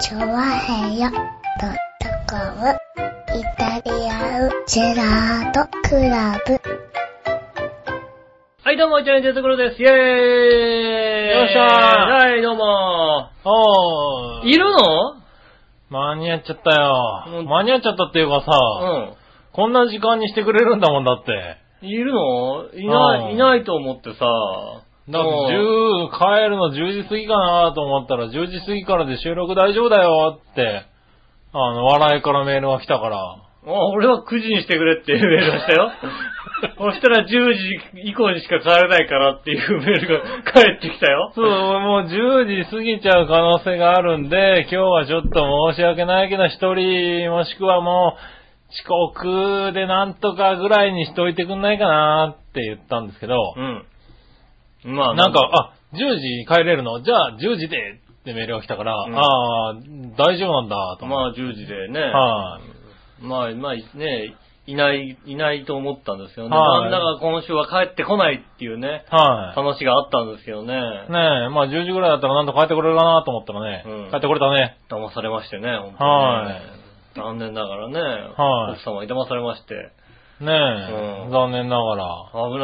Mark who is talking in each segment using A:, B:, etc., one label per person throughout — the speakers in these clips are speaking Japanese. A: チョワヘヨドットコムイタリアンジェラートクラブ。
B: はい、どうも、イタリアンジェットクロです。イェーイよ
C: っしゃー
B: はい、どうも
C: おー
B: いるの
C: 間に合っちゃったよ、
B: うん
C: 間に合っちゃったっていうかさ、
B: う
C: こんな時間にしてくれるんだもんだって。
B: ん。いるのいな
C: うん
B: い、いないと思ってさ。
C: だって
B: もう
C: 10帰るの10時過ぎかなと思ったら、10時過ぎからで収録大丈夫だよって、あの、笑いからメールが来たから。
B: あ俺は9時にしてくれっていうメールがした よ。そしたら10時以降にしか帰れないからっていうメールが 返ってきたよ。
C: そう、もう10時過ぎちゃう可能性があるんで、今日はちょっと申し訳ないけど、一人、もしくはもう、遅刻でなんとかぐらいにしといてくんないかなって言ったんですけど、
B: うん。まあ、
C: なんか、、あ、10時帰れるのじゃあ10時でってメールが来たから、
B: うん
C: ああ、大丈夫なんだと
B: ま
C: 思っ
B: あ
C: て。
B: 10時でね。
C: はい、
B: まあ、まあ、ね、いない、いないと思ったんですよね。
C: はい
B: なんだか今週は帰ってこないっていうね、
C: はい、
B: 話があったんですよね。
C: ねえ、まあ10時ぐらいだったらなんとか帰ってこれるかなと思ったらね、
B: うん
C: 帰ってこれたね。
B: 騙されましてね、本当にね
C: はい
B: 残念ながらね、
C: はい
B: 奥様に騙されまして、
C: ねえ、
B: うん
C: 残念ながら。
B: 危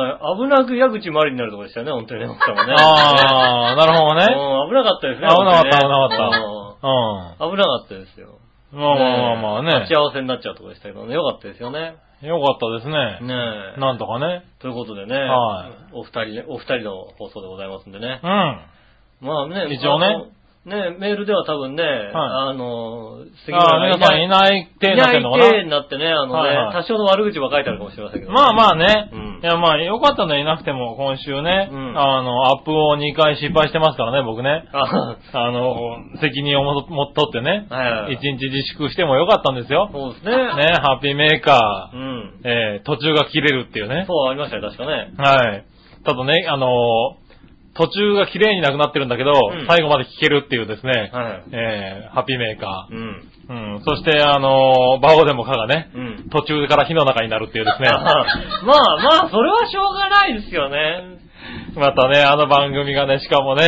B: ない、危なく矢口まりになるところでしたよね、本当にね、奥様ね。
C: ああ、なるほどね。
B: うん危なかったですね。
C: 危なかった
B: 本当にねうん危なかったですよ。
C: うん。まあまあまあまあ
B: 立ち合わせになっちゃうところでしたけどね、よかったですよね。
C: ね。よかったですね。
B: ねえ。
C: なんとかね。
B: ということでね、
C: は
B: お二人ね、お二人の放送でございますんでね
C: う。ん。
B: まあね、
C: 一応ね
B: あの。ねメールでは多分ね、あの、杉村
C: ああ
B: が
C: 皆さんいない体になってんのか
B: な
C: ない
B: い体になってね、あのね、
C: はいはい
B: 多少の悪口は書いてあるかもしれませんけど、
C: ま あまあね。
B: うん
C: いやまあ、よかったね、いなくても今週ね、
B: うん
C: あの、アップを2回失敗してますからね、僕ね。
B: あ。
C: あの、責任をもと持っとってね、
B: はいはいはい
C: 一日自粛してもよかったんですよ。
B: そうですね。
C: ね、ハッピーメーカ
B: う
C: ー、
B: ん。
C: えー途中が切れるっていうね。
B: そうありましたね、確かね。
C: はい。ただね、あのー途中が綺麗になくなってるんだけど、
B: うん
C: 最後まで聞けるっていうですね、
B: はい。
C: えーハッピーメーカー。
B: うん。
C: うん、そして、あのー、バオでもかがね、
B: うん。
C: 途中から火の中になるっていうですね。
B: まあまあ、それはしょうがないですよね。
C: またね、あの番組がね、しかもね、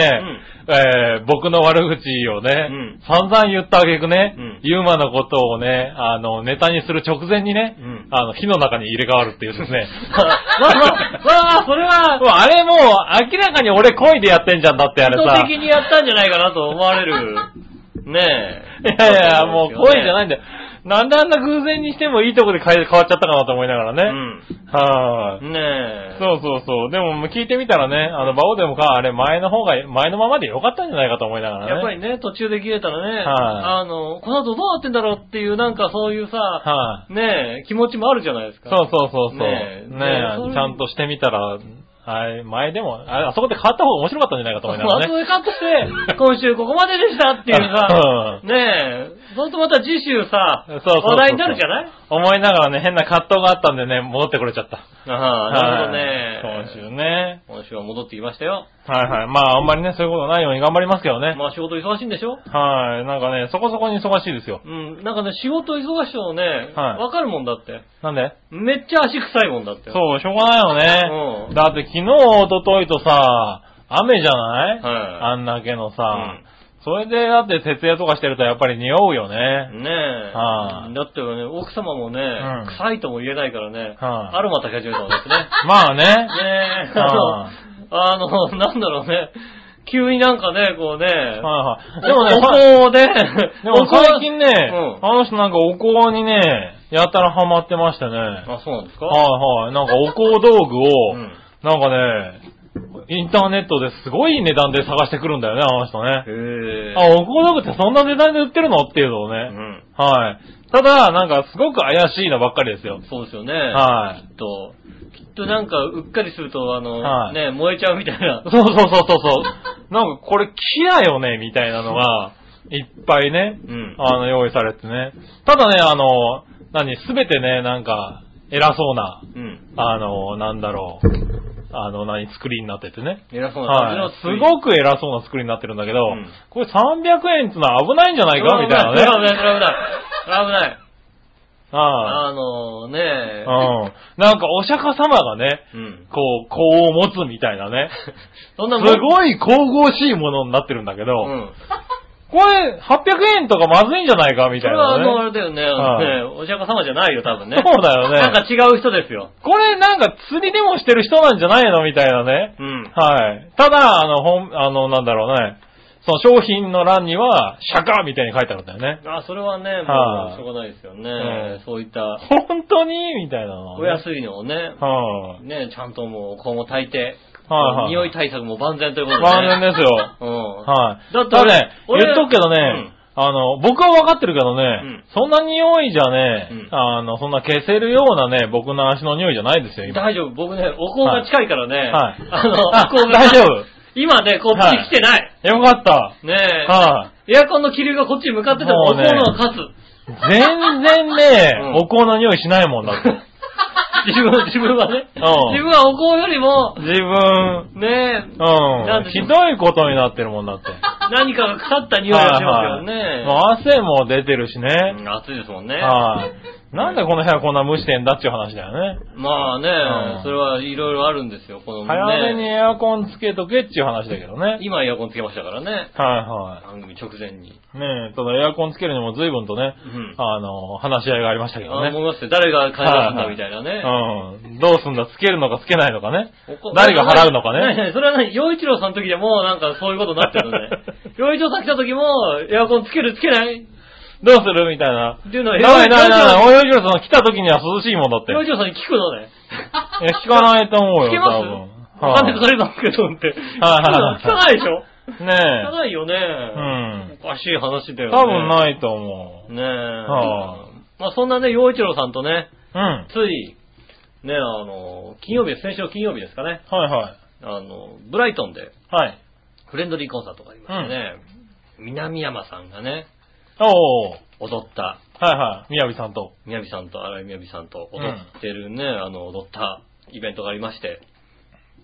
C: えー僕の悪口をね、
B: うん
C: 散々言ったあげくね、
B: うん
C: ユーマのことをね、あの、ネタにする直前にね、
B: うん。
C: あの、火の中に入れ替わるっていうですね
B: まあまあ、まあまあ、それは、
C: もうあれもう明らかに俺恋でやってんじゃんだってあれ
B: 意図
C: さ。
B: 的にやったんじゃないかなと思われ る。ねえ。
C: いやいや、もう恋じゃないいんだよ。なんであんな偶然にしてもいいとこで変え変わっちゃったかなと思いながらね。はい、
B: うん。ねえ。
C: そうそうそう。でも聞いてみたらね、あの、バオでもか、あれ前の方が、前のままでよかったんじゃないかと思いながらね。
B: やっぱりね、途中で切れたらね、
C: はい
B: あの、この後どうなってんだろうっていう、なんかそういうさ、
C: はい、
B: ねえ、気持ちもあるじゃないですか。
C: そうそうそうそ
B: ね
C: う。ね
B: え
C: え、
B: ねえそういう
C: ちゃんとしてみたら、あれ、前でも、あれあそこで変わった方が面白かったんじゃないかと思いなが
B: あ
C: ら
B: そう
C: ね。
B: いうカットして、今週ここまででしたっていう さ、
C: う
B: ねえ、そうするとまた次週さ、
C: そうそうそう
B: 話題になるじゃない
C: 思いながらね、変な葛藤があったんでね、戻ってこれちゃった。
B: ああ、なるほど
C: はい
B: ね。
C: 今週。ね。
B: 今週は戻ってきましたよ。
C: はいはい。まあ、あんまりね、そういうことないように頑張りますけどね。
B: まあ仕事忙しいんでしょ
C: はい。なんかね、そこそこに忙しいですよ。
B: うん、なんかね、仕事忙しいのね、
C: はい
B: わかるもんだって。
C: なんで
B: めっちゃ足臭いもんだって。
C: そう、しょうがないよね。
B: うん
C: だって昨日、一昨日とさ、雨じゃな
B: は
C: い、
B: い
C: あんだけのさ、
B: うん
C: それでだって徹夜とかしてるとやっぱり匂うよね。
B: ねえ。
C: はい
B: だってね、奥様もね、
C: うん
B: 臭いとも言えないからね、
C: はい
B: アロマ炊き始めたんですね。ね
C: まあね。
B: え、あの、 あの、なんだろうね、急になんかね、こうね、
C: はいはい。
B: で
C: でも
B: も
C: ね、
B: ね、
C: さ
B: お香で、
C: でも最近ね、
B: うん
C: あの人なんかお香にね、やたらハマってましたね。はい
B: あ、そうなんですか
C: はい。なんかお香道具を、
B: うん
C: なんかね、インターネットですごい値段で探してくるんだよね、あの人ね。
B: へえ。
C: あ、お香道具ってそんな値段で売ってるのっていうのを
B: う
C: ね。
B: ん。
C: はい。ただ、なんかすごく怪しいのばっかりですよ。
B: そうですよね。
C: はい。
B: きっと、きっとなんか、うっかりすると、あの、
C: はい
B: ね、燃えちゃうみたいな。
C: そうそうそうそう そう。なんかこれ木だよね、みたいなのが、いっぱいね。
B: うん。
C: あの、用意されてね。ただね、あの、何、すべてね、なんか、偉そうな、
B: うん。
C: あの、なんだろう、あの、何、作りになっててね。
B: 偉そうな感じ
C: は
B: の
C: い。
B: スイー
C: す
B: ツ
C: ごく偉そうな作りになってるんだけど、
B: うん
C: これ300円っつうのは危ないんじゃないかみたいな
B: 危な
C: ね。
B: い、危ない、危ない。
C: ああ
B: あのね、
C: うん。なんか、お釈迦様がね、
B: うん。
C: こう、こう持 つみたいなね。
B: そん
C: す
B: なもん
C: ごい神々しいものになってるんだけど、
B: うん。
C: これ、800円とかまずいんじゃないかみ
B: そ
C: たい
B: れはあ
C: な
B: の、あれ
C: ね。
B: だよね。
C: はい
B: ねお釈迦様じゃないよ、多分ね。
C: そうだよね
B: なんか違う人ですよ。
C: これなんか釣りでもしてる人なんじゃないのみたいなね。
B: うん。
C: はい。ただ、あの、本、あの、なんだろうね。その商品の欄には、シャカみたいに書いてあるんだよね。
B: あ、それはね、も
C: は
B: う、
C: い
B: しょうがないですよ
C: う
B: ね
C: ん。
B: そういった、
C: 本当にみたいなのは
B: お
C: ね、
B: 安いのをね、
C: はい、
B: ね、ちゃんともう、今後炊いて、
C: はいはい
B: 匂い対策も万全ということで、ね。
C: 万全ですよ。
B: うん。
C: はい。
B: だ
C: だ
B: っ
C: ってて
B: 俺俺
C: ね、言っとくけどね、
B: うん
C: あの、僕は分かってるけどね、
B: ん
C: そんな匂いじゃね、
B: うん
C: あの、そんな消せるようなね、僕の足の匂いじゃないですよ、今。
B: 大丈夫、僕ね、お香が近いからね。
C: はい
B: あの、お
C: あ
B: 香が。
C: 大丈夫。
B: 今ね、こっち来てない。
C: よかった。
B: ねえ、
C: は
B: エアコンの気流がこっちに向かってても、
C: も
B: お
C: うね
B: 香の方が勝つ。
C: い。全然ね、
B: うん
C: お香の匂いしないもんだ って。
B: 自分、自分はね。
C: うん
B: 自分はお香よりも、
C: 自分、
B: ねえ、だっ
C: う
B: て
C: ん。ひどいことになってるもんだって。
B: 何かが腐った匂いがしますよね。
C: はいはいもう汗も出てるしね。
B: うん暑いですもんね。
C: はい。なんでこの部屋こんな蒸してんだっていう話だよね。
B: まあね、
C: うん
B: それはいろいろあるんですよ、この
C: 早めに
B: ね。
C: エアコンつけとけっていう話だけどね。
B: 今エアコンつけましたからね。
C: はいはい。
B: 番組直前に。
C: ねえ、ただエアコンつけるにも随分とね、
B: うん
C: あの、話し合いがありましたけど
B: あ、思
C: ね。
B: いますよ。誰が買い出すんだみたいなね。
C: うん。どうすんだ、つけるのかつけないのかね。
B: おこ
C: 誰が払うのかね
B: ない ないそれは何洋一郎さんの時でもうなんかそういうことになってるの ね。洋一郎さん来た時も、エアコンつけるつけない
C: どうするみたいな。
B: っていうのは、
C: ないな
B: 洋
C: いない、およじろさん来た時には涼しいもんだって。
B: 一郎洋一郎さんに聞くのね。
C: いや、聞かないと思う
B: つ
C: よ、
B: けます
C: 多分。
B: わかんない
C: は
B: かれますけどって。聞くの
C: はい
B: 聞かないでしょ
C: い
B: 聞か
C: ね
B: ないよね。
C: ん
B: おかしい話だ
C: え。
B: よね。
C: 多分ないと思う。
B: ねえ。
C: はあ
B: まあそんなね、洋一郎さんとね、
C: うん。は
B: つい、ね、あの、金曜日、先週金曜日ですかね、
C: いはい。
B: あの、ブライトンで
C: はい。
B: フレンドリーコンサートがありましたね。南山さんがね、
C: おー。
B: 踊った、
C: はいはい。みやびさんと。
B: 宮城さんと荒井宮城さんと踊ってるね、あの、踊ったイベントがありまして、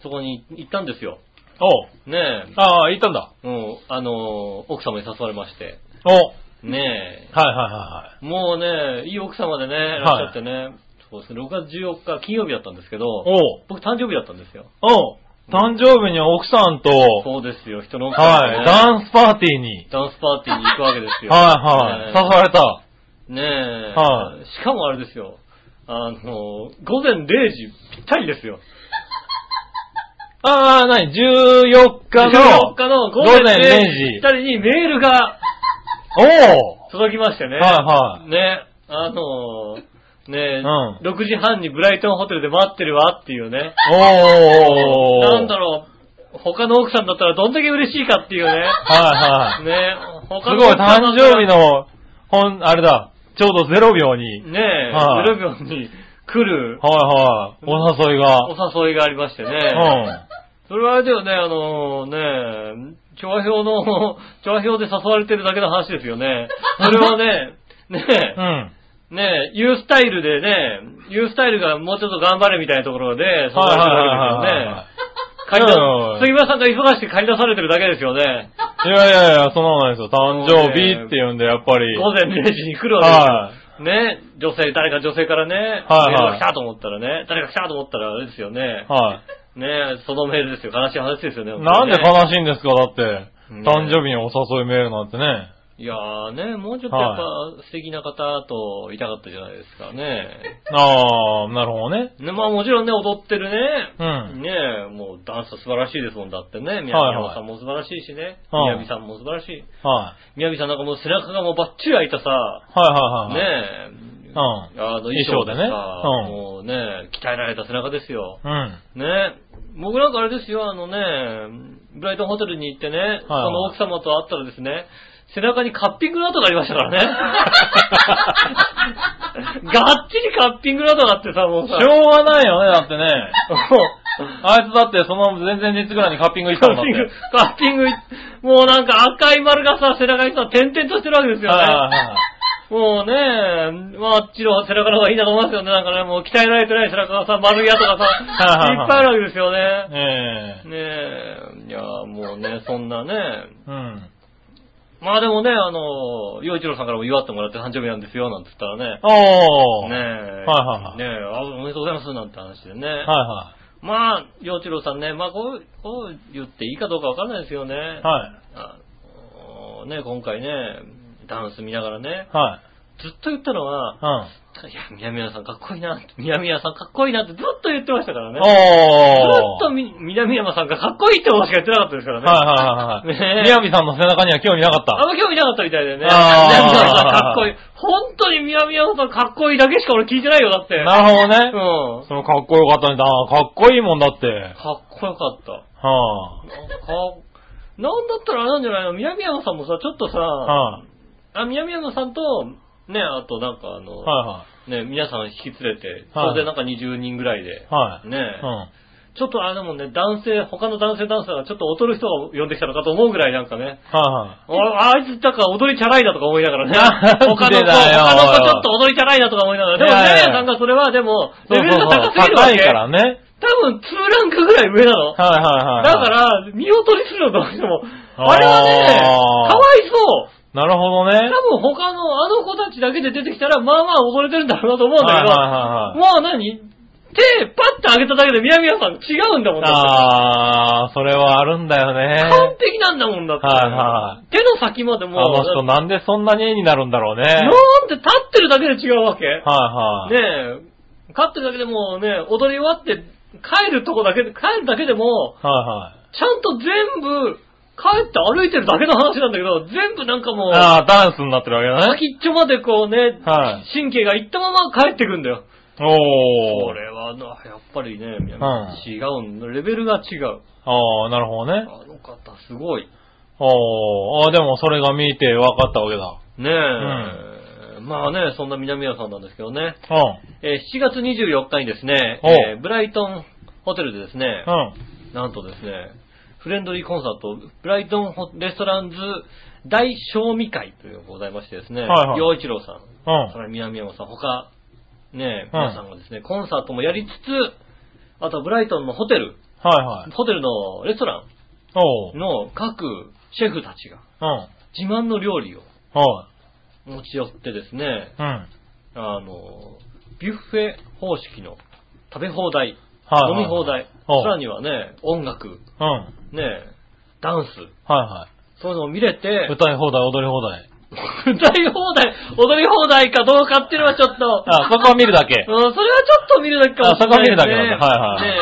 B: そこに行ったんですよ。
C: おう。
B: ねえ、
C: ああ、行ったんだ。
B: もう、あの、奥様に誘われまして、
C: おはい
B: ね
C: はいは
B: え、もうね、いい奥様でね、いらっしゃってね、そうですね、6月14日金曜日だったんですけど、
C: いはい。おう。
B: 僕誕生日だったんですよ。
C: おう。誕生日には奥さんと、
B: そうですよ、人の奥様とね
C: はい。ダンスパーティーに。
B: ダンスパーティーに行くわけですよ。
C: はいはい。
B: ね
C: 誘われた。は
B: えねえ、
C: は
B: しかもあれですよ。あの、午前0時ぴったりですよ。
C: ああ、なに、14日
B: 14、
C: の
B: 日の午前
C: 午前
B: 0
C: 0
B: 時
C: 時
B: ぴったりにメールが
C: お
B: 届きましてね。
C: おは
B: ねえ、あの、ねえ、
C: うん
B: 6時半にブライトンホテルで待ってるわっていうね。
C: いはい。おお
B: なんだろう、他の奥さんだったらどんだけ嬉しいかっていうね。
C: はいはい。
B: ねえ、
C: す
B: 他の
C: ごい、
B: 奥さんだ
C: 誕
B: ったら
C: 生日の、ほん、あれだ、ちょうど0秒に、
B: ねえ、
C: はい
B: 0秒に来る
C: はいはい、お誘いが。
B: お誘いがありましてね。
C: う
B: それはあれだよね、あのねえ、調和票の、 調和票で誘われてるだけの話ですよね。それはね、 ね
C: ん。うん。
B: え、ねえ、ユースタイルでね、ユースタイルがもうちょっと頑張れみたいなところで、誘われてるだけですよね。借り出
C: い
B: 杉村さんが忙しく借り出されてるだけですよね。
C: いやいやいや、そんなことないですよ。誕生日って言うんで、やっぱり。
B: 午前0時に来るわ
C: は
B: けですよ。ねえ、女性、誰か女性からね、
C: はいはい
B: メールが来たと思ったらね、誰か来たと思ったらあれですよね。
C: い。はい。
B: ねえ、そのメールですよ。悲しい話ですよね。
C: なんで
B: 本
C: 悲しいんですかだって、
B: ね
C: 誕生日にお誘いメールなんてね。
B: 当にねいやーね、もうちょっとやっぱ素敵な方といたかったじゃないですかね。
C: ああ、なるほどね。
B: ね、まあもちろんね、踊ってる
C: う
B: ね。
C: ん。
B: ねえ、もうダンス素晴らしいですもんだってね。宮
C: はい
B: 城さんも素晴らしいしね。
C: うん
B: 宮城さんも素晴らしい。
C: は
B: 宮城さんなんかもう背中がもうバッチリ開いたさ、
C: い。はいはいはい。
B: ねえ、
C: うん
B: あの衣装で
C: 衣装で
B: ね、
C: ねうん
B: もうね、鍛えられた背中ですよ。
C: うん。
B: ね僕なんかあれですよ、あのね、ブライトンホテルに行ってね、その奥様と会ったらですね、背中にカッピングの跡がありましたから ね。がっちりカッピングの跡があってさ、もう
C: し
B: さ。
C: ょうがないよね、だ ってね。
B: も
C: あいつだってその前々日ぐらいにカッピング
B: う
C: 行っ
B: カ
C: た
B: ッ
C: んだっ
B: ピング
C: て。、
B: カッピング、もうなんか赤い丸がさ、背中にさ、点々としてるわけですよ
C: はいはい
B: ね。
C: はい
B: もうね、まあ、あっちの背中の方がいいなと思いますよね。なんかね、もう鍛えられてない背中がさ、丸い跡がさ、
C: はいいはいはい
B: っぱいあるわけですよね。
C: ええ
B: ねえ、いや、もうね、そんなね、
C: うん。
B: まあでもね、あの、洋一郎さんからも祝ってもらって誕生日なんですよ、なんて言ったらね、
C: お
B: ね
C: ー。
B: え、
C: はいはい
B: ねえ、あ、おめでとうございます、なんて話でね、
C: は
B: まあ、洋一郎さんね、まあこう、こう言っていいかどうかわからないですよね、
C: いはい。はい。
B: あのね、今回ね、ダンス見ながらね、
C: はい。
B: ずっと言ったのは、
C: うん。
B: いや、みやみやさんかっこいいな、みやみやさんかっこいいなってずっと言ってましたからね。ずっ
C: お
B: とみ、南山さんがかっこいいってことしか言ってなかったですからね。
C: はいはいはいはい。
B: ねえ
C: みやみさんの背中には興味なかっ
B: あん
C: た。
B: ま興味なかったみたいだよね。
C: あー
B: 南山さんかっこいい。本当に南山さんかっこいいだけしか俺聞いてないよ、だって。
C: なるほどね。
B: うん。
C: そのかっこよかったね。あーかっこいいもんだって。は
B: かっこよかった。
C: あ。
B: なんか、なんだったらあれなんじゃないの南山さんもさ、ちょっとさ、
C: はい
B: あ、南山さんと、ね、あとなんかあの、
C: は
B: ね、皆さん引き連れて、そ
C: はい
B: れでなんか20人ぐらいで
C: い、はい。はい。
B: ね、
C: うん。
B: ちょっとあれもね、男性、他の男性ダンサーがちょっと劣る人が呼んできたのかと思うぐらいなんかね、
C: は
B: おあいつだから踊りチャラいなとか思いながらね、
C: なん
B: 他の子、
C: でだよ
B: 他の子ちょっと踊りチャラいなとか思いながら、でも
C: いやいや
B: 南山さんがそれはでも、
C: いはい。
B: レベルが高すぎるわ
C: 高
B: け。
C: いからね。
B: 多分2ランクぐらい上なの。
C: はいはいはい。
B: だか、ら、見劣りするのどうしても、
C: あー
B: あれはね、かわいそう。
C: なるほどね。
B: 多分他のあの子たちだけで出てきたら、まあまあ踊れてるんだろうなと思うんだ
C: はい
B: けど、
C: はいはいはい。
B: もう何手パッて上げただけで宮宮さん違うんだもんだって
C: あー、それはあるんだよ
B: 完
C: ね。
B: 璧なんだもんだって。
C: はいは
B: 手の先まで
C: あ
B: もう、
C: の人なんでそんなに絵になるんだろうね。
B: なんて立ってるだけで違うわけ
C: はいはい。
B: ねえ、立ってるだけでもうね、踊り終わって帰るとこだけで、帰るだけでも、
C: は
B: ちゃんと全部、帰って歩いてるだけの話なんだけど、全部なんか
C: い
B: も
C: は
B: う
C: い。、あー、ダンスになってるわけだね。
B: 先っちょまでこうね、
C: は
B: 神経がいったまま帰ってくんだよ。
C: お
B: こ
C: ー。
B: れはな、やっぱりね、
C: ん
B: 違うんだレベルが違う。
C: あー、なるほど
B: あ
C: ね。
B: の方、すごい。
C: おー。あー、でもそれが見て分かったわけだ。
B: ねえ、まあね、そんな南谷さんなんですけどね。
C: うん。
B: えー7月24日にですね、
C: お
B: えーブライトンホテルでですね、
C: うん。
B: なんとですね、フレンドリーコンサート、ブライトンホレストランズ大賞味会というのがございましてですね、
C: はいはい
B: 陽一郎さん、
C: うん
B: そ。れ南山さん、他、ねえ、
C: うん
B: 皆さんがですね、コンサートもやりつつ、あとブライトンのホテル、
C: はいはい。
B: ホテルのレストラ
C: おう。
B: ンの各シェフたちが
C: うん。はい。
B: 自慢の料理を持ち寄ってですね、
C: うん。はい
B: あの、ビュッフェ方式の食べ放題、
C: はい。
B: 飲み放題、
C: おう
B: さらにはね、音楽、
C: うん。は
B: ねえ、ダンス、
C: いは
B: そういうのを見れて
C: い。、歌い放題、踊り放題。
B: 歌い放題、踊り放題かどうかっていうのはちょっと、
C: あ、そこは見るだ
B: う
C: け。
B: ん、それはちょっと見るだけかもしれないですね。
C: あそこは見るだけなんだ
B: ね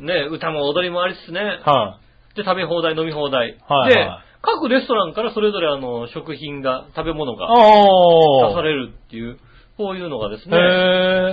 B: え、ねえ、歌も踊りもありつつね、
C: は
B: で、食べ放題、飲み放題。
C: はい
B: で
C: はい、
B: 各レストランからそれぞれあの、食品が、食べ物
C: い。
B: が
C: おー。
B: 出されるっていう、こういうのがですね、
C: へ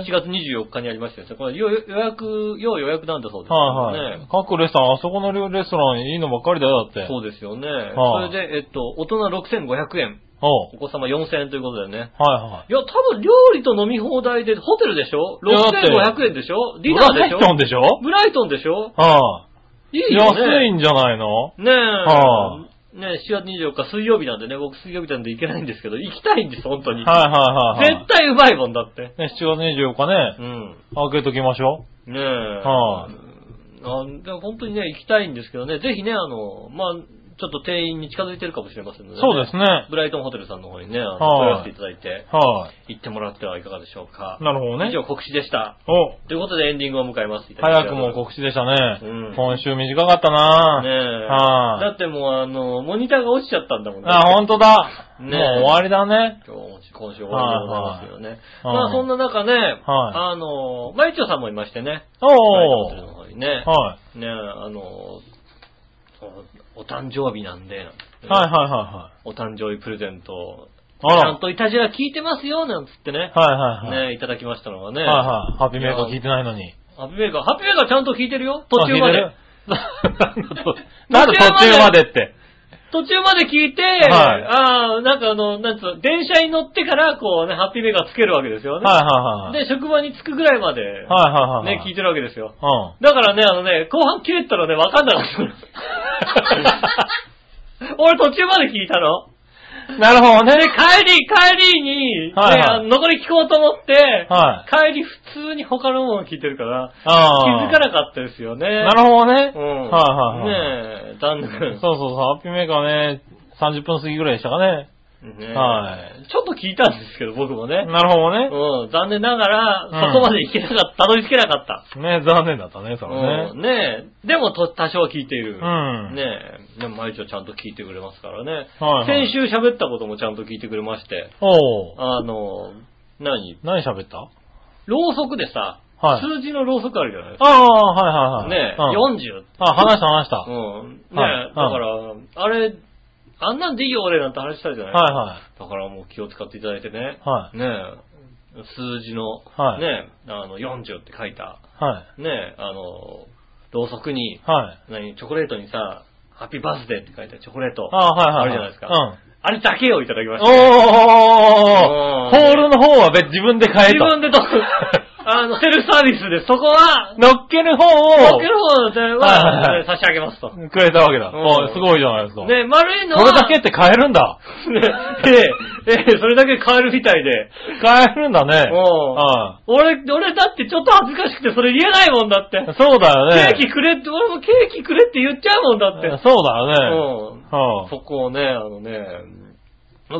B: 7月24日にありましたですね。これよ予約、要予約なんだそうです、
C: ー。はいはい
B: ね。
C: 各レストラン、あそこのレストランいいのばっかりだよ、だって。
B: そうですよね。
C: は
B: そ
C: い
B: れで、えっと、大人6500円、
C: おう
B: お子様4000円ということでね。
C: はいはい
B: や、多分料理と飲み放題で、ホテルでしょ
C: いやだって
B: ?6500 円でしょ
C: い。
B: ディナーでしょ
C: ブライトンでしょ
B: ブライトンでしょ
C: ああ。
B: いいよね。
C: 安いんじゃないの
B: ねえ。
C: はあ
B: ねえ、4月24日水曜日なんでね、僕水曜日なんで行けないんですけど、行きたいんです、本当に。
C: はいはいはいはい。
B: 絶対うまいもんだって。
C: ね、7月24日ね
B: う、ん。
C: 開けときましょ
B: ねえ。
C: はあ
B: あでも本当にね、行きたいんですけどね、ぜひね、あの、まあちょっと定員に近づいてるかもしれませんの
C: う。
B: で、
C: そうですね。
B: ブライトンホテルさんの方にね、あの問い合わ
C: は
B: せ
C: い
B: ていただいて、
C: は
B: 行ってもらってはいかがでしょうか
C: い。。なるほどね
B: 以。上告知でした。
C: お、
B: ということでエンディングを迎えます。
C: 早くも告知でしたね。
B: うん
C: 今週短かったな
B: ねえ。
C: はい
B: だってもうあの、モニターが落ちちゃったんだもん
C: あ、ほんとだ。
B: ね
C: も
B: え
C: う終わりだね。
B: 今日、今週終わりでございますよね。
C: はいはい
B: まあそんな中ね、
C: は
B: あの、まゆちょさんもいましてね、
C: お
B: ブライトンホテル
C: ー。
B: の方にね、
C: はい。
B: ねあの、おお誕生日なんで、
C: はいはいは
B: お誕生日プレゼントを、ち
C: あら
B: ゃんといたじら聞いてますよ、なんつってね
C: い、はい。はいはいはい。
B: ねいただきましたのがね、
C: はいはい。ハッピーメーカー聞いてないのに。
B: ハッピーメーカー、ハッピーメーカーちゃんと聞いてるよ、途中まで。
C: あ。聞いてるなんで途中までって。
B: 途中まで聞いて、
C: い
B: ああ、なんかあの、なんつうの、電車に乗ってから、こうね、ハッピーメーカーつけるわけですよね。
C: はいはいはい。
B: で、職場に着くぐらいまで、
C: はいはいはいはい。
B: ね、聞いてるわけですよ。
C: うん。
B: だからね、あのね、後半切れたらね、わかんなか った。俺途中まで聞いたの。
C: なるほどね。
B: で、帰り、帰りに、ね
C: はいはい
B: あの残り聞こうと思って、
C: は
B: 帰り普通に他のもの聞いてるから、気
C: ああ。
B: づかなかったですよね。
C: なるほどね。
B: うん。
C: はいはいはい。
B: ねえ、残念。
C: そうそうそう、ハッピーメーカーね、30分過ぎぐらいでしたかね。
B: ね
C: はい。
B: ちょっと聞いたんですけど、僕もね。
C: なるほどね。
B: うん、残念ながら、
C: うん
B: そこまで行けなかった、たどり着けなかった。
C: ね、残念だったね、それ
B: う
C: ね。
B: ん、ねえ。でもと、多少は聞いている。
C: うん
B: ねえ。でも、毎日はちゃんと聞いてくれますからね。
C: はいはい
B: 先週喋ったこともちゃんと聞いてくれまして。
C: おう。
B: あの、何
C: 何喋った
B: ろうそくでさ、
C: はい
B: 数字のろうそくあるじゃないです
C: ああ、はいはいはい。
B: か。ねえ、
C: うん、
B: 40。
C: あ、話した話した。は
B: うん。ねえ、
C: はい
B: だから、あれ、あんなんでいいよ俺なんて話したじゃない
C: いは
B: だからもう気を使っていただいてね。
C: はい
B: ねえ、数字の、
C: はい
B: ねえ、あの、40って書いた、
C: い。はい。
B: ねえ、あの、ろうそくに、
C: はい。
B: 何、チョコレートにさ、ハッピーバースデーって書いてあるチョコレート。
C: ああ、はいはい。
B: あるじゃないですか。
C: うん。
B: あれだけをいただきましたね、
C: おー
B: うん
C: ホールの方は別自分で変え
B: 自
C: た。
B: 分で と、あの、セルフサービスで、そこは、
C: 乗っける方
B: 分
C: を
B: ける方で
C: はいはいは
B: は、
C: い
B: 差し上げますと。
C: くれたわけだ。
B: うん
C: おいすごいじゃないですか。
B: ね、丸いの
C: そ
B: は、
C: れだけって変えるんだ。
B: ねええ、それだけ変えるみたいで。
C: 変えるんだね。
B: うん
C: は
B: 俺、俺だってちょっと恥ずかしくてそれ言えないもんだって。
C: い そうだよね。
B: ケーキくれって、俺もケーキくれって言っちゃうもんだって。
C: そうだよね。
B: うん
C: は
B: そこをね、あのね、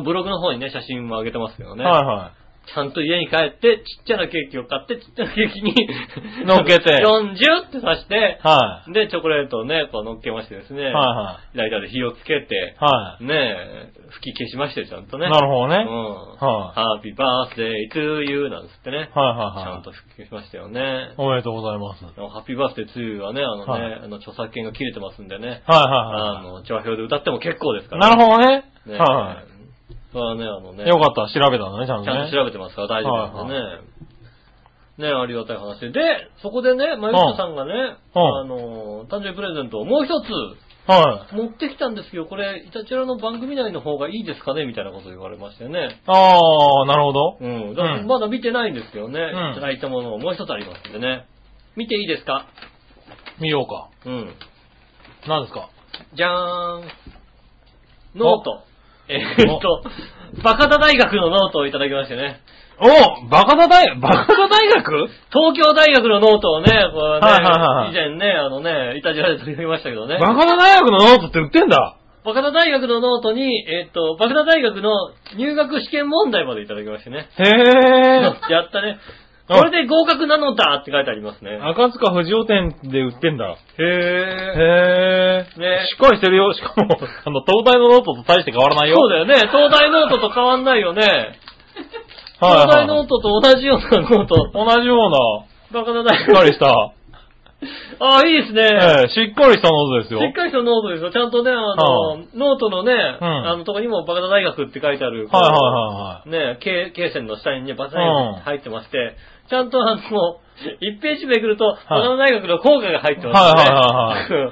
B: ブログの方にね、写真も上げてますけど
C: い
B: ね。
C: は、
B: ちゃんと家に帰って、ちっちゃなケーキを買って、ちっちゃなケーキに
C: 乗っ けて
B: 40って刺し
C: い
B: て、
C: は
B: で、チョコレートをね、こう乗っけましてですね、
C: い。はいは
B: ライターで火をつけて
C: い。、は
B: ねえ、吹き消しまして、ちゃんと
C: い。
B: ね。
C: なるほどね。
B: う
C: はい
B: ん。。
C: はい
B: ハッピーバースデー to you なんつってね。ちゃ
C: は
B: ん
C: い
B: と
C: はい。
B: 吹き消しましたよね。
C: おめでとうございます。はい
B: ハッピーバースデー to you はね、あのね、
C: はい
B: あの著作権が切れてますんでね。あ
C: は
B: の、調和表で歌っても結構です
C: いは
B: か
C: い。
B: ら、
C: なるほどね。
B: ね
C: は
B: それはね、あのね。
C: い。よかった。調べたんだね、ちゃん
B: ち
C: と
B: ゃん
C: ね
B: と。調べてますから大丈夫なんでね。
C: は
B: ねありがたい話で。で、そこでね、マユッチョさんがね、
C: うん
B: あの、誕生日プレゼントをもう一つ
C: はい。
B: 持ってきたんですよ。これ、イタチラの番組内の方がいいですかねみたいなことを言われましてね。
C: ああ、なるほど。
B: うん。だか
C: う
B: ら
C: ん
B: まだ見てないんですよね。
C: ん
B: いただいたものをもう一つありますんでね。見ていいですか
C: 見ようか。
B: うん。
C: 何ですか
B: じゃーん。ノート。えーっと、バカタ大学のノートをいただきましてね。
C: おバカだ大、バカだ大学
B: 東京大学のノートをね、こうね
C: はいはいはい
B: 以前ね、あのね、いたじらで取り上げましたけどね。
C: バカだ大学のノートって売ってんだ
B: バカダ大学のノートに、えーっと、バカダ大学の入学試験問題までいただきましてね。
C: へえ。
B: やったね。
C: あ
B: これで合格なのだって書いてありますね。
C: 赤塚不二夫店で売ってんだ。
B: へ
C: へえ。
B: ね
C: しっかりしてるよ。しかも、あの、東大のノートと大して変わらないよ。
B: そうだよね。東大ノートと変わんないよね。
C: はい
B: 東
C: は
B: 大
C: い
B: ノートと同じようなノート。
C: 同じよう
B: バカダ
C: な、
B: 大
C: しっか
B: 学。
C: りした。
B: ああ、いいですね。
C: ええ、しっかりしたノートですよ。
B: しっかりしたノートですよ。ちゃんとね、あの、
C: は
B: ノートのね、
C: ん
B: あの、とこにもバカダ大学って書いてある。
C: はいは
B: ね、経経線の下にね、バカダ大学って入ってまして、ちゃんとあの、1ページめくると、バカダ大学の効果が入ってますね。
C: はいはい
B: は
C: はい
B: い。
C: いはい。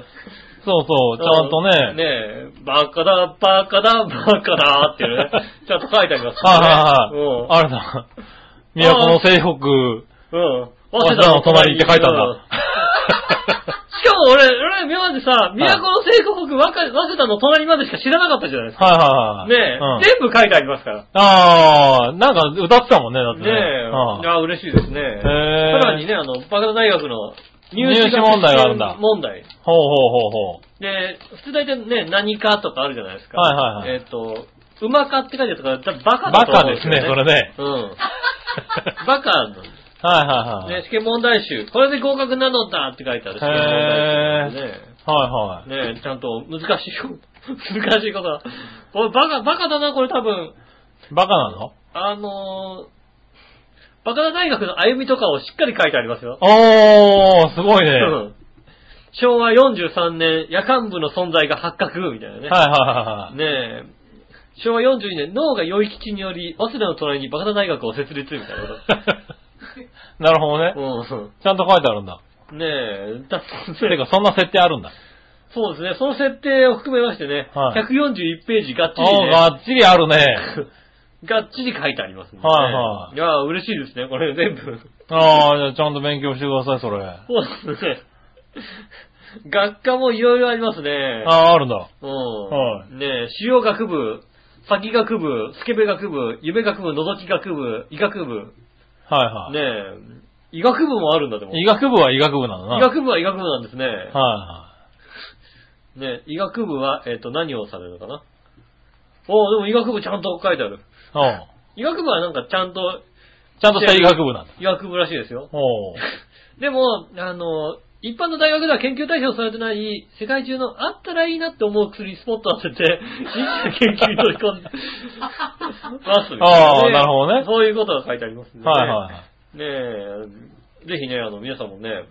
C: そうそう、ちゃんとね。
B: ねえ、バカだ、バカだ、バカだっていう ね、ちゃんと書いてありますね。
C: はいは
B: い。
C: いはい。あれだ。都の西北。
B: うん。うん。
C: 早稲田の隣って書いてあるんだ
B: うんしかも俺、俺、今までさ、都の聖国国、わか早稲田の隣までしか知らなかったじゃないですか。
C: はいはいはい。
B: ねえ、
C: うん
B: 全部書いてありますから。
C: ああ、なんか歌ってたもんね、だって
B: ね
C: ね。
B: え、
C: うん
B: あ嬉しいですね。
C: へえ
B: さらにね、あの、バカダ大学の入試
C: 入試問題があるんだ
B: 問題。
C: ほうほうほうほ
B: で、普通大体ね、何かとかあるじゃないですか。
C: はいはいはい
B: えっ、と、馬かって書いてあるとか、だバカ
C: う。
B: だ
C: バ
B: と思
C: カ
B: うん
C: ですね、そ
B: ね。
C: れ ね。
B: うん。バカの、
C: はいはいはい。
B: ね、試験問題集。これで合格なのだって書いてある試験問題集ね。
C: はいはい。
B: ねちゃんと難しいこと、難しいこと が。これバカ、バカだな、これ多分。
C: バカなの
B: あのー、バカダ大学の歩みとかをしっかり書いてありますよ。
C: おー、すごいね。
B: う
C: は
B: ん 昭和43年、夜間部の存在が発覚、みたいないね。
C: はいはいはい。
B: ねえ。昭和42年、脳が良い基地により、早稲田の隣にバカダ大学を設立、みたい
C: なるほど
B: な。
C: ね
B: こ
C: ちゃんと書いてあるんだ。
B: と。うん。ねえ、だって
C: てか、そんな設定あるんだ。
B: そうですね、その設定を含めましてね、
C: はい
B: 141ページがっち
C: お
B: りね、
C: ー、がっちりあるね。
B: がっちり書いてありますんでね。
C: はいはい
B: いやー、嬉しいですね、これ全部。
C: あー、じゃあちゃんと勉強してください、それ。あ
B: そうですね。学科もいろいろありますね。
C: ー、あるんだ。
B: うん。
C: はい
B: ねえ、主要学部、先学部、スケベ学部、夢学部、覗き学部、医学部。
C: はいはい。
B: ねえ、医学部もあるんだでも。
C: 医学部は医学部なのな。
B: 医学部は医学部なんですね。
C: はいは。
B: ねえ医学部は、えっ、と、何をされるのかないおでも医学部ちゃんと書いてある。
C: うん。
B: 医学部はなんかちゃんと、
C: ちゃんとした医学部なんだ。
B: 医学部らしいですよ。
C: おう。
B: でも、あの、一般の大学では研究対象されてない、世界中のあったらいいなって思う薬スポット当てて、一緒に研究に取り込んで ますというね
C: ああなるほどね
B: そういうことが書いてありますんでね。
C: はいは
B: ねえ、ぜひね、あの、皆さんもね、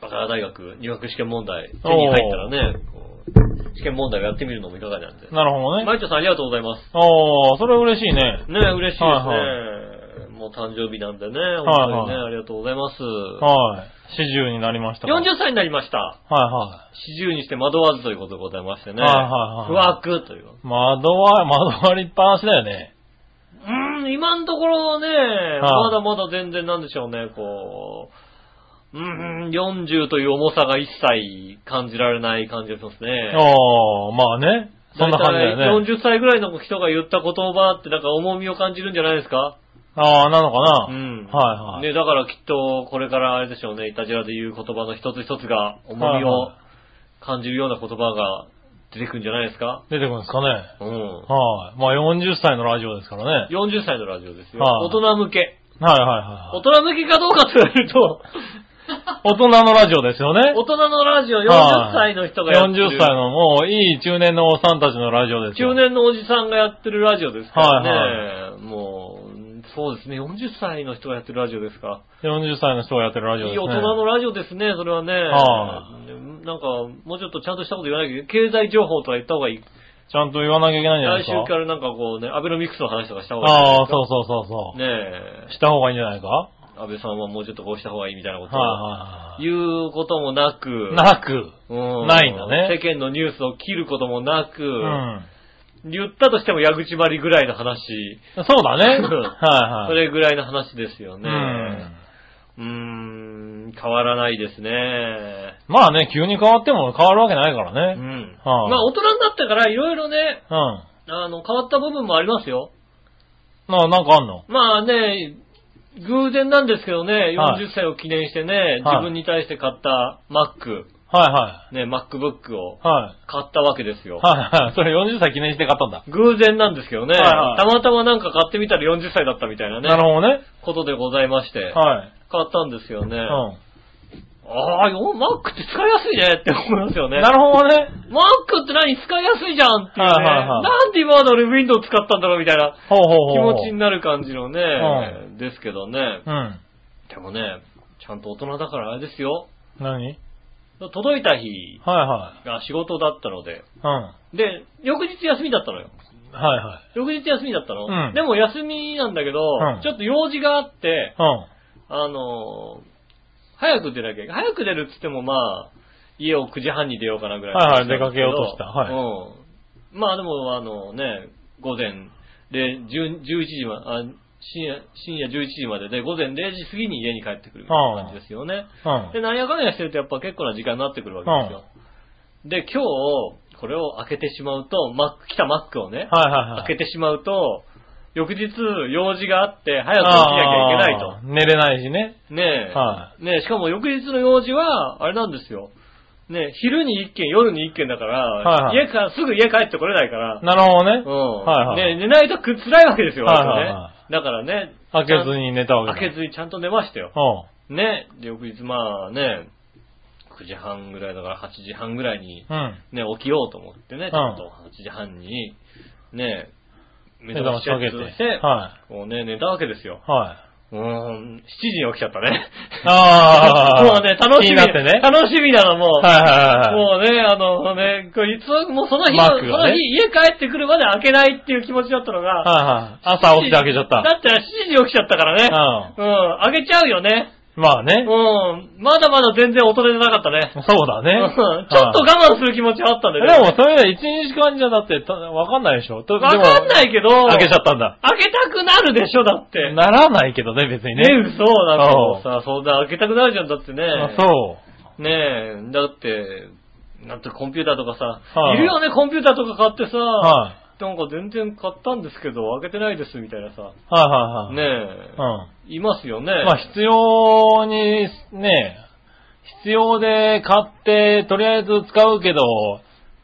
B: バカラ大学入学試験問題、手に入ったらね、こう試験問題をやってみるのもいかがなんで
C: い。。なるほどね。
B: マイチョさんありがとうございます。
C: おー、それは嬉しいね。
B: ねえ、嬉しいですね。
C: はい
B: もう誕生日なんでね、
C: はい
B: 本当にね、ありがとうございます。
C: はい。四十になりましたから。
B: 40歳になりました。
C: はいは
B: 四十にして惑わずということでございましてね。
C: はいはいはい
B: 不惑という。
C: い。窓は、窓割りっぱなしだよね。
B: うーん、今のところね、ま
C: はい
B: だまだ全然なんでしょうね、こう、うーん、40という重さが一切感じられない感じがしますね。
C: おー、まあね。そんな感じだよ
B: 大
C: ね。
B: 体40歳ぐらいの人が言った言葉ってなんか重みを感じるんじゃないですか
C: あー、なのかな。
B: うん。
C: はいはい。
B: ね、だからきっと、これからあれでしょうね、いたじらで言う言葉の一つ一つが、重み
C: は
B: を
C: いは
B: 感じるような言葉が出てくるんじゃないですか
C: 出てくるんですかね。
B: うん。
C: はい。まあ40歳のラジオですからね。はい
B: 40歳のラジオですよ。
C: はい
B: 大人向け。
C: はい
B: 大
C: は
B: 人向けかどうかと言われると、
C: い。大人のラジオですよね。
B: 大人のラジオ、40
C: はい
B: 歳の人がやってる。
C: 40歳のもういい中年のおっさんたちのラジオですよ。
B: 中年のおじさんがやってるラジオですからね。
C: は
B: もう、そうですね、40歳の人がやってるラジオですか。
C: 40歳の人がやってるラジオ
B: い
C: です、ね。
B: い大人のラジオですね、それはね。
C: は
B: なんか、もうちょっとちゃんとしたこと言わなきゃいけない。経済情報とか言った方がいい。
C: ちゃんと言わなきゃいけないんじゃない
B: 来
C: で
B: 週
C: すか。
B: からなんかこうね、アベノミクスの話とかした方がいい。
C: ああ、そうそうそうそう。
B: ね
C: した方がいいんじゃないかは
B: え、安倍さんはもうちょっとこうした方がいいみたいなこ
C: い
B: とを
C: はい
B: 言うこともなく、
C: はい。なく。
B: うん
C: ないんだね
B: 世間のニュースを切ることもなく、
C: うん。
B: 言ったとしても矢口まりぐらいの話、
C: そうだね。
B: うん
C: はい
B: そ
C: はい。
B: れぐらいの話ですよ
C: う
B: ね。
C: ん。
B: うーん、変わらないですね。
C: まあね、急に変わっても変わるわけないから
B: う
C: ね。
B: ん。
C: はあ
B: まあ大人になったからいろいろね、
C: うん。
B: あの、変わった部分もありますよ。
C: な、なんかあんの
B: まあね、偶然なんですけどね、
C: はい
B: 40歳を記念してね、
C: はい
B: 自分に対して買った Mac、
C: はいは
B: ね、MacBook を
C: い。はい。
B: 買ったわけですよ。
C: はいはい。それ40歳記念して買ったんだ。
B: 偶然なんですけどね、
C: はいはい
B: たまたまなんか買ってみたら40歳だったみたいなね、
C: なるほどね。
B: ことでございまして、
C: はい。
B: 買ったんですよね。
C: うん。
B: ああ、よ Mac って使いやすいねって思いますよね。
C: なるほどね。
B: Mac って何使いやすいじゃんっていうね。
C: はいはいはい
B: なんで今まで俺 Windows 使ったんだろうみたいな
C: ほうほう
B: 気
C: ほう。
B: 持ちになる感じのね、
C: う
B: ですけどね。
C: うん。
B: でもね、ちゃんと大人だからあれですよ。
C: 何
B: 届いた日
C: は
B: が仕事だったので。
C: いはい。
B: で、翌日休みだったのよ。
C: うん。はいはい。
B: 翌日休みだったの。
C: うん
B: でも休みなんだけど、
C: うん
B: ちょっと用事があって、
C: うん。
B: あのー早く出なきゃいけない。早く出るって言ってもまあ、家を9時半に出ようかなぐらいの
C: はいはい
B: 感じなんですけど
C: 出かけようとしたはい
B: うん。まあでも、あのね、午前で、10 11時ま、あ深夜、深夜11時までで、午前0時過ぎに家に帰ってくるみたいな感じですよね。
C: うん。
B: で、なんやかんやしてるとやっぱ結構な時間になってくるわけですよ。で、今日、これを開けてしまうと、マック、来たマックをね、
C: はいはいはい。
B: 開けてしまうと、翌日用事があって、早く起きなきゃいけないと
C: あ。ー寝れないしね。
B: ねえ。
C: は
B: ねえ、しかも翌日の用事は、あれなんですよ。ねえ、昼に一件、夜に一件だから、
C: はいはい
B: 家から、すぐ家帰ってこれないから、
C: なるほどね
B: うん。。
C: はいはい
B: ねえ寝ないとく辛いわけですよ、
C: はい
B: 割とね
C: はいは
B: だからね。
C: 開けずに寝
B: ちゃ
C: た
B: ん。
C: わけ
B: 開けずにちゃんと寝ましたよ。
C: うん。
B: ねえ、で、翌日まあね、9時半ぐらいだから8時半ぐらいに、
C: うん。
B: ね、起きようと思ってね、
C: ん
B: ちゃんと8時半に、ね、目
C: 目覚ましかけて。
B: を
C: は
B: し
C: い。
B: て、
C: は
B: もうね、寝たわけですよ。
C: い。
B: うーん、7時に起きちゃったね。
C: ああ。
B: もうね、楽しみ。
C: 気になってね。
B: 楽しみなの、もう。
C: はいはいはいはい。
B: もうね、あのね、これいつ、もうその日の、
C: マー
B: そ
C: ク
B: の
C: が
B: 日
C: ね
B: 家帰ってくるまで開けないっていう気持ちだったのが、
C: はいはい。朝起きて開けちゃった。
B: だって7時に起きちゃったからね。うん、開けちゃうよね。
C: うん。まあ
B: う
C: ね。
B: ん、まだまだ全然大人じゃなかったね。
C: そうだね
B: う。んちょっと
C: はい
B: 我慢する気持ちはあったんだ
C: で
B: よね。
C: も、それで一日間じゃだって、たわかんないでしょわ
B: わかんないいけど、
C: 開けちゃったんだ。
B: 開けたくなるでしょ、だって。
C: ならないけどね、別に
B: ね
C: ね。、
B: 嘘だけどさ、そんな開けたくなるじゃん、だってね。
C: あそ
B: ねえ、だって、なんてコンピューターとかさ、
C: は
B: い、
C: い
B: るよね、コンピューターとか買ってさ、
C: う。はい。
B: なんか全然買ったんですけど、開けてないです、みたいなさ、
C: はいはいはい。
B: ね
C: うん。
B: え、いますよ ね。
C: まあ、必要に、ね、必要で買って、とりあえず使うけど、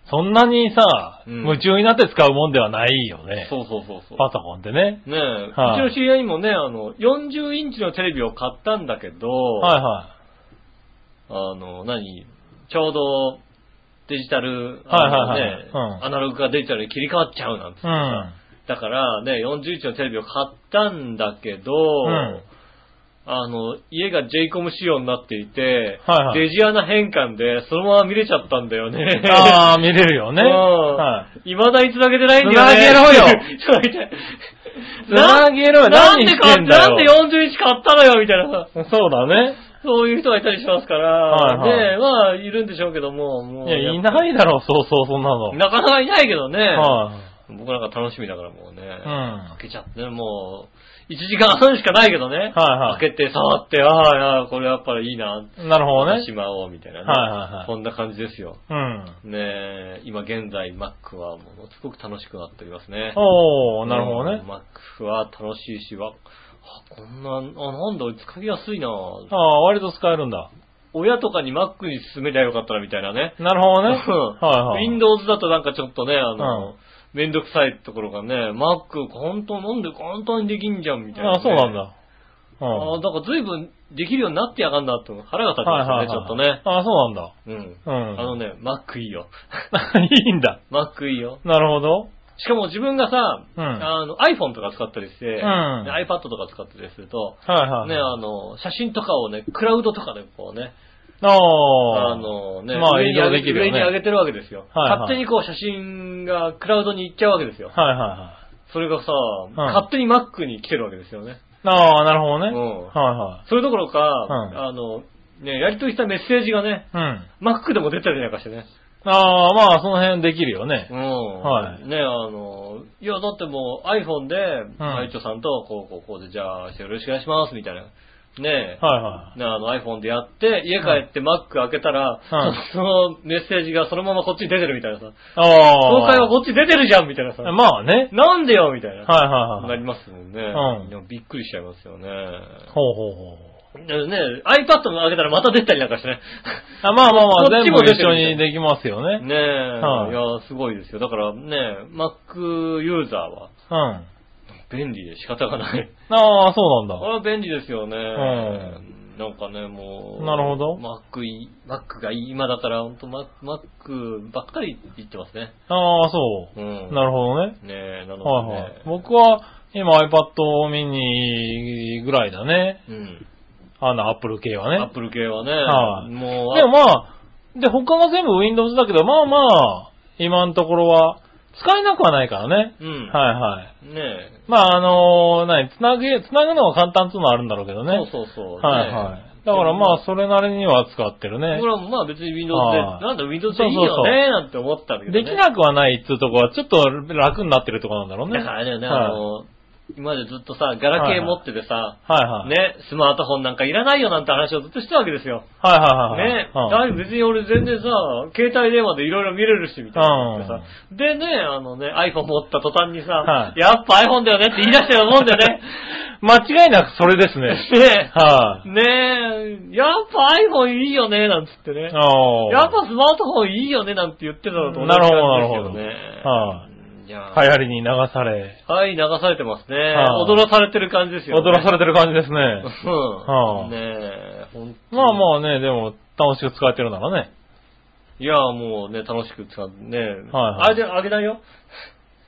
C: そんなにさ、
B: うん
C: 夢中になって使うもんではないよね。
B: そうそうそうそう。
C: パソコンってね。
B: ねえ、
C: はいう
B: ちの知り合いにもね、あの、40インチのテレビを買ったんだけど、
C: はいは
B: あの、何ちょうど、デジタル、
C: はい
B: あの
C: はいはい
B: ね
C: うん
B: アナログがデジタルに切り替わっちゃうなんて
C: い。う
B: さ、
C: ん。
B: だからね、40インチのテレビを買ったんだけど、
C: ん
B: あの、家が j コム仕様になっていて、
C: はいはい
B: デジアナ変換でそのまま見れちゃったんだよね。
C: ああ、見れるよね。
B: うん
C: はい
B: まだに繋げてないんだよね。 げ
C: 繋
B: ろよ
C: 繋げろよ
B: な
C: 何
B: んで
C: して
B: か、
C: んだよ
B: なんで41買ったのよ、みたいな。
C: い。そうだね。
B: そういう人がいたりしますから、
C: はいはい
B: ね、まあ、いるんでしょうけども、もう。
C: いや、いないだろう、そうそう、そんなの。
B: なかなかいないけどね。
C: はい。
B: 僕なんか楽しみだからもうね。
C: ん
B: 開けちゃって、もう、1時間半しかないけどね。
C: はいはい
B: 開けて、触って、ああ、いやこれやっぱりいいな。
C: なるほどね
B: し。まおう、みたいなね。
C: はいはいはい
B: こんな感じですよ。
C: うん。
B: ねえ、今現在 Mac はものすごく楽しくなっておりますね。
C: おー、なるほどね
B: うん。Mac は楽しいし、わ、あこんな、あ、なんだ、使いやすいな
C: ああ、割と使えるんだ。
B: 親とかに Mac に進めりゃよかったらみたいなね。
C: なる ほどね。
B: うん
C: はいはい。
B: Windows だとなんかちょっとね、あの、
C: う
B: めんどくさいところがね、Mac 本当なんで簡単にできんじゃんみたいな、
C: ああ、そうなん。だ。うん。
B: ああ、だから随分できるようになってやがんなって腹が立ちま
C: は
B: したね、
C: いはいはい。
B: ちょっとね。
C: ああ、そうなんだ。
B: うん。
C: うん
B: あのね、Mac いいよ。
C: いいんだ。
B: Mac いいよ。
C: なるほど。
B: しかも自分がさ、
C: うん
B: あの iPhone とか使ったりして、
C: ん
B: で iPad とか使ったりすると、
C: はいはい。
B: ね、あの、写真とかをね、クラウドとかでこうね、
C: ああ。
B: あのね、
C: まあ
B: 上に上げ
C: 移動できるよね
B: 上に上げてるわけですよ。
C: はいはい
B: 勝手にこう写真がクラウドに行っちゃうわけですよ。
C: はいはいはい。
B: それがさ、
C: ん
B: 勝手に Mac に来てるわけですよね。
C: ああ、なるほどね。
B: うん
C: はいはい。
B: それどころか、
C: ん
B: あの、ね、やりとりしたメッセージがね、
C: うん。
B: Mac でも出たりなんかしてね。
C: ああ、まあ、その辺できるよね
B: う。ん。
C: はい
B: ね、あの、いや、だってもう iPhone で、
C: ん
B: 会長さんと、こう、こう、こうで、じゃあ、よろしくお願いします、みたいな。ね
C: はいは
B: ねあの iPhone でやって、家帰って Mac 開けたら、
C: うん
B: そのメッセージがそのままこっちに出てるみたいなさ。
C: い。ああ。
B: 東海はこっち出てるじゃんみたいなさ。
C: まあね。
B: なんでよみたいな。
C: はいはい
B: な
C: はい。
B: りますもんね。
C: うん
B: でもびっくりしちゃいますよね。
C: ほうほうほう。
B: でね、iPad も開けたらまた出たりなんかしてね。
C: あまあまあまあ、
B: こっち
C: 全
B: も
C: 部
B: 出て
C: 一
B: るみ
C: 緒
B: たいな
C: にできますよね。
B: ねえ、
C: はい
B: い、や、すごいですよ。だからね、Mac ユーザーは
C: うん。あ
B: 便利で仕方がない。
C: あ、そうなん
B: これ
C: だ。
B: は便利ですよね。
C: ん
B: なんかね、もう。
C: なるほど
B: Mac いい、Mac がいい。今だから、ほんと Mac Mac ばっかり言ってますね。
C: ああ、そうう。
B: ん。
C: なるほどね。
B: ねえ、なの
C: はい
B: で、ね。
C: はい。僕は、今 iPad ミニぐらいだね。
B: うん。
C: あの、Apple 系は
B: アッ
C: ね。
B: プル系はね、
C: はい
B: もう、
C: でもまあ、で、他が全部 Windows だけど、まあまあ、今のところは、使えなくはないからね。
B: うん。
C: はいはい。
B: ねえ、
C: まあ、あの何、つなげ、つなぐのが簡単っていうのはあるんだろうけどね。
B: そうそうそう。
C: はいはい。だからまあ、それなりには使ってる
B: あ
C: ね
B: 僕。らもまあ別に Windows で、
C: はい
B: なんだ Windows でいい
C: そうそ
B: よ
C: うそう
B: ね、なんて思ったんだけど、ね。
C: できなくはないっつうとこは、ちょっと楽になってるとこなんだろうね。
B: だからあれだよね、
C: はい
B: あの、今までずっとさ、ガラケー持っててさ、
C: はいはい。
B: ね、スマートフォンなんかいらないよなんて話をずっとしたわけですよ。
C: はいはいはいはい。
B: ね、
C: うん
B: だいぶ別に俺全然さ、携帯電話でいろいろ見れるし、みたいなってさ。でね、あのね、iPhone 持った途端にさ、
C: はい
B: やっぱ iPhone だよねって言い出したようなもんだよね。
C: 間違いなくそれで す ね。
B: ね
C: はい。
B: ねえ、やっぱ iPhone いいよね、なんつってね。
C: おー
B: やっぱスマートフォンいいよね、なんて言ってたのと同じ
C: なるほど
B: 感じですけ
C: な
B: ね。いや
C: 流
B: はい。
C: 行りに流され、
B: はい、流されてますね。
C: はい
B: 踊らされてる感じですよ、ね。
C: 踊らさ
B: れ
C: れてる感じです
B: う
C: ね。
B: ん。
C: はい
B: ねえ、ほん
C: まあ
B: あ。
C: まあね、でも、楽しく使えてるならね。
B: いや、もうね、楽しく使ってね。
C: はい
B: あれで、あげないよ。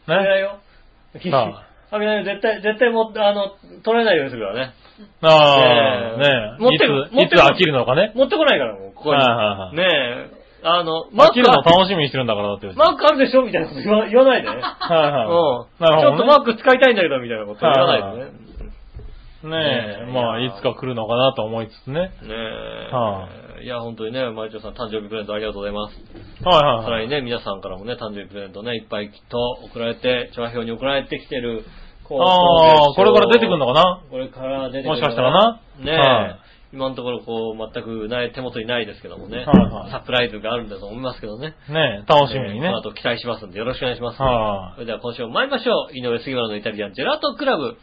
B: あげな
C: ね。
B: いよ。
C: は
B: あげないよ。絶対、絶対も、あの、取れないようにするからね。
C: ああ、
B: ね
C: ね
B: え持っ
C: い
B: てく持って
C: つ、いつ
B: く
C: 飽きるのかね。
B: 持ってこないから、もう、ここ
C: はい
B: に。
C: はいはい。
B: ねえ、あの、
C: 飽きるの
B: マックあ
C: 楽しみにしてるんだから、だって。
B: マックあるでしょみたいなこと言わ言わないでね。
C: はいは
B: うん。
C: い。なる
B: ちょっと
C: ほど
B: マーク使いたいんだけど、みたいなこと言わないでね。
C: ね。ね
B: ね
C: え、
B: え
C: まあ、いつか来るのかなと思いつつね。
B: ねえ。、
C: はい
B: や、本当にね、マイチョさん誕生日プレゼントありがとうございます。
C: はい
B: さ
C: はいは
B: ら
C: い。
B: にね、皆さんからもね、誕生日プレゼントね、いっぱいきっと送られて、調和表に送られてきてる、こう
C: ああ、これから出てくるのかな
B: これから出てくる
C: もしかしたらな
B: ねえ、
C: はい
B: 今のところこう、全くない、手元にないですけどもね。
C: はいはい
B: サプライズがあるんだと思いますけどね。
C: ねえ、楽しみにね。
B: えーこの後期待しますんでよろしくお願いします。
C: はい
B: それでは今週も参りましょう。井上杉村のイタリアンジェラートクラブ。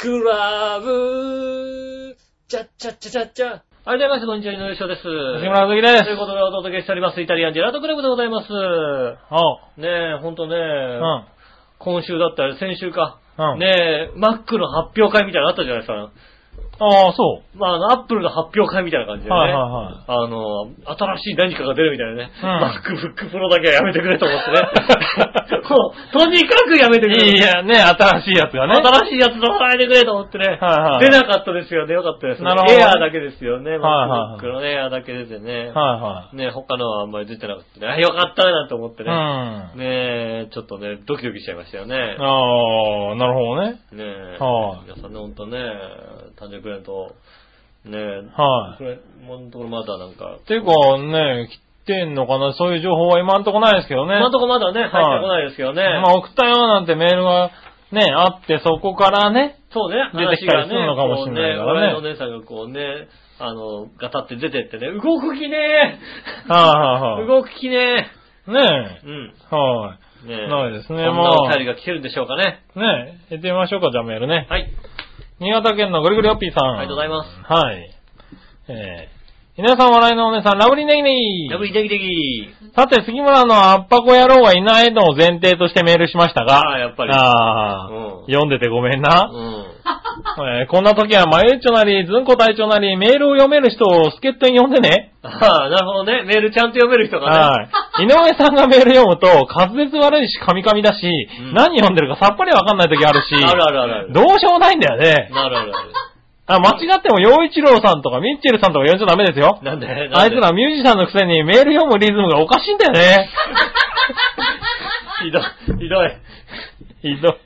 B: クラブ。チャッチャッチャチャッチャ。ありがとうございました。こんにちは、井上翔です。
C: 藤村杉です
B: ということでお届けしております、イタリアンジェラートクラブでございます。
C: おう。
B: ねえ、ほんとね、
C: うん。
B: 今週だったら先週か、
C: うん
B: ねえ、マックの発表会みたいなのあったじゃないですか。
C: ああ、そ
B: まあ、あの、アップルの発表会みたいな感じでね。
C: はいはいはい
B: あの、新しい何かが出るみたいなね。
C: うん
B: マックブックプロだけはやめてくれと思って ね。もう、とにかくやめて
C: う。
B: くれ。
C: いや、ね、新しいやつがね。
B: 新しいやつ出さないでくれと思ってね。
C: はいは
B: 出
C: い
B: なかったですよね。よかったですね。
C: なるほど
B: エアーだけですよね。
C: はい
B: マッ
C: はいはい
B: クブックのねエアーだけですよね。
C: はいは
B: ね他のはあんまり出てなくてね。あよかったなと思って
C: い。
B: ね。
C: うん。あ
B: ねえ、ちょっとね、ドキドキしちゃいましたよね。
C: あ、なるほどね。
B: ねえ。
C: はい
B: 皆さんね、ほんとね、誕生日プレゼント、ねえ、
C: はい
B: これ、もうのところまだなんか、
C: ていうかね、来てんのかな、そういう情報は今んとこないですけどね。
B: 今のところまだね、入ってこないですけどね。
C: まあ、送ったよなんてメールがね、あって、そこからね。
B: そうね、
C: 出て
B: 話
C: きた
B: が
C: りする
B: ね、
C: のかもしれないからね
B: こうね、我々のお姉さんがこうね、あの、ガタって出てってね、動く気ねえ
C: はいはい
B: 動く気ね
C: はい。ね
B: えうん。
C: え。はい。
B: ねえ。
C: ないですね
B: こん
C: まあ
B: なお便りが来てるんでしょうかね。
C: ねえ、行ってみましょうか、じゃあメールね。
B: はい。
C: 新潟県のぐりぐりおっぴーさん。
B: ありがとうございます。
C: す。はい。えー、皆さん笑いのお姉さん、ラブリーネギネギ。
B: ラブリーデキデキ。
C: さて、杉村のアッパコ野郎がいないのを前提としてメールしましたが。
B: ああやっぱり
C: ああ、
B: うん
C: 読んでてごめん
B: う
C: な。
B: ん。
C: えーこんな時は、まゆっちょなり、ずんこ隊長なり、メールを読める人を助っ人に呼んでね。
B: ああ、なるほどね。メールちゃんと読める人が
C: は
B: ね。
C: い。井上さんがメール読むと、滑舌悪いし、カミカミだし、
B: ん
C: 何読んでるかさっぱりわかんない時あるし、
B: あるあるあるある
C: どうしようもないんだよね。
B: なるほど。
C: あ、間違っても、洋一郎さんとかミッチェルさんとか呼んじゃダメですよ。
B: なんでなんで
C: あいつらミュージシャンのくせにメール読むリズムがおかしいんだ よね。
B: ひどい、ひどい。
C: ひどい。
B: ひどい。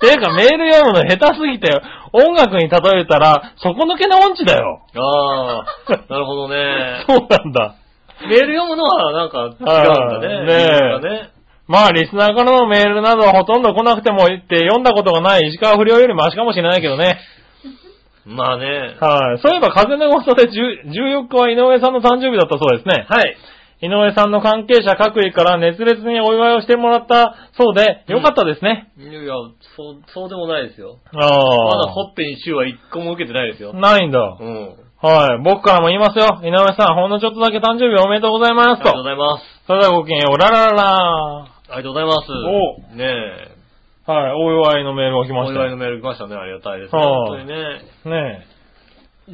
C: ていうか、メール読むの下手すぎて、音楽に例えたら、底抜けの音痴だよ。
B: ああ、なるほどね。
C: そうなんだ。
B: メール読むのはなんか違うんだね。
C: はいねえ
B: ね
C: まあ、リスナーからのメールなどはほとんど来なくてもって読んだことがない石川不良よりマシかもしれないけどね。
B: まあね。
C: はい。そういえば、風の噂で10 14日は井上さんの誕生日だったそうですね。
B: はい。
C: 井上さんの関係者各位から熱烈にお祝いをしてもらったそうで、
B: うん
C: よかったですね。
B: いやいや、そう、そうでもないですよ。まだ
C: あ
B: ほっぺに週は一個も受けてないですよ。
C: ないんだ。
B: うん。
C: はい。僕からも言いますよ。井上さん、ほんのちょっとだけ誕生日おめでとうござい
B: あ
C: ま
B: り
C: す
B: がとうご
C: と。
B: ざいます。
C: それではごきげんよう。ララララ
B: ありがとうございます。
C: お
B: ねえ。
C: はい。お祝いのメールが来ま
B: お
C: し
B: 祝いの
C: た。
B: メール来ましたね。ありがたいですね。
C: はあ
B: 本当にね。
C: ね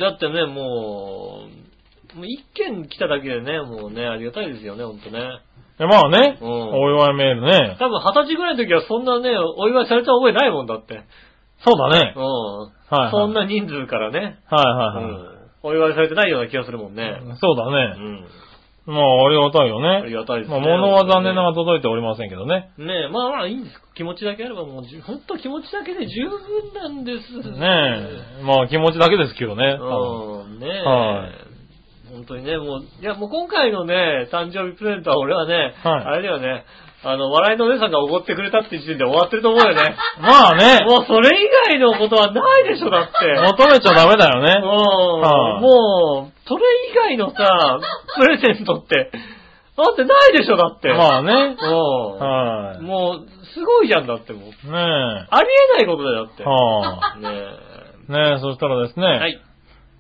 B: だってね、もう、もう一件来ただけでね、もうね、ありがたいですよね、ほんとね。
C: え。まあね、
B: うん
C: お祝いメールね。
B: 多分二十歳ぐらいの時はそんなね、お祝いされた覚えないもんだって。
C: そうだね
B: う。ん。
C: はいはい
B: そんな人数からね、う
C: はいはいはい。
B: ん。お祝いされてないような気がするもんね。
C: そうだ
B: う
C: ね。
B: ん。
C: まあ、ありがたいよ
B: あり
C: ね。
B: がたいです
C: ま
B: ね。
C: あ、物は残念ながら届いておりませんけどね。
B: ねえ、まあまあいいんです。気持ちだけあればもうじゅ、ほんと気持ちだけで十分なんです。
C: ねえ。まあ、気持ちだけですけどね。
B: うん、ねえ。
C: はい
B: 本当にね、もう、いや、もう今回のね、誕生日プレゼントは俺はね、
C: はい
B: あれだよね、あの、笑いのお姉さんがおごってくれたって時点で終わってると思うよね。
C: まあね、
B: もうそれ以外のことはないでしょ、だって。
C: 求めちゃダメだよ
B: うん
C: ね。はい
B: もう、それ以外のさ、プレゼントって、だってないでしょ、だって。
C: まあね。
B: うん
C: はい。ね
B: もう、すごいじゃんだってもう。
C: え。は
B: ありえないことだよ、だって。
C: あ。
B: ね
C: ねえ、そしたらですね。
B: え。はい。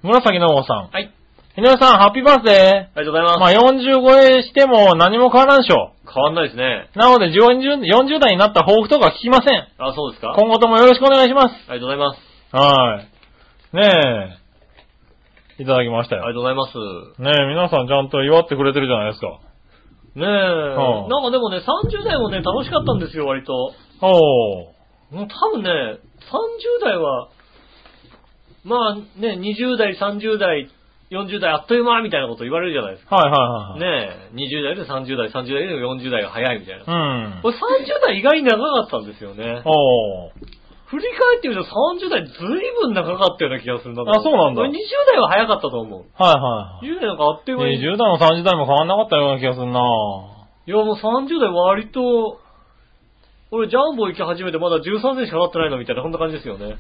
C: 紫の王さん。
B: はい。
C: 井上さん、ハッピーバースデ
B: ありがとうござい
C: ー。ま
B: ま
C: あ、40超えしても何も変わらんでしょ
B: す。変わんないですね。
C: う。なので40、40代になった抱負とか聞きません。
B: あ、そうですか
C: 今後ともよろしくお願いしま
B: ありがとうございます。
C: す。はい。ねえ。いただきました
B: ありが
C: よ。
B: とうございます。
C: ねえ、皆さんちゃんと祝ってくれてるじゃないですか。
B: ねえ、
C: はあ
B: なんかでもね、30代もね、楽しかったんですよ、割と。
C: おー。
B: もう多分ね、30代は、まあね、20代、30代、40代、あっという間みたいなこと言われるじゃないです
C: はいはいはいはい。
B: か。ねえ、20代で30代、30代で40代が早いみたいな。
C: うん。
B: 俺30代意外に長かったんですよね。
C: おー。
B: 不振り返ってみると30代ずいぶん長かったような気がするんだ
C: あそうなんだ
B: 20代は早かったと思う。
C: はい
B: 20代なんかあっという
C: は
B: 間
C: い。
B: に。いや
C: 20代も30代も変わんなかったような気がするな
B: もう30代割と、俺ジャンボ行き始めてまだ13年しか経ってないのみたいな、そんな感じですよね。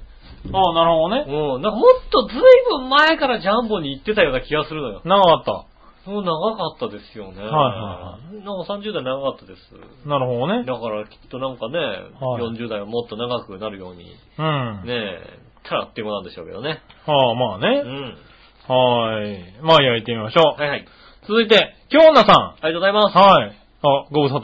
C: ああ、なるほどね。
B: うん。なんかもっとずいぶん前からジャンボに行ってたような気がするのよ。
C: 長かっ
B: もう長かったですよね。
C: はいは
B: なんか30代長かったです。
C: た。なるほどね。
B: だからきっとなんかね、
C: はい
B: 40代はもっと長くなるように、
C: うん。
B: ねえ、たらあってもなんでしょうけどね。
C: はあ、まあ
B: う
C: ね。
B: ん。
C: はーい。まあ、焼いてみましょう。
B: はいはい。
C: 続いて、京奈さ
B: ありがとうございま
C: ん。はい。あ、ご無沙汰。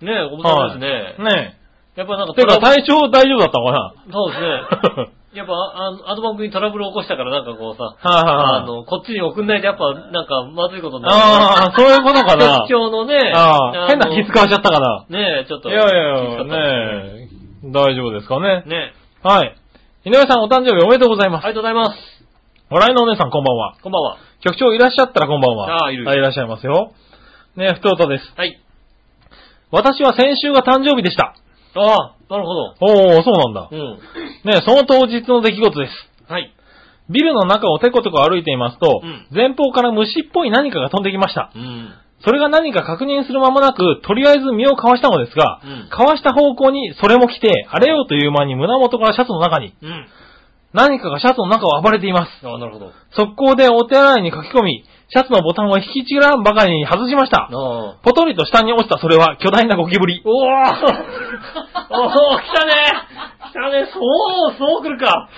B: す。ねえ、ご無沙汰ですね。
C: ね
B: やっぱなんか
C: え。てか、
B: トラ
C: 体調大丈夫だったのかな
B: ブルそうですね。やっぱ、あの、あの番組にトラブル起こしたからなんかこうさ、
C: はいはいはい。
B: あの、こっちに送んないとやっぱなんかまずいことになる。
C: ああ、そういうことかな
B: 局。長のね、
C: ああ、変な
B: の
C: 気使わしちゃったかな。
B: ねえ、ちょっ
C: い
B: と。
C: やい
B: 気遣
C: やい
B: っ
C: や、
B: たんで
C: ねえ。大丈夫ですかね
B: す。ねえ。
C: はい。井上さんお誕生日おめでとうございます。
B: ありがとうございます。
C: 笑いのお姉さんこんばんは。
B: こんばんは。
C: 局長いらっしゃったらこんばんは。
B: ああいる
C: いらっしゃいますよ。ねえ、ふとうとです。
B: はい。
C: 私は先週が誕生日でした。
B: ああ、なるほど。
C: おー、そうなんだ
B: う。ん。
C: ねえ、その当日の出来事です。
B: はい。
C: ビルの中をテコテコ歩いていますと、
B: うん
C: 前方から虫っぽい何かが飛んできました。
B: うん。
C: それが何か確認する間もなく、とりあえず身をかわしたのですが、
B: うん
C: かわした方向にそれも来て、あれよという間に胸元からシャツの中に、
B: うん。
C: 何かがシャツの中を暴れています。
B: ああ、なるほど。
C: 速攻でお手洗いに書き込み、シャツのボタンを引きちぎらんばかりに外しました。
B: ああ。
C: ポトリと下に落ちたそれは巨大なゴキブリ。
B: おおおお 来たね来たねそう、そう来るか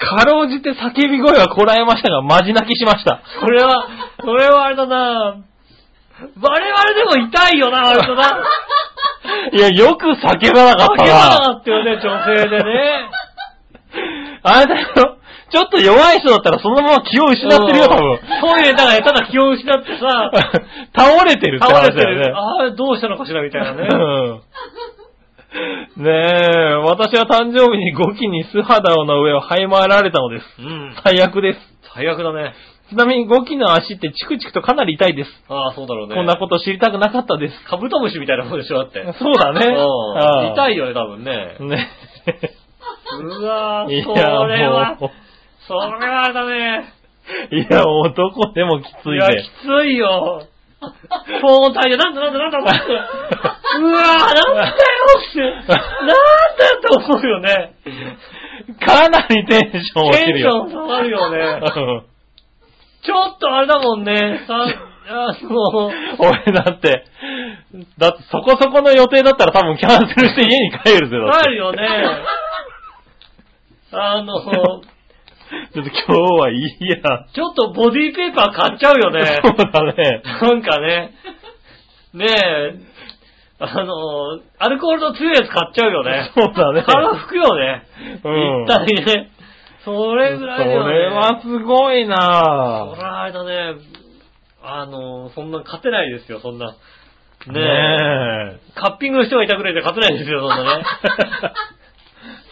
C: かろうじて叫び声はこらえましたが、まじ泣きしました。
B: それは、それはあれだな我々でも痛いよな、あれだな。
C: いや、よく叫ばなか
B: 叫
C: っ
B: ば
C: た
B: な
C: な
B: か。ったよね、女性でね。
C: あれだよ。ちょっと弱い人だったらそのまま気を失ってるよ、多
B: うん
C: 分。
B: トイレだから、ただ気を失って さ、
C: 倒れてるって
B: 倒
C: 話
B: れて
C: だ
B: る。
C: よね。
B: ああ、どうしたのかしら、みたい なね。
C: うんねえ、私は誕生日にゴキに素肌の上を這い回られたのです。
B: うん。
C: 最悪です。
B: 最悪だね。
C: ちなみにゴキの足ってチクチクとかなり痛いです。
B: ああ、そうだろうね。
C: こんなこと知りたくなかったです。
B: カブトムシみたいなもんでしょ、だって。
C: そうだね。
B: うん痛い
C: よ。
B: よね、多分ね。
C: ね。
B: うわ
C: い
B: ぁ、
C: や、
B: それは、
C: も
B: それはあれだね。
C: う、いや、男でもきつ
B: い
C: い
B: や、
C: ね
B: き。ついよ。交代で、なんだなんだなんだなんだ なんだ。うわぁ、なんだよって、なんだって思うよね。
C: かなりテンション落ち
B: テン
C: る
B: ショ
C: よ。
B: ン下がるよ ね。
C: うん
B: ちょっとあれだもんね、さ、あの、
C: 俺だって、だってそこそこの予定だったら多分キャンセルして家に帰るぜ、だっ
B: な
C: て
B: るよね。あの、
C: ちょっと今日はいいや。
B: ちょっとボディーペーパー買っちゃうよ ね。
C: そうだね。
B: なんかね、ねえ、あの、アルコールの強いやつ買っちゃうよね。
C: そうだね。
B: 体拭くよね。
C: うん
B: 一体ね。それぐらいだよね。
C: それはすごい
B: そ
C: なぁ。
B: らあれだね。あの、そんな勝てないですよ、そんな。ねえ。
C: ねえ。
B: カッピングの人がいたくらいで勝てないですよ、そんな ね。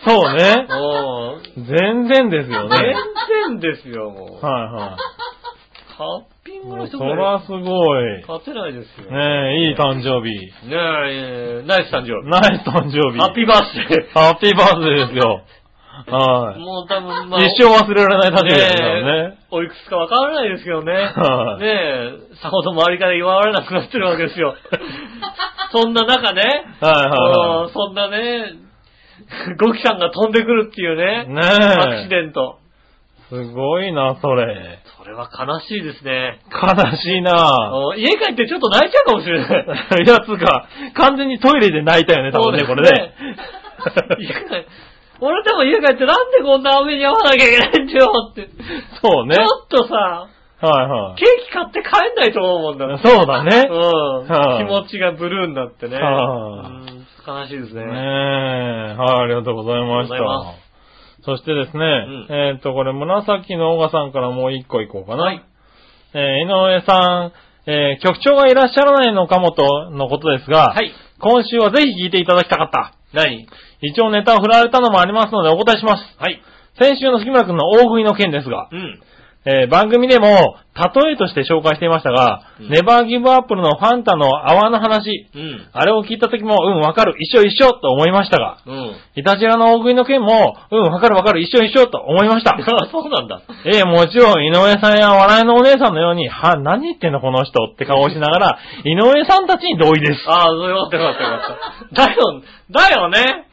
C: そうね。
B: もう、
C: 全然ですよね。
B: 全然ですよ、もう。カ
C: はいは
B: ッピングの
C: い。そ
B: 人ぐらい
C: らすごい。
B: 勝てないですよ。
C: ねえ、いい誕生日。
B: ねえ、ナイス誕生日。
C: ナイス誕生日。
B: ハッピーバースデー。
C: ハッピーバースデーですよ。 はい。
B: もう多分、まあ、
C: 一生忘れられない誕生日ですから
B: ねえおいくつかわからないですけどね。
C: はい
B: ねえ、さほど周りから祝われなくなってるわけです よ。そんな中ね、
C: はいはいはい
B: うんそんなね、ゴキさんが飛んでくるっていうね、アク
C: ね。
B: シ
C: ねえ。
B: デント。
C: すごいな、それ。
B: それは悲しいですね。
C: 悲しいなぁ。
B: うん家帰ってちょっと泣いちゃうかもし れない。
C: いやつか、完全にトイレで泣いたよね、多分ね、
B: そ
C: こ
B: う
C: れ
B: です
C: ね
B: ね。 家帰俺でも家帰ってなんでこんな雨に遭わなきゃいけないんだよって。
C: そうね
B: ち。ょっとさ、
C: はいは
B: ケーキ買って帰んないと思うもんだ
C: い。そうだね。
B: う
C: は
B: ん。
C: い
B: 気持ちがブルーになってね。
C: は
B: う
C: い
B: ん悲しいですね。
C: ねえ、はい、ありがとうございまし
B: ありがとうございま
C: た。そしてですね、
B: ん
C: えっ、と、これ、紫のオガさんからもう一個いこうかな。
B: はい
C: えー井上さん、えー局長がいらっしゃらないのかもと、のことですが、
B: はい。
C: 今週はぜひ聞いていただきたかった。
B: 何
C: 一応ネタを振られたのもありますのでお答えします。
B: はい。
C: 先週の杉村君の大食いの件ですが、
B: うん。
C: えー番組でも、例えとして紹介していましたが、
B: うん
C: ネバーギブアップルのファンタの泡の話、
B: うん。
C: あれを聞いた時も、うん、わかる、一緒一緒、と思いましたが、
B: うん。
C: イタジラの大食いの件も、うん、わかるわかる、一緒一緒、と思いま した。
B: あそうなんだ。
C: ええ、もちろん、井上さんや笑いのお姉さんのように、は、何言ってんのこの人って顔をしながら、井上さんたちに同意です。
B: ああ、そうよかったよかったよかった。だよ、だよね。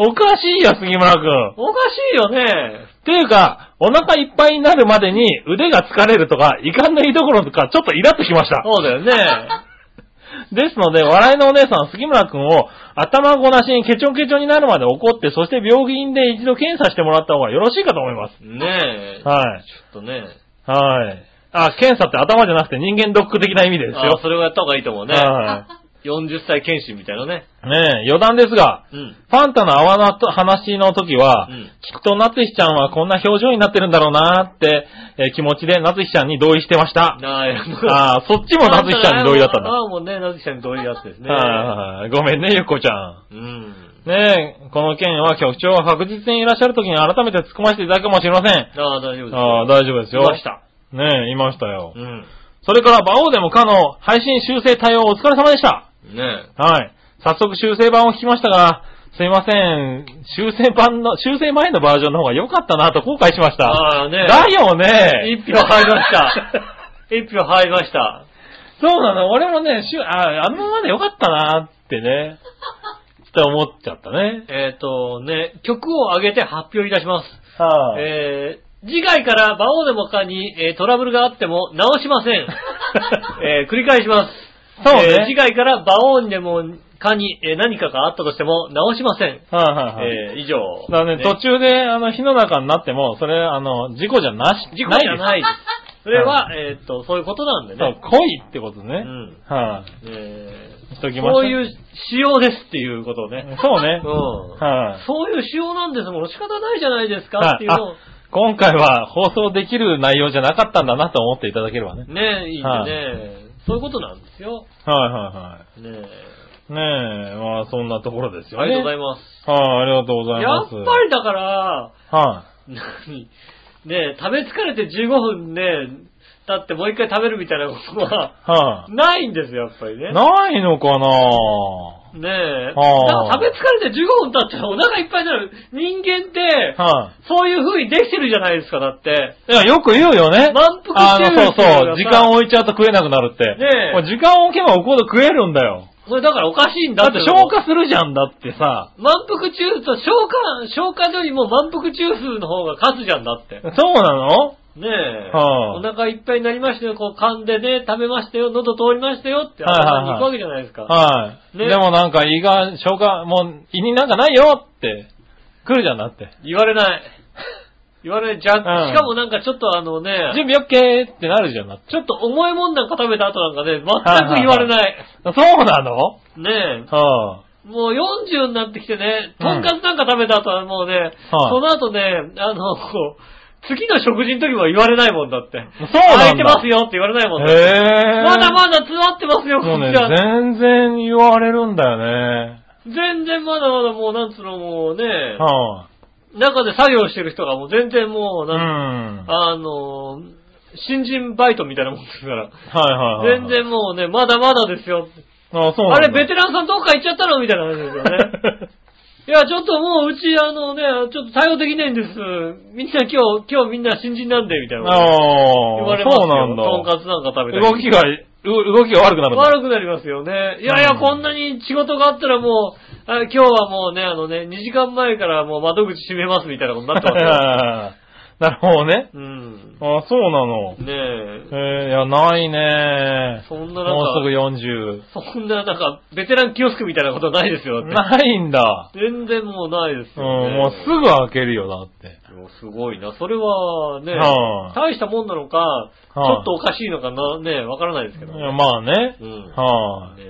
C: おかしいよ、杉村くん。
B: おかしいよね。
C: っていうか、お腹いっぱいになるまでに腕が疲れるとか、遺憾のいいところとか、ちょっとイラッときました。
B: そうだよね。
C: ですので、笑いのお姉さん、杉村くんを頭ごなしにケチョンケチョンになるまで怒って、そして病院で一度検査してもらった方がよろしいかと思います。
B: ねえ。
C: はい。
B: ちょっとね。
C: はい。あ、検査って頭じゃなくて人間ドック的な意味です
B: あ
C: よ
B: あ、。それをやった方がいいと思うね。
C: は
B: 40歳検診みたいなね。
C: い。ねえ、余談ですが、
B: うん。
C: ファンタの泡の話の時は、
B: うん
C: きっと夏日ちゃんはこんな表情になってるんだろうなーって、えー気持ちで夏日ちゃんに同意してました。
B: ああ、やっ ぱ
C: ああ、そっちも夏日ちゃんに同意だったんだ。
B: ああ、もうね、なずきちゃんに同意だったですね。
C: はいはいごめんね、ゆっこちゃん。
B: うん。
C: ねえ、この件は局長が確実にいらっしゃる時に改めて突っ込ませていただくかもしれません。
B: ああ、大丈夫です。
C: ああ、大丈夫ですよ。
B: いました。
C: ねえ、いましたよ。
B: うん。
C: それから、馬王でもかの配信修正対応お疲れ様でした。
B: ね
C: はい。早速修正版を聞きましたが、すいません。修正版の、修正前のバージョンの方が良かったなと後悔しまし
B: え。
C: た。
B: ああね
C: だよね。
B: 一票入りました。一票入りました。
C: そうなの。俺もね、しゅあ、あのままで良かったなってね、って思っちゃったね。
B: えっ、とね、曲を上げて発表いたします。
C: はい、
B: えー、次回から馬王でもかに、えートラブルがあっても直しません。えー繰り返します。
C: そうね
B: えー次回から馬王でもかに、えー何かがあったとしても直しません。
C: はいはいはい。
B: えー以上。
C: だからね、途中で、あの、火の中になっても、それ、あの、事故じゃなし、
B: 事故じゃ
C: い
B: ないです。それは、えーっと、そういうことなんで
C: です。
B: ね。
C: そう、恋ってことね。
B: うん
C: はい、
B: え
C: しとき
B: ー
C: ましょ
B: そ
C: う
B: ういう仕様ですっていうことをね。
C: そうね。
B: うん
C: はい、
B: そういう仕様なんですもん。仕方ないじゃないです
C: はい
B: かっていうのを
C: あ、今回は放送できる内容じゃなかったんだなと思っていただければね。
B: ね、いいん
C: はい
B: でね。そういうことなんですよ。
C: はいは
B: ね
C: いはい。ねえ、まあそんなところですよ
B: あ
C: ね。
B: りがとうござい
C: ま
B: ます。
C: す。はい、ありがとうござい
B: や
C: ま
B: っ
C: す。
B: ぱりだから、
C: は
B: 何ね食べ疲れて15分ね、経ってもう一回食べるみたいなこと は、
C: い、はい、
B: ないんですよ、やっぱりね。
C: ないのかな
B: ねえ。だか
C: あー
B: ら食べ疲れて15分経ったらお腹いっぱいになる。人間って、
C: はい、
B: そういう風にできてるじゃないですか、だって。
C: いや、よく言うよね。
B: 満腹してる
C: あの、そう
B: っていうの
C: そう。
B: がさ
C: 時間置いちゃうと食えなくなるって。
B: ねえ
C: もう時間置けば置くほど食えるんだよ。
B: それだからおかしいんだ
C: だ
B: っ。
C: ってて消。化するじゃんだってさ。
B: 満腹中枢、消化、消化よりも満腹中枢の方が勝つじゃんだって。
C: そうなの
B: ねえ。
C: はあ
B: お腹いっぱいになりましたよ、こう噛んでね、食べましたよ、喉通りましたよって、
C: はいはいはい
B: に行くわけじゃないですか。
C: はい、
B: ね
C: でもなんか胃が消化、もう胃になんかないよって、来るじゃんだって。
B: 言われない。言われない。じゃ、
C: うん
B: しかもなんかちょっとあのね、
C: 準備 OK ってなるじゃんだって。
B: ちょっと重いもんなんか食べた後なんかね、全く言われない。
C: そうなの
B: ねえ。
C: は
B: もう40になってきてね、
C: うん
B: とんかつなんか食べた後はもうね、その後ね、あの、こう、次の食事の時も言われないもんだって。
C: そうなんだ
B: 空いてますよって言われないもんだって。
C: へえ。
B: まだまだ詰まってますよ、こ
C: もうね、
B: っちは。
C: 全然言われるんだよね。
B: 全然まだまだもう、なんつうのもうね、
C: は
B: 中で作業してる人がもう全然もう、
C: い。う
B: なん
C: ん。はい
B: あの、新人バイトみたいなもんですから。
C: はいはい。
B: 全。然もうね、まだまだですよ。
C: あ、そう
B: あれ、ベテ
C: ラ
B: ランさんどっか行っちゃったのみたいな話ですよね。いや、ちょっともう、うち、あのね、ちょっと対応できないんです。みんな今日、今日みんな新人なんで、みたい
C: あ
B: な。言わ
C: あ、
B: れますよ。
C: そうなんだ。
B: とんかつなんか食べたり。
C: 動きが、う動きが悪くなるんだ。
B: 悪くなりますよね。いやいや、
C: うん
B: こんなに仕事があったらもう、あ今日はもうね、あのね、2時間前からもう窓口閉めますみたいなことになってますよ。
C: なるほどね。
B: うん。
C: あそうなの。
B: ね
C: え
B: え。
C: ー、いや、ないね
B: そんな
C: もうすぐ
B: 中、
C: 40。
B: そんななんか、ベテランキオスクみたいなことないですよ、だって。
C: ないんだ。
B: 全然もうないです
C: うん、
B: よ、ね。
C: もうすぐ開けるよ、だって。
B: いやすごいな。それはね、
C: はい
B: 大したもんなのか、ち
C: い
B: ょっとおかしいのかな、ね、わからないですけど。
C: いやまあね。
B: うん
C: はい、
B: ね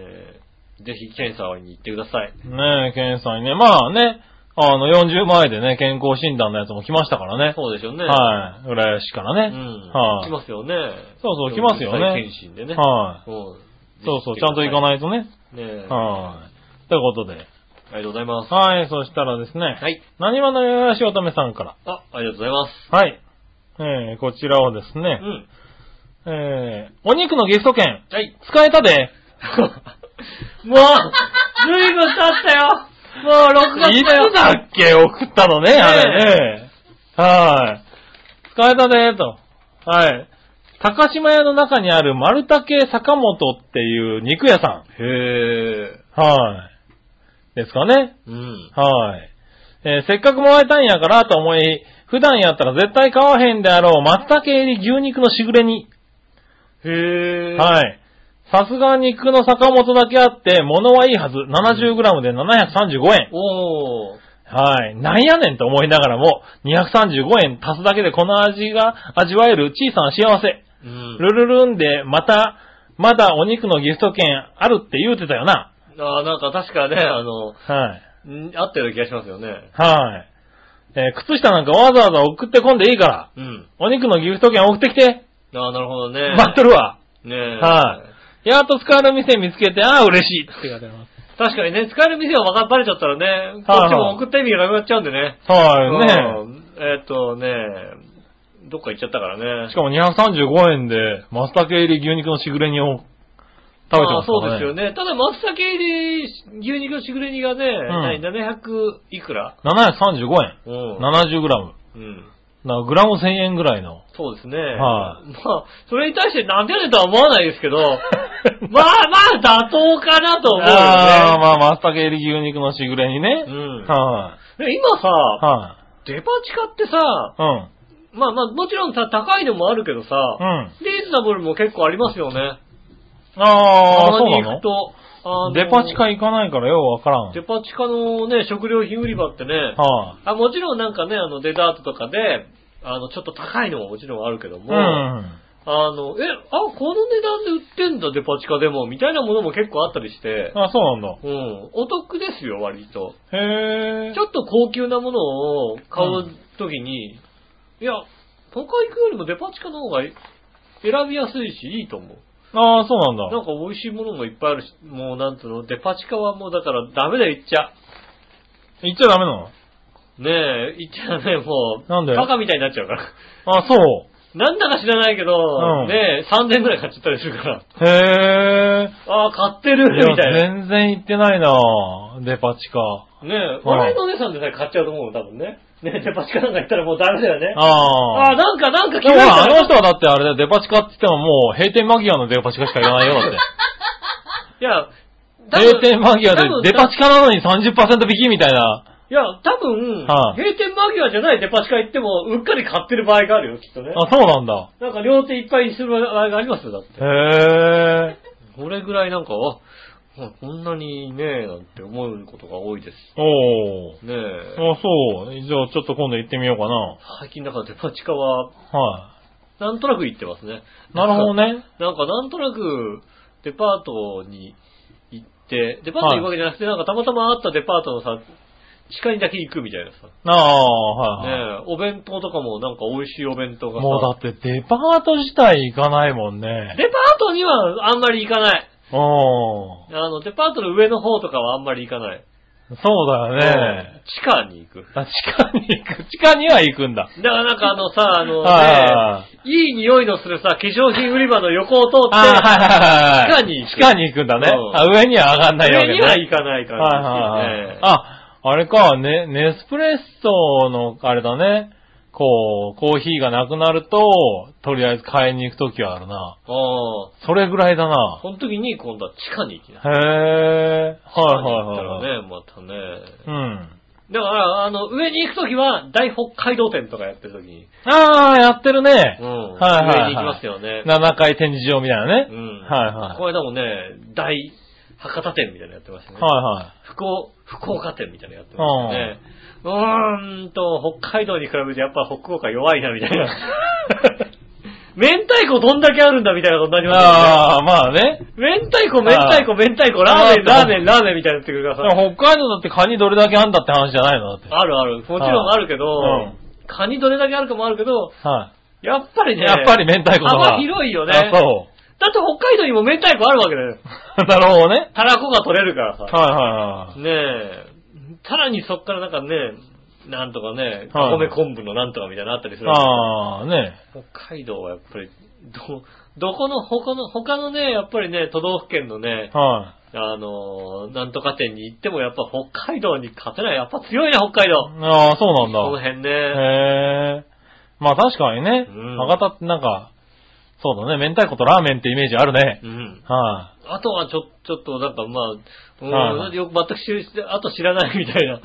B: ぜひ検査に行ってください。
C: ねえ、検査にね。まあね、あの、40前でね、健康診断のやつも来ましたからね。
B: そうでしょうね。
C: はい。浦安市から
B: う
C: ね。
B: ん。
C: はい、
B: 来ますよね。
C: そうそう来ますよね
B: 40歳検診でね。
C: は
B: うん
C: い。そうそう、ちゃんと行か
B: い。
C: ないとね。
B: ね
C: はい。ということ
B: あ
C: で。
B: りがとうございます。
C: はい、そしたらですね。
B: はい。
C: 何話のよよしおとめさんから。
B: あ、ありがとうございます。
C: はい。えーこちらをですね
B: う、ん。
C: えーお肉のゲスト券、
B: はい。
C: 使えたで。
B: もう、ずいぶん経ったよ。もう6
C: い
B: 月だよ。
C: つだっけ送ったのね、あれね。はい。使えたで、と。はい。高島屋の中にある丸竹坂本っていう肉屋さ
B: へえ。
C: ん。はい。ですかね。
B: うん。
C: はい。えーせっかくもらえたんやからと思い、普段やったら絶対買わへんであろう松茸入り牛肉のしぐれ煮。
B: へえ。い。
C: はい。さすが肉の坂本だけあって、物はいいはず。70g で735円。
B: おー。
C: はい。なんやねんと思いながらも、235円足すだけでこの味が味わえる小さな幸せ。
B: うん。
C: ルルルンで、また、まだお肉のギフト券あるって言うてたよな。
B: あーなんか確かね、あの、
C: はい。
B: ん合ってる気がしますよね。
C: はい。えー靴下なんかわざわざ送ってこんでいいから、
B: うん。
C: お肉のギフト券送ってきて、
B: あーなるほどね。
C: 待っとるわ。
B: ねえ。
C: はやっと使える店見つけて、ああ、嬉しいって書いてあります。
B: 確かにね、使える店が分かばれちゃったらね、こ
C: はい
B: っちも送った意味がなくなっちゃうんでね。
C: は
B: うんえっとね、どっか行っちゃったから
C: い。
B: ね。
C: しかも235円で、松茸入り牛肉のしぐれ煮を食べて
B: ま
C: ま
B: あ
C: す
B: そ
C: か
B: う
C: ら
B: ですよね。ただ、松茸入り牛肉のしぐれ煮がね、
C: ん
B: 何700いくら
C: 735円。
B: うん。
C: 70g。
B: うん。
C: なグラム1000円ぐらいの。
B: そうですね。
C: は
B: まあ、それに対してなんでやねんとは思わない ですけど、まあまあ妥当かなと思う
C: ああ、
B: よね。
C: まあ、松茸入り牛肉のしぐれにね。
B: うん
C: は
B: で今さ、
C: い、は
B: デパ地下ってさ、
C: い、うん。
B: まあまあもちろんさ、高いのもあるけどさ、
C: うん。
B: リーズナブルも結構ありますよね。
C: あ
B: た
C: あ、
B: ま
C: そう
B: に
C: な
B: 行く
C: の
B: と、あの
C: デパ地下行かないからようわからん。
B: デパ地下のね、食料品売り場ってね、
C: は
B: あ、もちろんなんかね、あの、デザートとかで、あの、ちょっと高いのももちろんあるけど
C: い、
B: も、
C: うん。は
B: あの、え、あ、この値段で売ってんだ、デパ地下でも、みたいなものも結構あったりして、
C: あ、そうなんだ。
B: うん、お得ですよ、割と。
C: へえ。
B: ちょっと高級なものを買うときに、いや、都会行くよりもデパ地下の方が選びやすいし、いいと思う。
C: ああ、そうなん
B: なん
C: だ。
B: か美味しいものもいっぱいあるし、もうなんつうの、デパ地下はもうだからダメだよ、行っちゃ。
C: 行っちゃダメなの
B: ねえ、行っちゃね、もう、
C: なんで
B: バカみたいになっちゃうから。
C: あそう。
B: なんだか知らないけど、
C: うん
B: ねえ、3000円くらい買っちゃったりするから、
C: へえ。
B: ああ、買ってる、
C: い
B: みたいな。
C: や全然行ってないなデパ地下。
B: ねえ、
C: うん
B: 笑いのお姉さんでさえ買っちゃうと思う、多分ね。ねえ、デパ地下なんか行ったらもうダメだよね。あ
C: あ
B: あ、
C: あ。
B: なんか、なんか
C: で
B: 気が
C: も
B: 付い
C: ほ
B: た
C: ら、あ
B: ら
C: の人はだってあれだよ、デパ地下って言ってももう閉店間際のデパ地下しか行かないよ、だって。
B: いや、 多分
C: 閉店間際
B: 多分
C: で、デパ地下なのに30%引きみたいな。
B: いや、多分、
C: はい
B: 閉店間際じゃないデパ地下行っても、うっかり買ってる場合があるよ、きっとね。
C: あ、そうなんだ。
B: なんか両手いっぱいにする場合がありますよ、だって。
C: へえ。
B: これぐらいなんか、あ、こんなにね、なんて思うことが多いです。
C: お
B: ねえ。
C: ー。あ、そう。じゃあちょっと今度行ってみようかな。
B: 最近だからデパ地下は、
C: は
B: なんとなく行ってますね。
C: い。なるほどね。
B: なんかなんとなく、デパートに行って、デパートに行くわけじゃなくて、なんかたまたまあったデパートのさ、地下にだけ行くみたいなさ。
C: ああ、はいはい。
B: ねえ、お弁当とかもなんか美味しいお弁当がさ。
C: もうだってデパート自体行かないもんね。
B: デパートにはあんまり行かない。
C: おー。
B: あの、デパートの上の方とかはあんまり行かない。
C: そうだよね。
B: 地下に行く。
C: あ地下に行く。地下には行くんだ。
B: だからなんかあのさ、あの
C: は
B: ね、いい匂いのするさ、化粧品売り場の横を通っ
C: ああ、はいはいはい
B: 地
C: はい。
B: 下に行く
C: 地下に行くんだね。
B: うん
C: あ、上には上がんな
B: て、
C: いわ
B: 上
C: け
B: に
C: ね。
B: は行かない感
C: はいはい
B: じで
C: はい
B: す。よね。
C: あ、あれか、ね、ネスプレッソの、あれだね、こう、コーヒーがなくなると、とりあえず買いに行くときはあるな。
B: ああ、
C: それぐらいだな。
B: その時に今度は地下に行きな。
C: へえ、はいはいはい。
B: い。行ったらね、またね。
C: うん。
B: だから、あの、上に行く時は、大北海道展とかやってる時に、
C: ああ、やってるね
B: う。ん、
C: はいはい
B: 上
C: はい
B: に行きますよね。
C: 7階展示場みたいなね。
B: うん。
C: はいはい。
B: この間もね、大博多店みたいなのやってましたね。
C: は
B: 福岡、福岡店みたいなのやってましたね。うーんと、北海道に比べてやっぱ北岡弱いなみたいな。 明太子どんだけあるんだみたいなことにないり
C: はい。
B: ま
C: ああ、まあね。
B: すよね。明太子、明太子、明太子、ラーメン、ラーメン、ラーメンみたいになってくる
C: で
B: からさ。
C: も北海道だってカニどれだけあんだって話じゃないのだって。
B: あるある。もちろんあるけ
C: は
B: ど、カニどれだけあるかもあるけど、
C: は
B: やっぱり
C: い。
B: ね。
C: やっぱり明太子の方が。
B: 幅広いよね。
C: あ、そ
B: だって北海道にも明太子あるわけだよ。
C: う。 なるほどね。
B: たらこが取れるからさ。
C: はいはいはい。
B: ねえ。さらにそっからなんかね、なんとかね、
C: はい
B: お米昆布のなんとかみたいなのあったりするわ
C: ああ、ね。
B: け北海道はやっぱり、ど、どこの、他の、他のね、やっぱりね、都道府県のね、
C: は
B: あのー、なんとか店に行ってもやっぱ北海道に勝てない。やっぱ強いね、北海
C: い。
B: 道。
C: ああ、そうな
B: こ
C: ん
B: の
C: だ。
B: 辺ね。
C: へえ。まあ確かにね、
B: うん
C: 博多ってなんか、そうだね、明太子とラーメンってイメージあるね。
B: うん。
C: は
B: あとはちょ、ちょっとなんかまあ、うん
C: はい
B: よく全く知る、あと知らないみたいな。
C: い。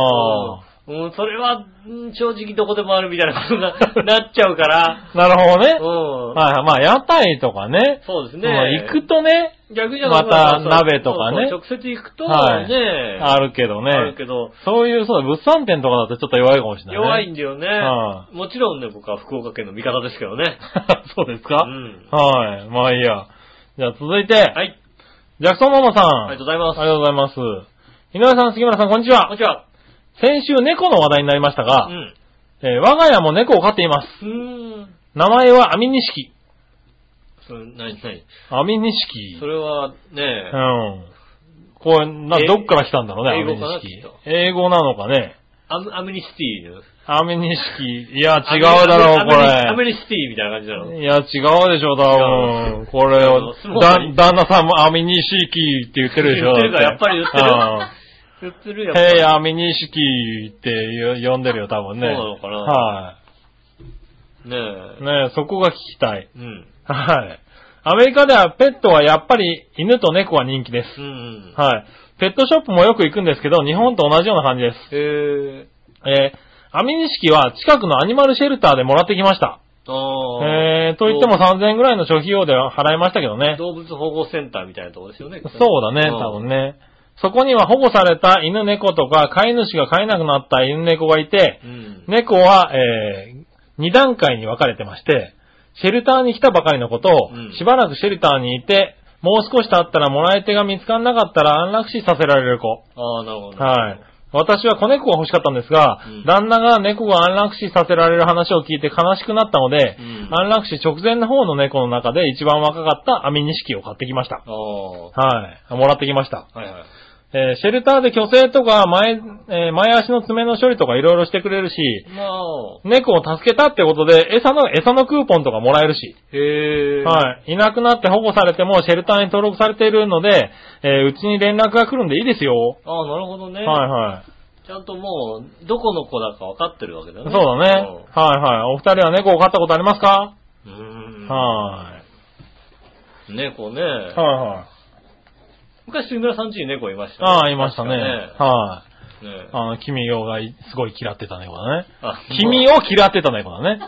C: ああ、
B: うん、それは、うん正直どこでもあるみたいなことにな なっちゃうから。
C: なるほど
B: うん。
C: ね。はいはい。まあ屋台とかね。
B: そうです
C: まあ
B: ね。
C: 行くとね、
B: 逆じゃなく
C: また鍋とかね
B: 直接行くと、ね、
C: はいあ
B: る
C: るけどね。
B: あるけど、
C: そういう、そうだ、物産展とかだとちょっと弱いかもしれない、ね。
B: 弱いんだよね、
C: は
B: もちろんね、僕は福岡県の味方ですけどね。
C: そうですか、
B: うん
C: はい。まあいいや。じゃあ続いて、
B: はい。
C: ジャクソンママさん。
B: あ
C: あ
B: りがとうございます。
C: りがとうございます。井上さん、杉村さん、こんにち
B: こん
C: は
B: に。ちは。
C: 先週猫の話題になりましたが、
B: うん。
C: えー我が家も猫を飼っています。
B: うーん。
C: 名前はアミニシキ。
B: それ、なになに
C: アミニシキ。
B: それはね、
C: うん。これ、な、
B: え
C: どっから来たんだろうね、
B: 英
C: ア
B: 語
C: ミ
B: かな
C: ニシ
B: きっと
C: キ。英語なのかね。
B: アムアムニシティの。
C: アミニシキ。いや、違うだろ
B: ア
C: う、
B: ムニア
C: こ
B: ム
C: れ。
B: ニシティみたいな感じなの。
C: いや、違うでしょ、多分。これ
B: あの、相撲
C: だ
B: 取り、
C: 旦那さんもアミニシキって言ってるでしょ。
B: 言ってるから、やっぱり言ってる。
C: うん
B: 言ってるやっぱ
C: ヘ
B: り
C: イ、アミニシキってよ呼んでるよ、多分ね。
B: そうなのかな
C: は
B: ね
C: い。ねえそこが聞きたい。
B: え。うん。
C: はい。アメリカではペットはやっぱり犬と猫が人気で
B: う
C: す。
B: んうん。
C: はい。ペットショップもよく行くんですけど、日本と同じような感じです。
B: へえ。
C: えー、アミニシキは近くのアニマルシェルターでもらってきました。
B: ああ。
C: えー、と言っても3000円ぐらいの諸費用で払いましたけどね。
B: 動物保護センターみたいなとこですよね。
C: そうだね、多分ね。そこには保護された犬猫とか、飼い主が飼えなくなった犬猫がいて、
B: うん。
C: 猫は、えー、2段階に分かれてまして、シェルターに来たばかりのことを、
B: うん
C: しばらくシェルターにいて、もう少し経ったらもらい手が見つからなかったら安楽死させられる子。
B: ああ、なるほど。
C: はい。。私は子猫が欲しかったんですが、
B: うん
C: 旦那が猫が安楽死させられる話を聞いて悲しくなったので、
B: うん
C: 安楽死直前の方の猫の中で一番若かったアミニシキを買ってきました。
B: ああ。は
C: はい。もらってきました。
B: いはい。
C: えーシェルターで虚勢とか前、えー前足の爪の処理とかいろいろしてくれるし、
B: まあ、
C: 猫を助けたってことで、餌の、餌のクーポンとかもらえるし、
B: へえ。
C: はい。いなくなって保護されても、シェルターに登録されているので、えーうちに連絡が来るんでいいですよ。
B: ああ、なるほどね。
C: はいはい。
B: ちゃんともう、どこの子だか分かってるわけだ
C: そ
B: ね。
C: うだね。はいはい。お二人は猫を飼ったことありますか
B: うん。うん。。
C: はい
B: 猫ね。
C: い。はいはい。
B: 昔、杉村さん家に猫いましたね
C: ああ、いましたね。
B: 確か
C: はい。
B: ねね
C: あの、君をがいすごい嫌ってた猫だね。
B: あ
C: 君
B: を
C: を嫌ってた猫だ ね。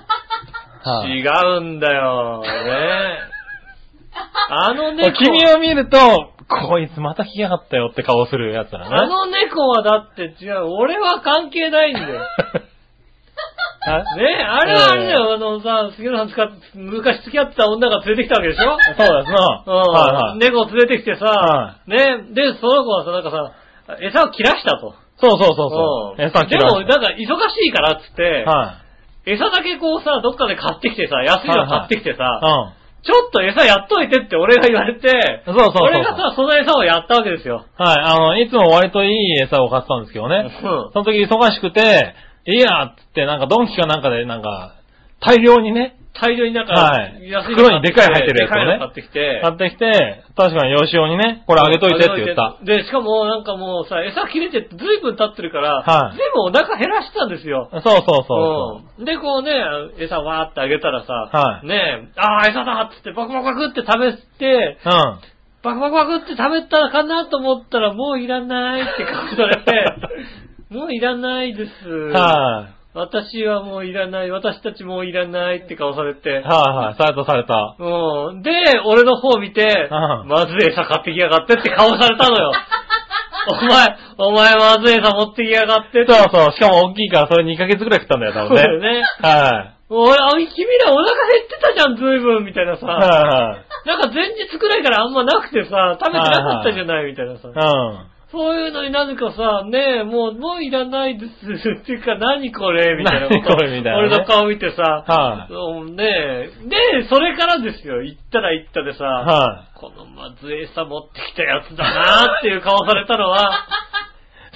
C: はい。
B: 違うんだよ、ね。あの
C: これ
B: 猫。
C: 君を見ると、こいつまた来やがったよって顔するやつだね。
B: あ の猫はだって違う。俺は関係ないんだよ。
C: はい
B: ねあれはあれだよ、あのさ、杉浦さん使って、昔付き合ってた女が連れてきたわけでしょ
C: そうですな。
B: うん
C: はいはい。
B: 猫を連れてきてさ、
C: は
B: ね、で、その子はさ、なんかさ、餌を切らしたと。
C: そうそうそうそう。
B: ん
C: 餌切
B: で
C: ら
B: も、なん
C: れ
B: か忙しいからっつって、
C: たはい。
B: 餌だけこうさ、どっかで買ってきてさ、安いの買ってきてさ、
C: うん。
B: ちょっと餌やっといてって俺が言われて、
C: そうそうそうそう
B: 俺がさ、その餌をやったわけです よ。
C: はい、あの、いつも割といい餌を買ってたんですけどね。
B: うん
C: その時忙しくて、いいやっつって、なんかドンキかなんかで、なんか、大量にね、
B: 大量になんか、
C: はい
B: 安い
C: 袋にでかい入ってるやつをね
B: でかいの買ってきて、
C: 買ってきて、確かによしおにね、これあげといてって言った。
B: で、しかもなんかもうさ、餌切れてずいぶん経ってるから、
C: はい
B: ずいぶんお腹減らしてたんですよ。
C: そうそうそうそう。
B: うんで、こうね、餌わーってあげたらさ、
C: はい
B: ねえ、あー餌だっつってバクバクバクって食べて、
C: うん。
B: バクバクバクって食べたらかなと思ったらもういらないって顔され て、もういらないです。
C: はい、
B: 私はもういらない、私たちもういらないって顔されて、
C: はいはい、されたされた。
B: うん。で、俺の方見て、
C: うん
B: まずい餌買ってきやがってって顔された のよ。お前、お前まずい餌持ってきやがってって。
C: そうそう、しかも大きいからそれ2ヶ月ぐらい食ったんだよ、多
B: そう
C: 分
B: だよ
C: ね。
B: ね。
C: はい、
B: おい、あ君らお腹減ってたじゃん、ずいぶん、みたいなさ。
C: はい、
B: なんか前日くらいからあんまなくてさ、食べてなかったじゃない、みたいなさ。
C: うん。
B: そういうのになぜかさ、ねえ、もう、もういらないです。っていうか、何これみたいな
C: 何これみたいなね
B: 俺の顔見てさ、
C: はい
B: そうねえ、で、それからですよ、行ったら行ったでさ、
C: はい、
B: このまずい餌持ってきたやつだなっていう顔されたのは、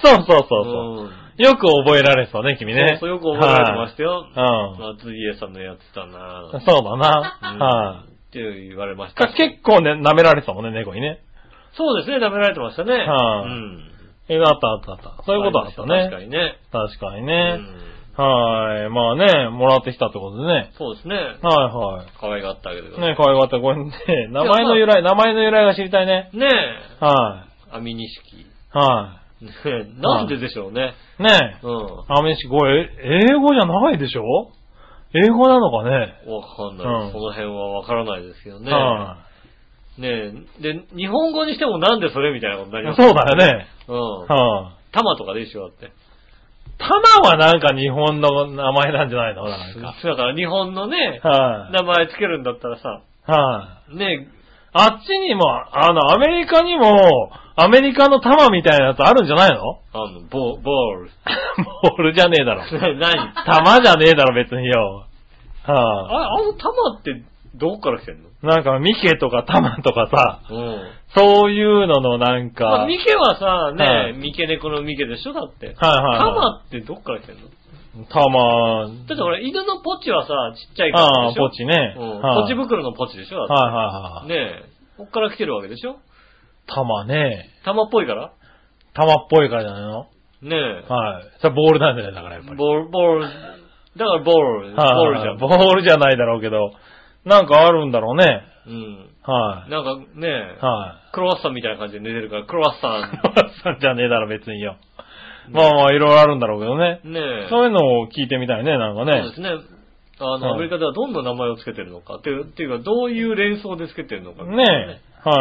C: そうそうそうそう。
B: ん
C: よく覚えられそうね、君
B: そ
C: ね。
B: うそうよく覚えられてましたよ。
C: はいうん。
B: まあ、ズイエさんのやつだなぁ。
C: そうだ
B: うん
C: な。は
B: って言われまし
C: い。
B: た
C: か
B: し。
C: 結構ね、舐められてたもんね、猫にね。
B: そうですね、舐められてましたね。
C: はい
B: うん。
C: え、あったあったあった。そういうことだった
B: ありまし
C: ね。
B: 確かにね。
C: 確かに
B: う
C: ね。
B: ん
C: はい。まあね、もらってきたってことでね。
B: そうですね。
C: はいは
B: 可愛がってあげてく
C: い。
B: ださ
C: ね
B: い。、
C: 可愛かった。これね、 名前の由来、名前の由来が知りたいね。
B: ね
C: は
B: え、アミニシキ。
C: い。は
B: ねえなんででしょうね。
C: い。ねえ。
B: うん。
C: アメシこれ、え英語じゃないでしょ英語なのかね
B: わかん
C: う
B: ない。
C: ん
B: その辺はわからないですけどね。
C: は
B: ねえ、で、日本語にしてもなんでそれみたいなことにないります
C: そうだよ。ね。
B: うん。
C: は
B: 玉とかでしょ、だって。
C: い。タマはなんか日本の名前なんじゃないのなんか。
B: そうだから日本のね、
C: はい。
B: 名前つけるんだったらさ、
C: はい。
B: ね
C: あっちにも、あの、アメリカにも、アメリカの玉みたいなやつあるんじゃないの
B: あの、ボボール。
C: ボールじゃねえだろ。
B: 何
C: 玉じゃねえだろ、別によ。はあ、
B: あ、あの玉ってどっから来てんの
C: なんか、ミケとか玉とかさ、
B: うん。
C: そういうののなんか、
B: まあ、ミケはさ、ね、
C: はい
B: ミケ猫のミケでしょだって。
C: はいはいは
B: 玉ってどっから来てんのだ
C: い。玉、
B: ってほら、犬のポチはさ、ちっちゃいから
C: あ
B: で
C: あ、
B: しょ
C: ポチね。
B: うん。
C: はい
B: ポチ袋のポチでしょだっ
C: はいはいは
B: て。
C: い。
B: ねえ。こっから来てるわけでしょ
C: 玉ね、
B: 玉っぽいから
C: 玉っぽいからじゃないの
B: ねえ。
C: はい。それボールなんじゃないだからやっぱり。
B: ボール、ボール、だからボール、ボールじゃん。
C: ボールじゃないだろうけど、なんかあるんだろうね。
B: うん。
C: は
B: なんかね
C: い。はい。
B: クロワッサンみたいな感じで寝てるから、クロワッサ
C: おばさんじゃねえだろ、別によ。まあまあ、いろいろあるんだろうけどね。
B: ン。ねえ。
C: そういうのを聞いてみたいね、なん
B: そ
C: か
B: う
C: ね
B: で。すね。あ
C: はい
B: の、アメリカではどんな名前をつけてるのかっていう、っていうか、どういう連想でつけてるのか。
C: ねえ。は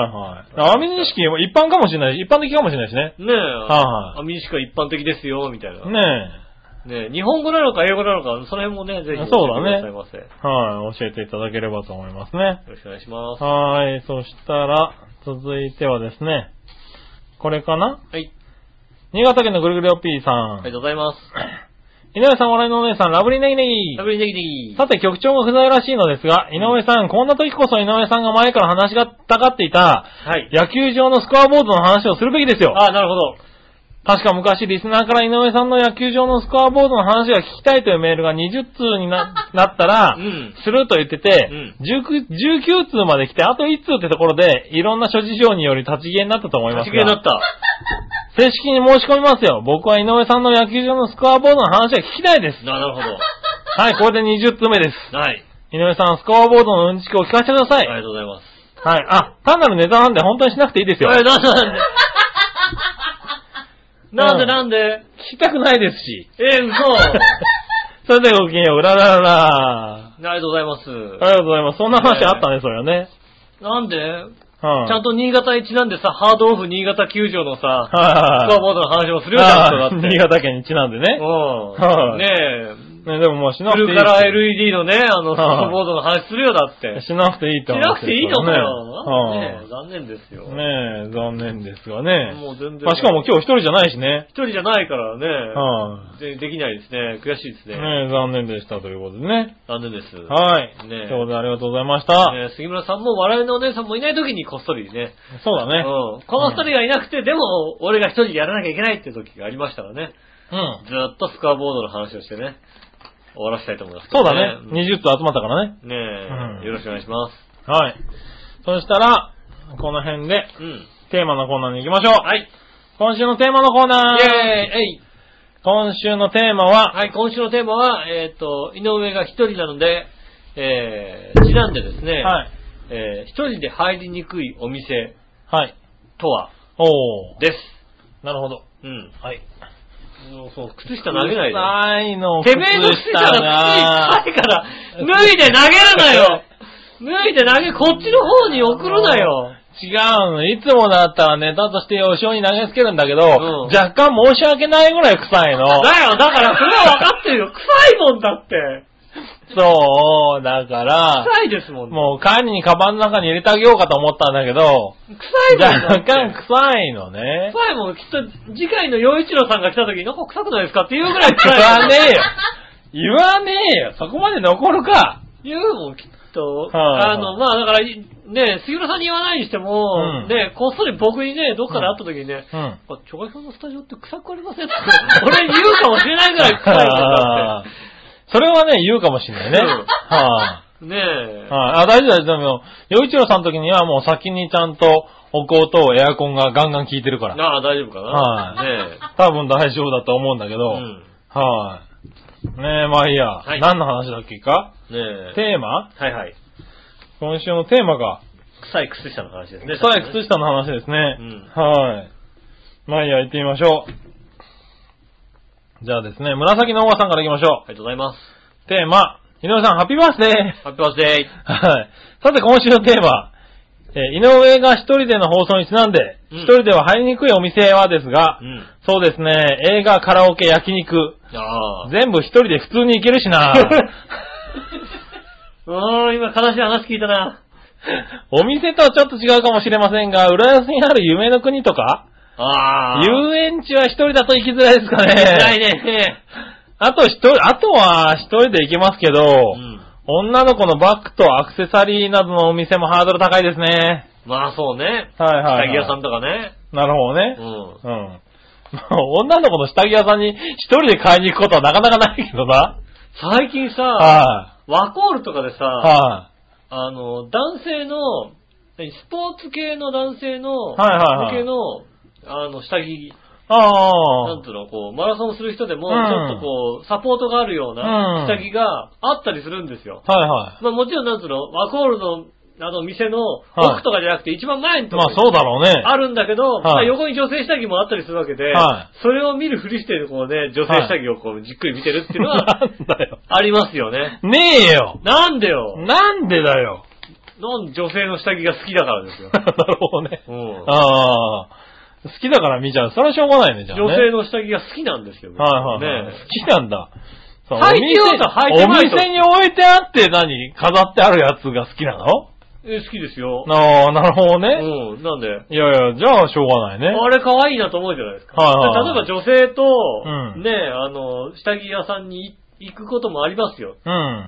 C: いはい。アミニシキ、一般かもしれない。一般的かもしれないしね。
B: ねえ。
C: はい
B: アミニシカ一般的ですよ、みたいな。
C: ね
B: ねえ。日本語なのか英語なのか、その辺もね、ぜひ教えてく
C: そうだね
B: ださいませ。よ
C: え。はい。教えていただければと思いますね。
B: ろしくお願いします。
C: はい。そしたら、続いてはですね。これかな
B: はい。
C: 新潟県のぐるぐるおっぴーさ
B: あり
C: ん。
B: がとうございます。
C: 井上さん、笑いのお姉さん、ラブリーネギネギ
B: 食。べにできて
C: さて、局長が不在らしいのですが、井上さん、こんな時こそ井上さんが前から話がたがっていた、
B: はい。
C: 野球場のスコアボードの話をするべきですよ。
B: あ、なるほど。
C: 確か昔リスナーから井上さんの野球場のスコアボードの話が聞きたいというメールが20通 にななったら、
B: うん
C: すると言ってて、
B: うん
C: 19 19通まで来て、あと1通ってところで、いろんな諸事情により立ち消えになったと思います
B: 立ち消えになっ
C: が、
B: た。
C: 正式に申し込みますよ。僕は井上さんの野球場のスコアボードの話が聞きたいです。
B: な、なるほど。
C: はい、これで20通目です。
B: はい。
C: 井上さん、スコアボードのうんちくを聞かせてくださ
B: あ
C: い。
B: り
C: は
B: が
C: い。
B: とうございます。
C: あ、単なるネタなんで本当にしなくていいですよ。
B: え、なんでなんでなんでなんで
C: 聞きたくないですし。
B: えー、嘘。
C: それではごきげんよう、うらららら。
B: ありがとうございます。
C: ありがとうございます。そんな話あったね、それはね。
B: なんで
C: は
B: ちゃん
C: と。
B: と新潟一なんでさ、ハードオフ新潟球場のさ、スコ
C: はい
B: ア
C: はい
B: ボードの話もするよ、ちゃんとだ
C: は
B: って。
C: い。新潟県にちなんでね。
B: うん。
C: はい
B: ね
C: ね、でももうし
B: え、
C: なく
B: フ
C: ていい。
B: ルカラー LED のね、あの、スコアボードの話するよ、だって。
C: しなくていいと
B: し
C: 思
B: なくていいのかよ。ねえ
C: よ。
B: 残念ですよ。
C: ねえ、残念ですがね。
B: もう全然。
C: まあしかも今日一人じゃないしね。
B: 一人じゃないからね、
C: は
B: でできないですね。悔しいです
C: い。
B: ね。
C: ねえ、残念でしたということでね。
B: 残念です。
C: はい。と
B: ね
C: い
B: え
C: うことでありがとうございました。
B: ねえ杉村さんも笑いのお姉さんもいない時にこっそりね。
C: そうだね。
B: うん。この二人がいなくて、でも、俺が一人でやらなきゃいけないって時がありましたらね。
C: うん。
B: ずっとスコアボードの話をしてね、終わらせたいと思います、
C: そうだね。20つ集まったからね。
B: うんねえ、
C: うん
B: よろしくお願いします。
C: はい。そしたら、この辺で
B: うん。
C: テーマのコーナーに行きましょう。
B: はい。
C: 今週のテーマのコーナー。
B: イェーイえい
C: 今週のテーマは、
B: はい、今週のテーマは、えっ、と、井上が一人なので、えー、ちなんでですね、
C: はい。
B: えー、一人で入りにくいお店
C: はい。
B: とは、
C: おー。
B: です。
C: なるほど。
B: うん。
C: はい。
B: そう、靴下投げないうで。
C: るさいの、
B: てめえの靴下が
C: が
B: 靴に臭いから、脱いで投げるなよ脱いで投げ、こっちの方に送るなよ
C: 違うの。いつもだったらネタとして吉尾に投げつけるんだけど、
B: ん
C: 若干申し訳ないぐらい臭いの。
B: だよ、だからそれは分かってるよ。臭いもんだって。
C: そう、だから、
B: 臭いですもん。
C: もう帰りにカバンの中に入れてあげようかと思ったんだけど、
B: 臭いもんだ
C: 若
B: って。
C: 干臭いのね。
B: 臭いもん、きっと次回の洋一郎さんが来た時に、なんか臭くないですかっていうぐらい
C: 言
B: 臭い。
C: わねえよ。言わねえよ。そこまで残るか。
B: 言うもん、きっと、
C: はい
B: あの、まあだから、いね、杉浦さんに言わないにしても、
C: うん
B: ね、こっそり僕にね、どっかで会った時にね、
C: うんうん
B: あ、チョガイさんのスタジオって臭くありませんって、俺に言うかもしれないぐらい臭いもんだ
C: あーそれはね、言うかもしれないね。は
B: って。ねえ
C: い。はい。あ、大丈夫だ、でも、洋一郎さんの時にはもう先にちゃんとお香とエアコンがガンガン効いてるから。
B: ああ、大丈夫かな
C: はい
B: ね
C: 多分大丈夫だと思うんだけ
B: え。
C: ど。
B: うん。
C: はい。ねえ、まあいいや。
B: はい
C: 何の話だっけか
B: ねえ。
C: テー
B: は
C: マ
B: いはい。
C: 今週のテーマが、
B: 臭い靴下の話ですね。
C: 臭い靴下の話ですね。
B: うん
C: はい。まあいいや、行ってみましょう。じゃあですね、紫のおばさんから行きましょ
B: ありがとうございます。
C: う。テーマ、井上さん、ハッピーバースデー
B: ハッピーバースデー。
C: はい。さて、今週のテーマ、えー井上が一人での放送にちなんで、
B: うん
C: 一人では入りにくいお店はですが、
B: うん。
C: そうですね、映画、カラオケ、焼肉、
B: ああ。
C: 全部一人で普通に行けるし な
B: うーん、今悲しい話聞いたな。
C: お店とはちょっと違うかもしれませんが、浦安にある夢の国とか、
B: ああ。
C: 遊園地は一人だと行きづらいですかね。
B: 辛いね。
C: あと一人、あとは一人で行けますけど、
B: うん。
C: 女の子のバッグとアクセサリーなどのお店もハードル高いですね。
B: まあそうね。
C: はいはいはい
B: 下着屋さんとかね。
C: なるほどね
B: う。ん。
C: うん。 女の子の下着屋さんに一人で買いに行くことはなかなかないけどな。
B: 最近さ、
C: は
B: ワコールとかで
C: い。
B: さ、
C: は
B: あの、男性の、何スポーツ系の男性の、
C: はいはいは
B: 向け
C: い
B: の、あの、下着、
C: い。あ
B: なんつうの、こう、マラソンする人でも、
C: うん
B: ちょっとこう、サポートがあるよう
C: うん
B: な下着があったりするんですよ。
C: あ。はいは
B: まあもちろん、なんつうの、ワコールの、あの、店の
C: はい
B: 奥とかじゃなくて、一番前の
C: い。
B: とこ
C: まあそうだろうね。
B: あるんだけど、
C: い
B: まあ横に女性下着もあったりするわけで、
C: は
B: それを見るふりして、こうね、女性下着をこう、じっくり見てるっていうのは、
C: なんだよ。
B: ありますよね。
C: ねえよ。
B: なんでよ
C: なんでだよ。
B: なん女性の下着が好きだからですよ
C: な。るほどね。
B: うん
C: ああ。好きだから見ちゃう。それはしょうがないね、じゃあ、ね。
B: 女性の下着が好きなんですよ。
C: はいはい、はい
B: ね
C: 好きなんだ。そう
B: 履いてようと履いて
C: お
B: ない
C: 店
B: と
C: お店に置いてあって何飾ってあるやつが好きなの
B: え好きですよ。
C: ああ、なるほどね。
B: うん、なんで。
C: いやいや、じゃあしょうがないね。
B: あれ可愛いなと思うじゃないですか。
C: はいは
B: で
C: い
B: 例えば女性と、
C: うん
B: ね、あの、下着屋さんに行くこともありますよ。
C: うん。は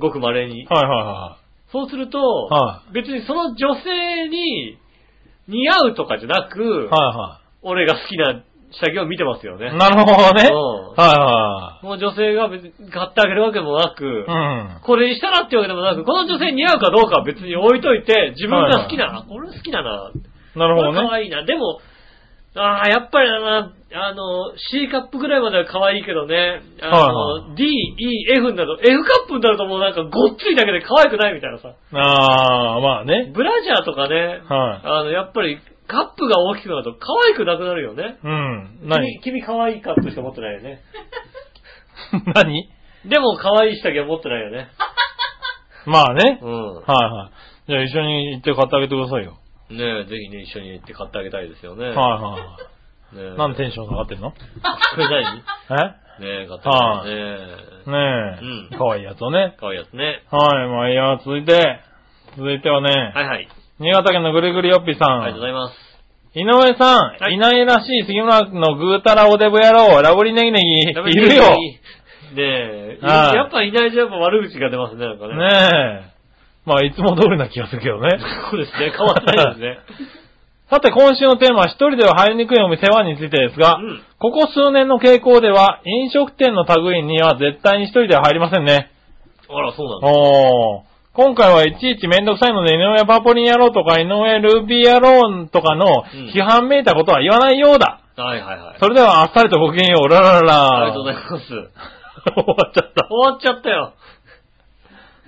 B: ごく稀に
C: い。はいは
B: そうすると、
C: は
B: 別にその女性に似合うとかじゃなく、
C: い。は
B: 俺が好きな下着を見てますよね。
C: いはい。なるほどね。
B: うん
C: は
B: もう女性が別に買ってあげるわけもなく
C: い、はい。
B: これにしたらってわけでもなく、この女性に似合うかどうかは別に置いといて、自分が好きな、あこれ好きだな、
C: うん。なるほど
B: これ可
C: ね。
B: 愛いな。でも、ああ、やっぱりだな、あの、C カップぐらいまでは可愛いけどね、あの、
C: はいは
B: D、E、F になると、F カップになるともうなんかごっついだけで可愛くないみたいなさ。
C: ああ、まあね。
B: ブラジャーとかね、
C: はい。
B: あの、やっぱりカップが大きくなると可愛くなくなるよね。
C: うん。何
B: 君、君可愛いカップしか持ってないよね。
C: 何
B: でも可愛い下着は持ってないよね。
C: まあね。
B: う
C: はいはい。じゃあ一緒に行って買ってあげてくださいよ。
B: ん。ねえ、ぜひね、一緒に行って買ってあげたいですよね。
C: はいは
B: ねえ
C: い。なんでテンション下がってんの
B: これ何ねえ、
C: え
B: 買ってあげたいですね。
C: ね
B: う
C: え。
B: ん
C: かわいいやつをね。
B: 可愛いやつね。
C: はい、まあいいや、続いて。続いてはね、
B: はいはい。
C: 新潟県のぐりぐりよっぴさ
B: ありがとうござ
C: ん。
B: います。
C: 井上さん、
B: はい
C: い、ないらしい杉村のぐーたらおデブ野郎、ラブリーネギネギ、いるよ。ね
B: ねえ、
C: はい
B: やっぱいないじゃやっぱ悪口が出ますね、なんかね。
C: え。まあいつも通りな気がするけど ね。
B: そうですね、変わってない ですね。
C: さて今週のテーマは一人では入りにくいお店はについてですが、
B: うん
C: ここ数年の傾向では飲食店の類には絶対に一人では入りませんね。
B: あら、そうなんだ。
C: おー。今回はいちいちめんどくさいので、井上パポリン野郎とか井上ルビー野郎とかの
B: うん
C: 批判めいたことは言わないようだ。
B: はいはいはい。
C: それではあっさりとごきげんよう、ララララ。
B: ありがとうございます。終
C: 終わっちゃった。
B: わっちゃったよ。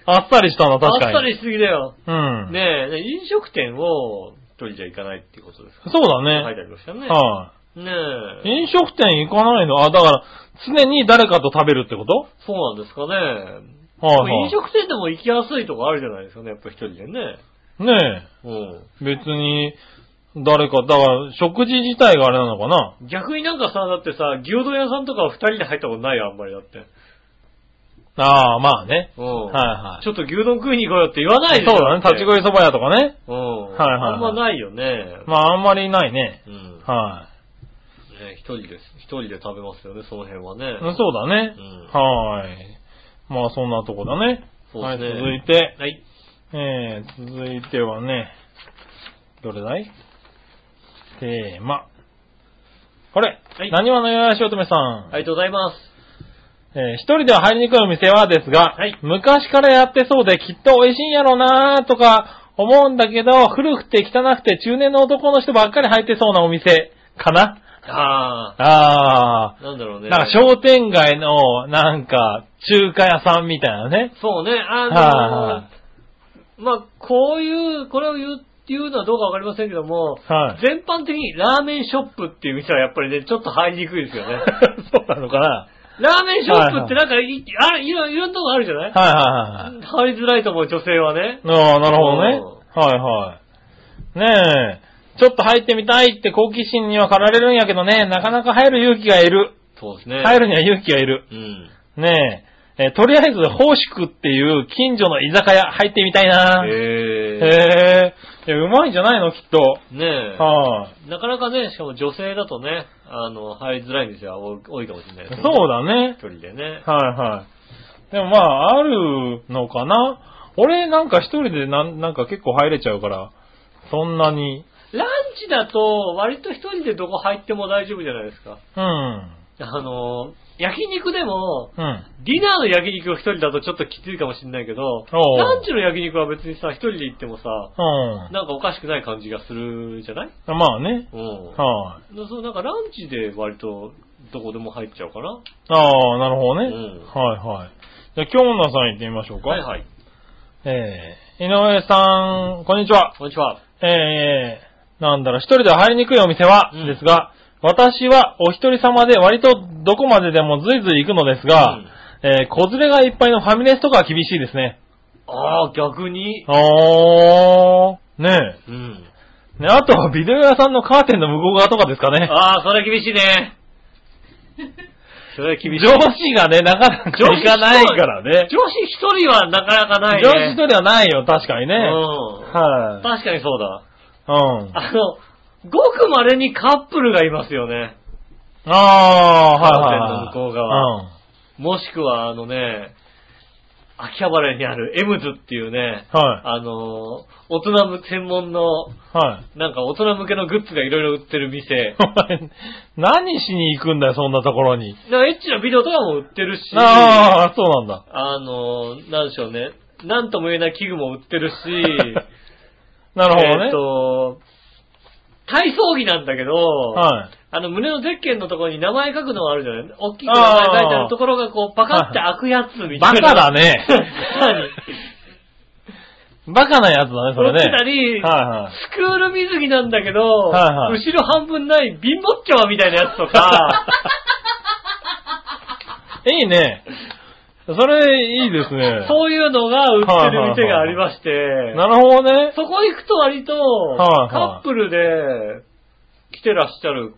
C: あっさりしたな、
B: あ
C: 確
B: っ
C: かに。
B: さりしすぎだよ。
C: うん。
B: ねえね、飲食店を一人じゃ行かないっていうことですか
C: そうだ
B: 書い
C: ね。
B: てありましたね。
C: は
B: ね
C: い。
B: え。
C: 飲食店行かないのあ、だから、常に誰かと食べるってこと
B: そうなんですかね。
C: はいはい
B: 飲食店でも行きやすいとこあるじゃないですかね、やっぱ一人でね。
C: ね
B: うん。
C: え。別に、誰か、だから、食事自体があれなのかな
B: 逆になんかさ、だってさ、牛丼屋さんとかは二人で入ったことないよ、あんまりだって。
C: ああ、まあね。
B: うん。
C: はいはい
B: ちょっと牛丼食いに行こうよって言わないでし
C: そ
B: ょ
C: うだね。立ち
B: い。
C: 食いそば屋とかね。
B: うん。
C: はいはいはい
B: あんまないよね。
C: まあ、あんまりないね。
B: うん。
C: は
B: ね一人です。一人で食べますよね、その辺はね。
C: い。そうだね
B: うん。
C: はーい。まあ、そんなとこだね。
B: そうですね
C: はい、続いて、
B: はい。
C: えー、続いてはね、どれだいテーマ。これ、
B: はい
C: 何話のよやしおとめさん。
B: ありがとうございます。
C: えー一人では入りにくいお店はですが、
B: はい
C: 昔からやってそうできっと美味しいんやろうなーとか思うんだけど、古くて汚くて中年の男の人ばっかり入ってそうなお店かな
B: あ
C: あ
B: あ、なんだろう
C: ー、
B: ね。
C: なんか商店街のなんか中華屋さんみたいなね。
B: そうね、あのー
C: は
B: まあ、こういう、これを言う、言うのはどうかわかりませんけども、
C: はい
B: 全般的にラーメンショップっていう店はやっぱりね、ちょっと入りにくいですよね。
C: そうなのかな
B: ラーメンショップってなんかい、あいろいろんなとこあるじゃない、
C: はいはいはい。
B: 入りづらいと思う、女性はね。
C: ああ、なるほどね。はいはい。ねえ、ちょっと入ってみたいって好奇心には駆られるんやけどね、なかなか入る勇気がいる。
B: そうですね。
C: 入るには勇気がいる。
B: うん。
C: ねえ、えーとりあえず、宝宿っていう近所の居酒屋入ってみたいなへ
B: へえ。
C: えいや、うまいんじゃないのきっと。
B: ねえ。
C: は
B: なかなかね、しかも女性だとね、あの、入りづらいんですよ。多いかもしれない
C: い
B: ですね
C: そうだね。
B: 距離でね。
C: はいはい。でもまあ、あるのかな俺なんか一人でなんなんか結構入れちゃうから、そんなに。
B: ランチだと、割と一人でどこ入っても大丈夫じゃないですか。
C: うん。
B: あの、焼肉でも、
C: うん。
B: ディナーの焼肉を一人だとちょっときついかもしれないけど、
C: おう
B: ランチの焼肉は別にさ、一人で行ってもさ、
C: う
B: なんかおかしくない感じがするじゃない
C: ん。まあね。
B: うん。
C: はい、
B: そう、なんかランチで割とどこでも入っちゃうかな。
C: ああ、なるほどね。
B: うん
C: はいはい。じゃあ、今日のさん行ってみましょうか。
B: はいはい。
C: えー、井上さん、こんにちは。
B: こんにちは。
C: えー、なんだろう、一人では入りにくいお店は、
B: うん
C: ですが、私はお一人様で割とどこまででもずいずい行くのです
B: う
C: が、
B: ん
C: えー、子連れがいっぱいのファミレスとかは厳しいですね。
B: ああ、逆に。
C: おー、ね
B: うん。
C: え。ね、あとはビデオ屋さんのカーテンの向こう側とかですかね。
B: ああ、それは厳しいね。 それは厳しい。
C: 女子がね、なかなか
B: 女子
C: 行かないからね。
B: 女子一人はなかなかないね。
C: 女子一人ではないよ、確かにね。
B: うん。
C: はい、
B: 確かにそうだ。
C: うん。
B: あの、ごく稀にカップルがいますよね。
C: あー、はいはいはい。
B: カーテンの向こう側
C: うん。
B: もしくは、あのね、秋葉原にあるエムズっていうね、
C: は
B: あの、大人向専門の、
C: い。はい。
B: なんか大人向けのグッズがいろいろ売ってる 店。
C: お前、 何しに行くんだよ、そんなところに。
B: なんかエッチなビデオとかも売ってるし、
C: ああ、そうなんだ。
B: あの、なんでしょうね。なんとも言えない器具も売ってるし、
C: なる
B: えっ
C: ほど
B: と、
C: ね。
B: 体操着なんだけど、
C: はい。
B: あの、胸のゼッケンのところに名前書くのがあるじゃない大きく名前書いてあるところがこう、パカって開くやつみた
C: バ
B: いな。
C: カだね。
B: 何
C: バカなやつだね、それ
B: 売ってた
C: ね。
B: り、
C: は
B: スクール水着なんだけど、
C: はいはい
B: 後ろ半分ない貧乏っちょみたいなやつとか、
C: いはい。いいね。それ、いいですね。
B: そういうのが売ってる店がありまして、
C: なるほどね。
B: そこ行くと割と、
C: はい
B: カップルで来てらっしゃる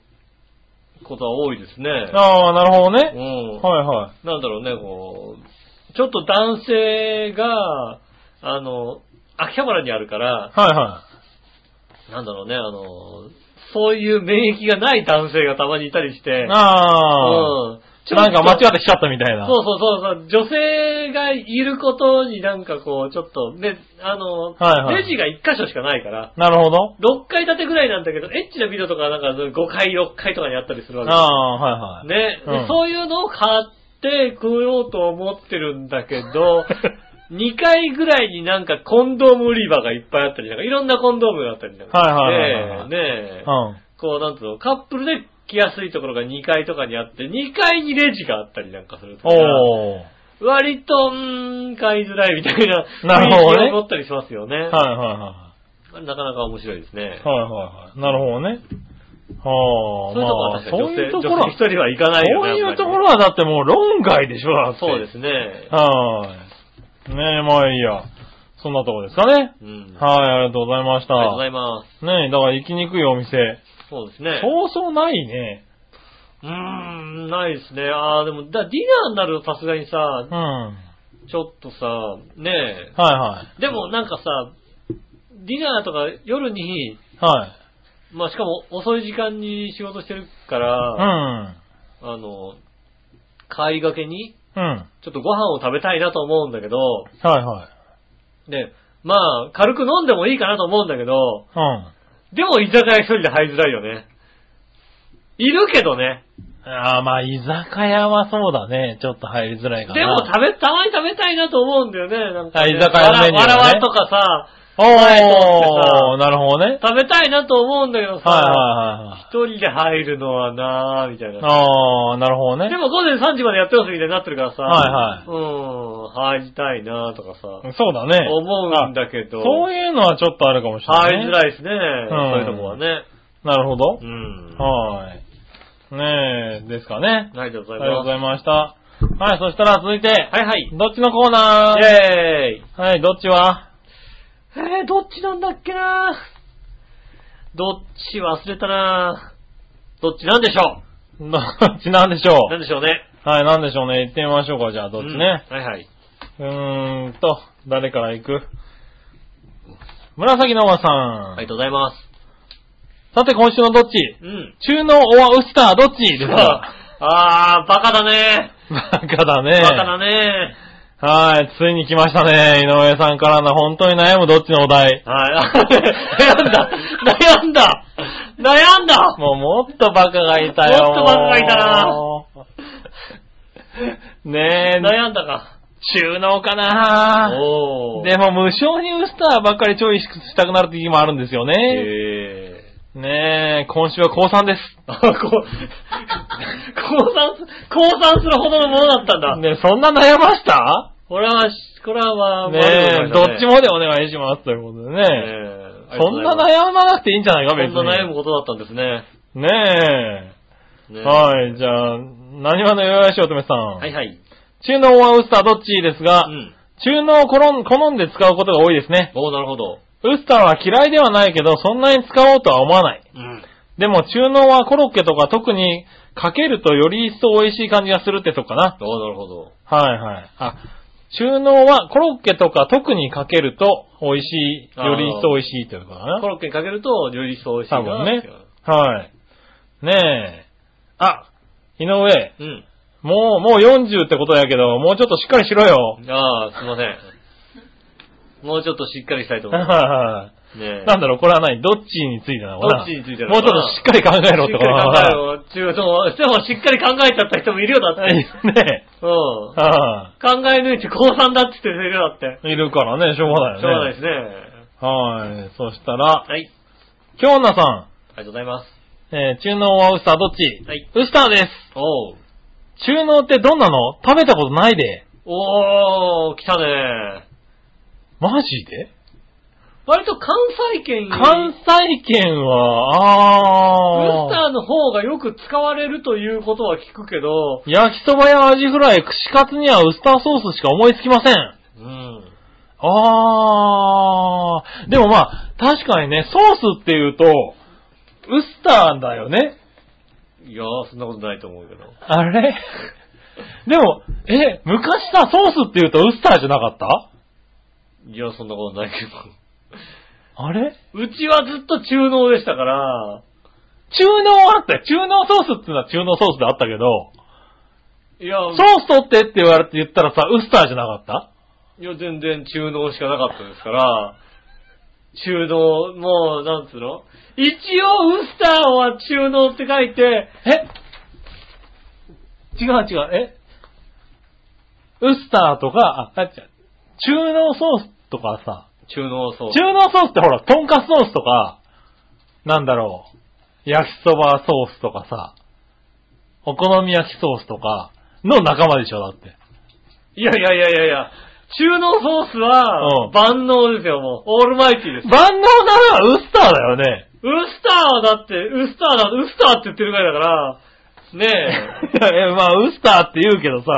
B: ことは多いですね。
C: ああ、なるほど
B: う
C: ね。
B: ん。
C: はいは
B: なんだろうね、こう、ちょっと男性が、あの、秋葉原にあるから、
C: い。はいは
B: なんだろうね、あの、そういう免疫がない男性がたまにいたりして
C: い。、ああ。
B: うん。ちょっ
C: な
B: と
C: んか間違ってきちゃったみたいな。
B: そうそうそうそう、女性がいることになんかこう、ちょっと、ね、あの、
C: はいはい
B: レジが1箇所しかないから、
C: なるほど。
B: 6階建てぐらいなんだけど、エッチなビデオとかなんか5階、6階とかにあったりするわけ
C: ああ、はいはい。
B: ね、で
C: うん
B: そういうのを買って食ようと思ってるんだけど、2階ぐらいになんかコンドーム売り場がいっぱいあったりなんか、いろんなコンドームがあったりなんかして、
C: はいはいはいは
B: ね
C: い
B: え
C: うん。
B: こうなんつうの、カップルで来やすいところが2階とかにあって、2階にレジがあったりなんかするから
C: おー。
B: 割と、うーん、買いづらいみたいな、
C: なるほどね
B: 思ったりしますよね。
C: はいはいは
B: なかなか面白いですね
C: い。。はいはいはい。なるほどね。はあ、
B: そういうとこは
C: まあ、
B: 確かに
C: そう
B: 女
C: いう
B: 性、
C: ところ
B: 女性一人は行かないよ
C: そう
B: ね。
C: い
B: や
C: う
B: っぱり
C: ところはだってもう論外でしょ、だって
B: そうですね。
C: はーい。ねえ、まあいいや。そんなとこですかね。
B: うん。あ
C: はい、ありがとうございました。
B: りがとうございます。
C: ねえ、だから行きにくいお店。
B: そうですね。
C: そうそうないね。
B: うーん、ないですね。ああ、でも、だディナーになるとさすがにさ
C: うん。、は
B: ちょっとさ、ね
C: いは
B: え。でもなんかさ、ディナーとか夜に、
C: い。はい。
B: まあしかも遅い時間に仕事してるから、
C: う
B: あの、買いがけに、
C: ん。うん。
B: ちょっとご飯を食べたいなと思うんだけど、
C: はいはい。
B: ね、まあ、軽く飲んでもいいかなと思うんだけど、
C: うん。
B: でも居酒屋一人で入りづらいよね。いるけどね。
C: ああ、まあ、居酒屋はそうだね。ちょっと入りづらいかな。
B: でも食べ、たまに食べたいなと思うんだよね。なんか、ね。
C: あ居酒屋のメニューね
B: わらわらとかさ、
C: おー、なるほどね。
B: 食べたいなと思うんだけどさ、
C: は
B: 一人で入るのはなぁ、みたい
C: いはいはい。
B: な。
C: ああ、なるほどね
B: で。も午前3時までやってますみたいになってるからさ、
C: はい
B: うん、入りたいなとかさ、
C: そうだね。
B: 思うんだけど、
C: そういうのはちょっとあるかもしれない、
B: 入りづらいですね、そういうとこはね。
C: なるほど
B: う。ん。
C: はい。ねえ、ですかね。
B: ありがとうご
C: あ
B: ざ
C: り
B: い
C: がと
B: ま
C: うご
B: す。
C: ざいました。はい、そしたら続いて、
B: はいはい。
C: どっちのコーナー
B: イェーイ
C: はい、どっちは
B: えー、どっちなんだっけなどっち忘れたなどっちなんでしょ
C: ど っちなんでしょ
B: うなんでしょうね。
C: うはい、なんでしょうね。行ってみましょうか、じゃあ、どっちね。
B: うんはいはい。
C: うーんと、誰から行く紫のおばさん。
B: ありがとうございます。
C: さて、今週のどっち
B: うん。
C: 中のおはウスターどっちですか
B: あー、バカだね。
C: バカだね。
B: バカだね。
C: はい、ついに来ましたね。井上さんからの本当に悩むどっちのお題。
B: はい。 悩んだ悩んだ悩んだ
C: もうもっとバカがいたよ。
B: もっとバカがいたな
C: もう ねえ、
B: 悩んだか。
C: 中脳かな
B: おー。
C: でも無性にウスターばっかり超意識したくなる時もあるんですよね。
B: えー。
C: ねえ、今週は高3です。
B: あ、こう、 降参す、降参するほどのものだったんだ。
C: ねえそんな悩ました
B: これはし、これはまあ、
C: ねえ、どっちもでお願いしますということ
B: え
C: でね。
B: え
C: そんな
B: む
C: 悩まなくていいんじゃないか、別
B: そ
C: に。
B: んな悩むことだったんですね。
C: ねえ。
B: ね
C: はい、じゃあ、何話のよやしおとめさん。
B: はいはい。
C: 中脳はウスターどっちですが、
B: うん。
C: 中脳を好ん好んで使うことが多いですね。
B: おーなるほど。
C: ウスターは嫌いではないけど、そんなに使おうとは思わない。
B: うん。
C: でも中脳はコロッケとか特にかけるとより一層美味しい感じがするってとこかな。
B: おーなるほど。
C: はいはい。あ、中脳はコロッケとか特にかけると美味しい、より一層美味しいってことか
B: コ
C: な。
B: ロッケにかけると、よりそう美味しいな
C: 多分ね。はい。ねえ。あ、井上、
B: うん。
C: もう、もう40ってことやけど、もうちょっとしっかりしろよ。
B: ああ、すいません。もうちょっとしっかりしたいと
C: は
B: 思
C: い
B: い
C: はい
B: ま
C: はい。
B: す。ねえ
C: なんだろう、これは何どっちについてなのかな
B: どっちについてな
C: も
B: の
C: うち
B: かな
C: ょっとしっかり考えろって
B: しっか
C: こと
B: り考え
C: なの
B: ろ。中そうでもしっかり考えちゃった人もいるよ、だっ
C: かな
B: て。
C: ね
B: うん。考
C: え。は
B: え抜いて高3だって言ってる人いるよ、だって。
C: い。いるからね、しょうがないよね。
B: しょうがないですね。
C: はい。そしたら、
B: はい。
C: 京奈さ
B: ありがとうございます。
C: ん、えー、中脳はウスターどっち
B: はい
C: ウスターです。
B: おう。
C: 中脳ってどんなの食べたことないで。
B: おー、来たね。
C: マジで
B: 割と関西圏
C: 関
B: 西
C: 西圏
B: ウ
C: は、あ
B: スターの方がよく使われるということは聞くけど、
C: ー焼きそばやアジフライ、串カツにはウスターソースしか思いつきません。
B: うん。
C: あー、でもまあ、確かにね、ソースって言うと、ウスターだよね。
B: いやー、そんなことないと思うけど。
C: あれでも、え、昔さ、ソースって言うとウスターじゃなかった
B: いや、そんなことないけど。
C: あれ
B: うちはずっと中脳でしたから、
C: 中濃あったよ。中濃ソースっていうのは中濃ソースであったけど、
B: いや、
C: ソース取ってって言われて言ったらさ、ウスターじゃなかった
B: いや、全然中脳しかなかったですから、中脳、もう、なんつうの一応、ウスターは中脳って書いて、
C: え違う違う、えウスターとか、あ、違う中濃ソースとかさ、
B: 中脳そう。
C: 中濃ソースってほら、とんかつソースとか、なんだろう、焼きそばソースとかさ、お好み焼きソースとかの仲間でしょ、だって。
B: いやいやいやいやいや、中脳ソース
C: う
B: は
C: ん、
B: 万能ですよ、もう。オールマイティーです。ウ
C: 万能なのはウスターだよ ね。
B: スターはだって、ウスターだ、ウスターって言ってるぐらいだから、ね
C: いや、いやまあ、ウスターって言うけどさ、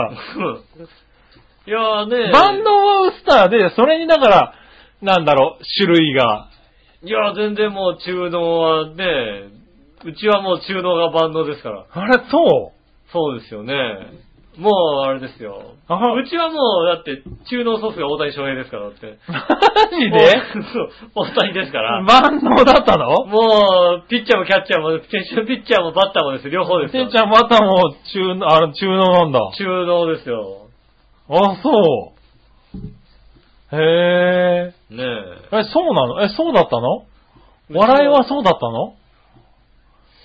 B: え。いやーねえ。
C: 万能はウスターで、それにだから、なんだろう、種類が。
B: いや、全然もう中脳はね、うちはもう中脳が万能ですから。
C: あれ、そう
B: そうですよね。もう、あれですよ。
C: あは
B: うちはもう、だって、中脳ソースが大谷翔平ですから、だって。
C: マジ
B: も
C: で
B: うそう大谷ですから。
C: 万能だったの
B: もう、ピッチャーもキャッチャーも、ピッチャーピッチャーもバッターもですよ、両方です
C: て
B: よ。
C: んちゃんまたもう中濃、あれ、中濃なんだ。
B: 中脳ですよ。
C: あ、そう。へえ。
B: ねえ。
C: え、そうなのえ、そうだったの笑いはそうだったの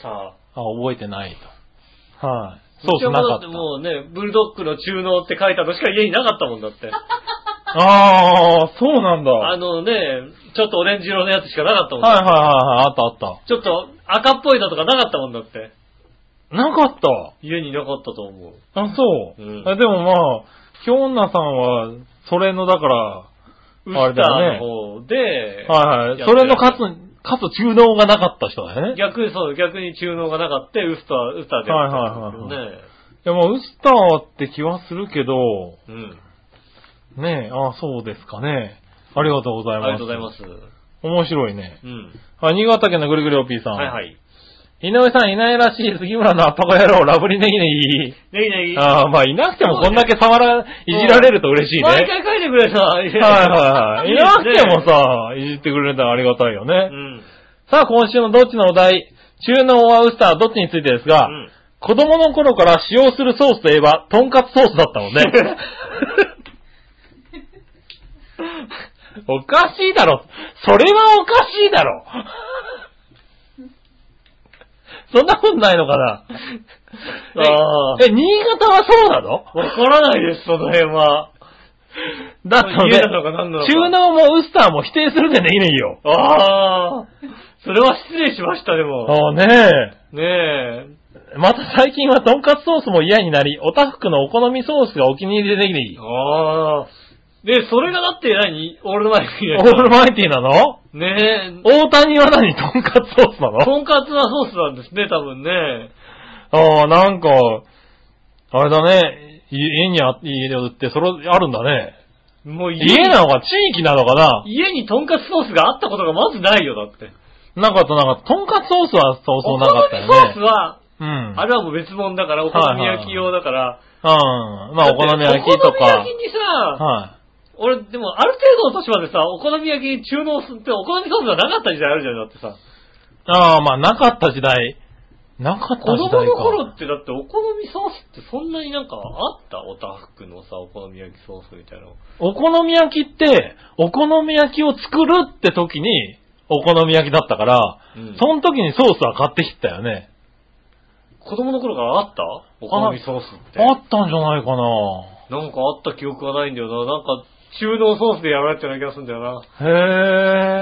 B: さあ。
C: あ、覚えてないと。はい。
B: そ
C: そう
B: ち
C: うじ
B: は
C: ゃ
B: ま
C: な
B: だ
C: か
B: っ
C: ってた。
B: もうね、ブルドッグの中脳って書いたのしか家になかったもんだって。
C: ああ、そうなんだ。は
B: あ
C: い
B: のね、ちょっとオレンジ色のやつしかなかったもんだ
C: はい
B: って
C: はいはい、あったあっ
B: ちょっと赤っぽいのとかなかったもんだって。
C: た。なかった。
B: 家になかったと思う。
C: あ、そう。
B: うん
C: あでもまあ、京女さんは、それのだから、
B: ウ
C: あ
B: ス
C: れ
B: タ
C: だよね
B: ーの方で、
C: はいはい。
B: やって
C: それのかつ、かつ中能がなかった人だよね。
B: 逆にそう、逆に中脳がなかったウスター、ウスターでやったんですよね。
C: いや、まあ、ウスターって気はするけど、
B: うん。
C: ねえ、ああ、そうですかね。ありがとうござ
B: あ
C: い
B: りが
C: ます。
B: とうございます。
C: 面白いね。
B: うん。
C: あ、新潟県のぐるぐるおっぴーさん。
B: はいはい。
C: 井上さんいないらしい杉村のアッパコ野郎、ラブリネギネギ。
B: ネギネギ。
C: ああ、まあ、いなくてもこんだけ触ら、いじられると嬉しいね。は
B: 毎
C: い
B: 回書いてくれた。はい
C: はいはい。いなくても
B: さ。
C: さ、いじってくれたらありがたいよ
B: う
C: ね。
B: ん。
C: さあ、今週のどっちのお題、中濃はウスター、どっちについてですが、
B: うん
C: 子供の頃から使用するソースといえば、とんかつソースだったもんね。 おかしいだろ。それはおかしいだろ。そんなことないのかな
B: あー
C: え、え新潟はそうな
B: わ
C: の
B: からないです、その辺は。
C: だって
B: 家
C: ね
B: な、のか何なのか。
C: 中濃もウスターも否定するんでね、いいねいいよ。
B: ああ。それは失礼しました、でも。
C: ああね
B: ね
C: え。また最近はとんかつソースも嫌になり、おたふくのお好みソースがお気に入りでできてい
B: え。
C: い。
B: ああ。で、それがだって何オールマイティ
C: オ
B: ー
C: ールマイティな の
B: ねえ。
C: 大谷は何とんかつソースなの
B: とんかつはソースなんですね、多分ね。
C: ああ、なんか、あれだね。い家にあ、家で売って、それ、あるんだね。
B: もう
C: 家なのか、地域なのかな
B: 家にとんかつソースがあったことがまずないよ、だって。
C: なかった、なんかった、とんかつソースはそうそうなかったよ
B: お好みソース
C: ね。
B: は、
C: うん。
B: あれはもう別物だから、お好み焼き用だから。
C: うん。まあ、お好み焼き
B: だ
C: と
B: ってお好
C: か
B: み焼。きにさ、
C: は
B: 俺、でもある程度の年までさ、お好み焼きに中濃すってお好みソースがなかった時代あるじゃん、だってさ。
C: い。ああ、まあ、なかった時代。なかった
B: 子
C: 時代か。
B: 供の頃ってだってお好みソースってそんなになんかあったおたふくのさ、お好み焼きソースみたいなの。
C: お好み焼きって、お好み焼きを作るって時に、お好み焼きだったから、
B: うん
C: その時にソースは買ってきてたよね。
B: 子供の頃からあったお好みソースって。
C: あったんじゃないかな
B: なんかあった記憶がないんだよな。なんか中濃ソースでやられてるような気がするんだよな。
C: へ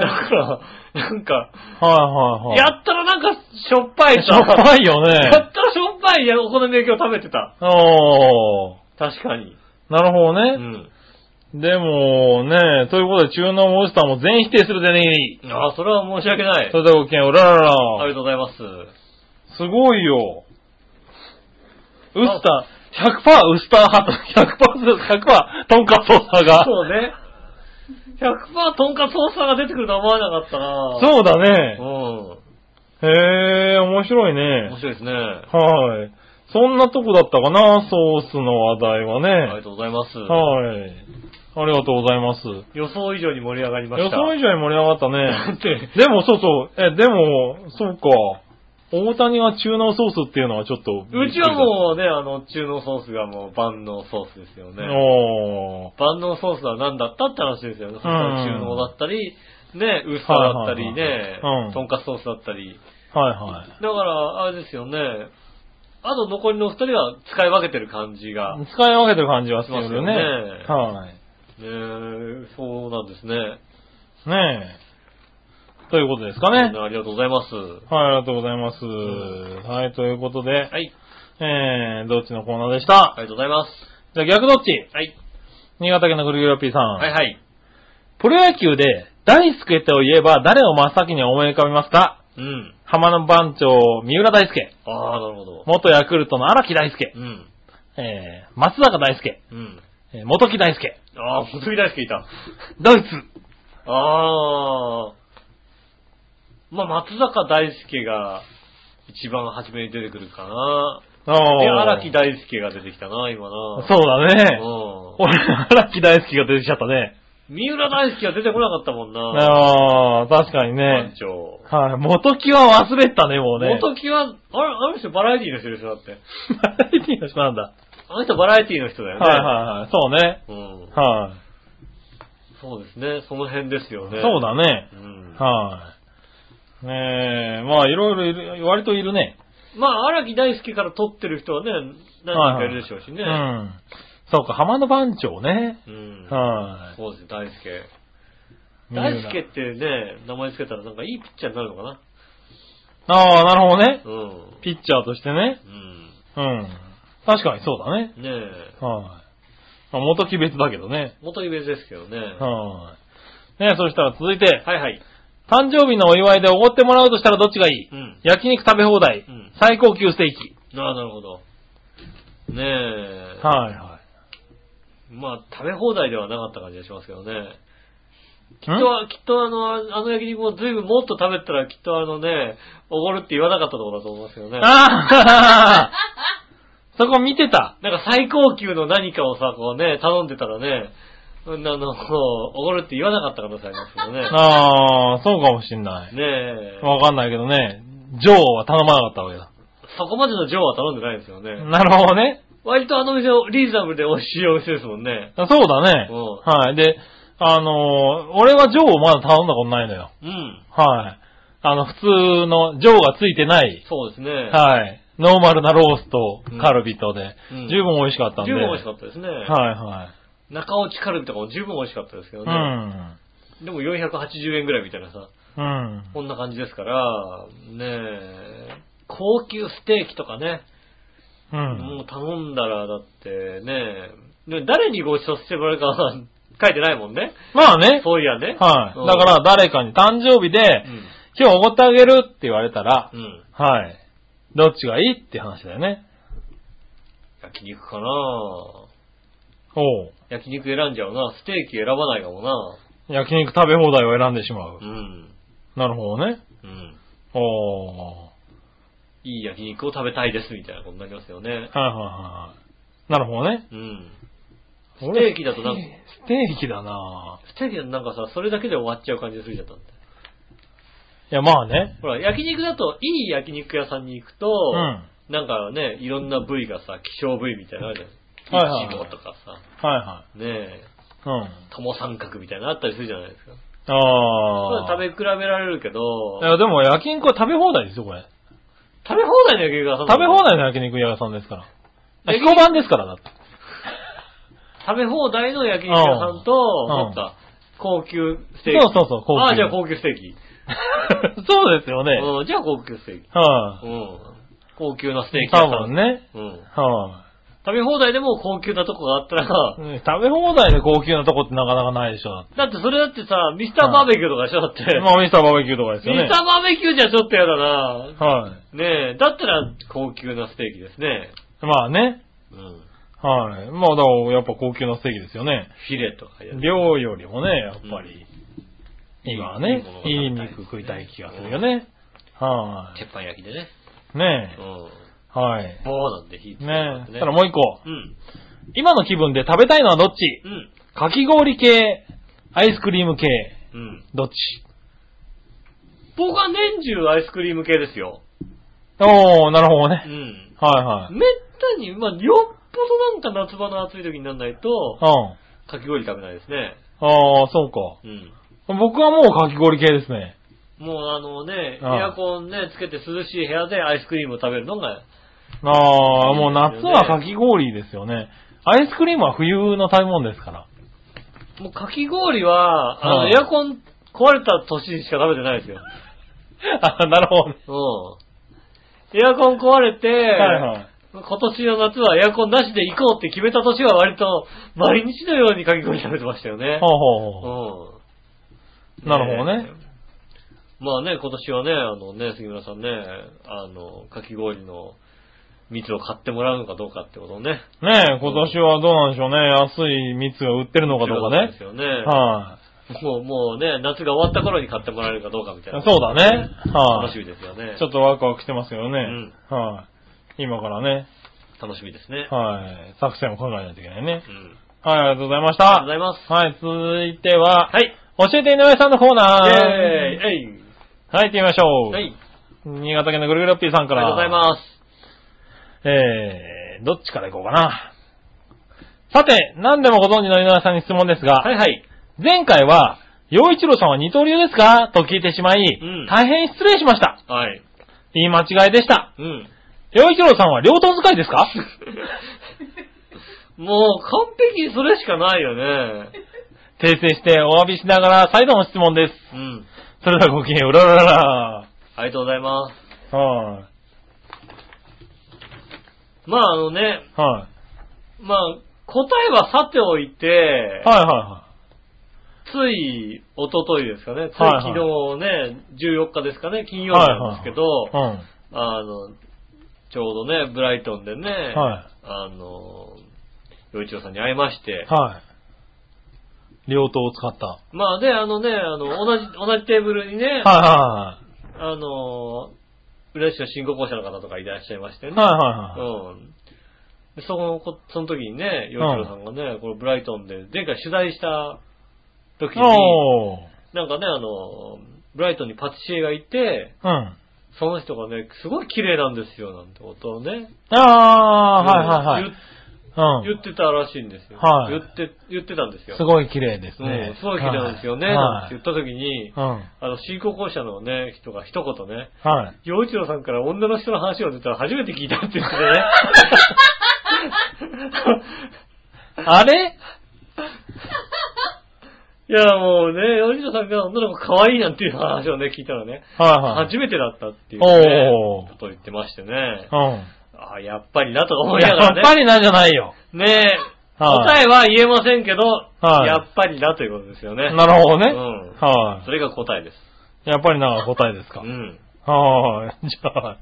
B: だ
C: え。
B: から、なんか、
C: はいはいはい。
B: やったらなんかしょっぱいさ。
C: しょっぱいよ
B: やっ。
C: ね
B: たらしょっぱいお好み焼きを食べてた。
C: おー。
B: 確かに。
C: なるほど
B: う
C: ね。
B: ん。
C: でもね、ということで中濃モンスターも全否定するでね。
B: ああ、それは申し訳ない。
C: それではごきげんよう、うらら
B: ありが
C: ら。
B: とうございます。
C: すごいよ。ウスター、100%ウスター派と、100%、100%トンカツソース派が。
B: そうね。100%トンカツソースが出てくるとは思わなかったな
C: そうだね。
B: う。
C: へえ、面白い
B: ん。面
C: ね。
B: 白いですね。
C: はい。そんなとこだったかな、ソースの話題はね。
B: ありがとうございます。
C: はい。ありがとうございます。
B: 予想以上に盛り上がりま
C: 予
B: した。
C: 想以上に盛り上がった
B: だ
C: ね
B: っ。て、
C: でもそうそう、え、でも、そうか。大谷が中濃ソースっていうのはちょっと。
B: うちはもうね、あの、中濃ソースがもう万能ソースですよ
C: う
B: ね。
C: おー。
B: 万能ソースは何だったって話ですよね。そしたら中濃だったり、ね、ウスターだったりね
C: はいはいはいうん、
B: とんかつソースだったり。
C: はいは
B: だから、あれですよね。あと残りのお二人は使い分けてる感じが。ね
C: い。使い分けてる感じはするよね。
B: しま
C: はい。
B: えそうなんですね。
C: ねえ。ということですかね。
B: ありがとうございます。
C: はい、ありがとうございます。
B: ん
C: はい、ということで、
B: はい。
C: えー、どっちのコーナーでした
B: あ。りがとうございます。
C: じゃあ逆どっち
B: はい。
C: 新潟県のぐるぐるおっぴーさん。
B: はいはい。
C: プロ野球で、大輔と言えば誰を真っ先に思い浮かべますか
B: うん。
C: 浜の番長、三浦大輔。
B: ああ、なるほど。
C: 元ヤクルトの荒木大輔
B: う。ん。
C: えー、松坂大輔。
B: うん。
C: えー、元木大輔。
B: ああ、本当に大好きい た。
C: ドイツ。
B: ああ。まあ、松坂大輔が一番初めに出てくるかな。
C: あ
B: で、荒木大輔が出てきたな、今な。
C: そうだね。
B: う
C: 俺、荒木大輔が出てきちゃったね。
B: ん。三浦大輔は出てこなかったもんな。
C: ああ、確かに
B: 班
C: ね。
B: 長。
C: はい、元木は忘れてたね、もうね。
B: 元木は、あれ、あの人バラエティの人でしょ、だって。
C: 木。バラエティの人なんだ。
B: あの人バラエティの人だよね。
C: はいはいはい。そうね。
B: うん。
C: はい。
B: そうですね。その辺ですよね。
C: そう。だね。
B: うん。
C: はい。ねえ、まあいろいろいる、割といるね。
B: まあ、荒木大輔から撮ってる人はね、何人かいるでしょうしね。
C: う。ん。そうか、浜の番長ね。
B: うん。
C: は
B: そうですね、大輔。
C: い。
B: 大輔ってね、名前つけたらなんかいいピッチャーになるのかな。
C: ああ、なるほどね。
B: うん。
C: ピッチャーとしてね。
B: うん。
C: うん。確かにそうだね。
B: ねえ。
C: はい。まあ、元木別だけどね。
B: 元イメージですけどね。は
C: はい。ねそしたら続いて、
B: いはい。
C: 誕生日のお祝いでおごってもらうとしたらどっちがいい、
B: うん。
C: 焼肉食べ放題、
B: うん
C: 最高級ステーキ。
B: ああ、なるほど。ねえ。
C: はいは
B: まあ、食べ放題ではなかった感じがしますけどね。
C: い。き
B: きっとは、きっとあの、ああの焼肉も随分もっと食べたらきっとあのね、おごるって言わなかったところだと思いますよね。
C: ああ そこ見てた。
B: なんか最高級の何かをさ、こうね、頼んでたらね、うんあの、こうおごるって言わなかった可能性ありますけどね。
C: ああ、そうかもしんない。
B: ねえ。
C: わかんないけどね、ジョーは頼まなかったわけだ。
B: そこまでの情は頼んでないですよね。
C: なるほどね。
B: 割とあの店、リーズナブルで美味しいお店ですもんね。
C: そうだね。
B: うん
C: はい。で、あのー俺はジョーをまだ頼んだことないのよ。
B: うん。
C: はい。あの、普通の、ジョーがついてない、
B: そうですね。
C: はい。ノーマルなロースト、カルビとで、
B: うん
C: 十分美味しかったんで。
B: 十分美味しか
C: っ
B: ったですね。
C: たはいはい。
B: 中落ちカルビとかも十分美味しかったですけど
C: う
B: ね。
C: ん。
B: でも480円ぐらいみたいなさ、
C: うん。
B: こんな感じですから、ねえ、高級ステーキとかね、
C: うん。
B: もう頼んだらだってねでも誰にご馳走してもらうかは書いてないもんね。
C: まあね。
B: そういやね。
C: はい。だから、誰かに誕生日で、今日おごってあげるって言われたら
B: う、ん。うん。
C: はい。どっちがいいって話だよね。
B: 焼肉かな
C: おう。
B: 焼肉選んじゃうな。ステーキ選ばないかもな。
C: 焼肉食べ放題を選んでしまう
B: う。ん。
C: なるほどね。
B: うん。
C: おー。
B: いい焼肉を食べたいですみたいなことになりますよね。
C: はいはいはいはい。なるほどね。
B: うん。ス
C: ステ
B: テー
C: ーキ
B: キ
C: だ
B: だ
C: と
B: と
C: な
B: なんん
C: か
B: か。
C: ステーキだなぁ。
B: ステーキだとなんかさ、それだけで終わっちゃう感じがするじゃんだって。
C: いや、まあね。
B: ほら、焼肉だと、いい焼肉屋さんに行くと、
C: うん。
B: なんかね、いろんな部位がさ、希少部位みたいなのあるじゃん。
C: はいはいはい
B: イチボとかさ、
C: は
B: ねえ、
C: いはい。うん。
B: トモ三角みたいなのあったりするじゃないですか。
C: ああ。
B: そういうの食べ比べられるけど
C: い、や、でも焼肉は食べ放題ですよ、これ。
B: 食べ放題の焼肉屋さん
C: 食べ放
B: 題
C: 題の焼肉屋さんですから。
B: え
C: 飛行版ですから、だって。
B: 食べ放題の焼肉屋さんと、
C: う
B: そ
C: ん
B: っか、高級ステーキ。
C: そうそうそう、高級。
B: ああ、じゃあ高級ステー キ。
C: そうですよね。はい、
B: うん、じゃあ高級ステーキ。うん。高級なステーキ屋さ
C: 多
B: ん。
C: 分。ね。
B: うん。
C: は
B: 食べ放題でも高級なとこがあったら
C: い、、うん食べ放題で高級なとこってなかなかないでしょ、だっ
B: だってそれだってさ、ミスターバーベキューとかでしょだって。
C: て。まあ、ミスターバーベキューとかですよね
B: ミス。ターバーベキューじゃちょっとやだな
C: は
B: ねえ、だったら高級なステーキですね。
C: い。まあね。
B: うん。
C: はい。まあ、だから、やっぱ高級なステーキですよね。
B: フィレとかやる。
C: 量よりもね、やっ
B: うん
C: ぱり、今はね、い
B: い
C: い
B: いものが
C: 肉食いたい気がするよね。は
B: 鉄板焼きでね。
C: い。ね
B: う
C: え。
B: ん。
C: はい。
B: 棒なんで火つけて
C: ねえ。そしたら
B: う。
C: もう一個。
B: うん。
C: 今の気分で食べたいのはどっち
B: うん。
C: かき氷系、アイスクリーム系、
B: うん。
C: どっち
B: 僕は年中アイスクリーム系ですよ。
C: おー、なるほど
B: うん。
C: ね。はいはい。
B: めったに、まあ、よっぽどなんか夏場の暑い時にならないと、
C: うん。
B: かき氷食べないですね。
C: あー、そうか。
B: うん。
C: 僕はもうかき氷系ですね。
B: もうあのね、エ
C: ああ
B: アコンね、つけて涼しい部屋でアイスクリームを食べるのが、
C: あー、もう夏はかき氷ですよね。アイスクリームは冬の食べ物ですから。
B: もうかき氷は、あ
C: ああ
B: の、エアコン壊れた年にしか食べてないですよ。
C: あなるほどね。
B: うん。エアコン壊れて、
C: はいはい。
B: 今年の夏はエアコンなしで行こうって決めた年は割と、毎日のようにかき氷食べてましたよね
C: ほ。うほうほう。
B: うん。
C: なるほどね
B: え。まあね、今年はね、あのね、杉村さんね、あの、かき氷の蜜を買ってもらうのかどうかってことをね。
C: ねえ、今年はどうなんでしょうね。安い蜜が売ってるのかどうか
B: で
C: ね
B: す。よね。
C: は
B: もう、もうね、夏が終わった頃に買ってもらえるかどうかみたいな。
C: そうだねはい
B: 楽しみですよね。
C: い。ちょっとワクワクしてますけどね。
B: うん
C: はい。今からね、
B: 楽しみですね。
C: はい。作戦を考えないといけないね
B: う。ん。
C: はい、ありがとうございまし
B: ありがとうご
C: た。
B: ざいます。
C: はい、続いては、
B: はい。
C: 教えて井上さんのコーナー。
B: イェーイえ
C: はい、行ってみましょ。
B: いうはい。
C: 新潟県のぐるぐるピーさん
B: あ
C: か
B: りが
C: ら。
B: とうございます。
C: す。えー、どっちから行こうかな。さて、何でもご存知の井上さんに質問ですが、
B: はいはい。
C: 前回は、洋一郎さんは二刀流ですかと聞いてしまい、
B: うん
C: 大変失礼しました。
B: はい。
C: 言い間違いでした。
B: うん。
C: 洋一郎さんは両頭使いですか
B: もう完璧にそれしかないよね。
C: 訂正してお詫びしながら再度の質問です。
B: うん。
C: それではごきげんよう、うららら
B: ありがとうございます。
C: ら。はい。
B: まああのね、
C: はい。
B: まあ答えはさておいて、
C: はいは
B: つい一昨日ですかね、つい
C: はい
B: 昨日ね、14日ですかね、金曜日なんですけど、
C: いはい。
B: あの、ちょうどね、ブライトンでね、
C: うん。は
B: あの、洋一郎さんに会いまして
C: い。、はい。両頭を使った。は
B: まあで、あのね、あの、同じ、同じテーブルにね、
C: いは
B: あの、浦安市の新興校舎の方とかいらっしゃいましてね。
C: いはい。はいはいはい。
B: うん。でそのこ、その時にね、洋一郎さんがね、このブライトンで、前回取材した時に、
C: おー。
B: なんかね、あの、ブライトンにパティシエがいて、
C: うん。
B: その人がね、すごい綺麗なんですよ、なんてことをね。
C: あー、はいはいはい。
B: うん言
C: う
B: っ言ってたらしいんですよ。
C: はい
B: 言って、言ってたんですよ。
C: ん。すごい綺麗です
B: うん
C: ね。
B: すごい綺麗なんですよね、なん
C: は
B: て言。
C: い
B: った時に、
C: うん。
B: あの、新興校舎のね、人が一言ね、
C: はい。
B: 洋一郎さんから女の人の話を出たら初めて聞いたって言ってたね。
C: あれ
B: いや、もうね、洋一郎さんから女の子可愛いなんていう話をね、聞いたらね、
C: はいはい。
B: 初めてだったっていうね
C: おー
B: ことを言ってましてね。
C: う
B: あやっぱりなとか
C: ん。
B: 思い
C: や
B: ながらね。
C: っぱりなんじゃないよ。
B: ねえ、
C: はい
B: 答えは言えませんけど、
C: はい
B: やっぱりなということですよね。
C: なるほどね。
B: うん
C: は
B: それが答えです。
C: い。やっぱりな、答えです
B: う
C: か。
B: ん。
C: はーい。じゃあ、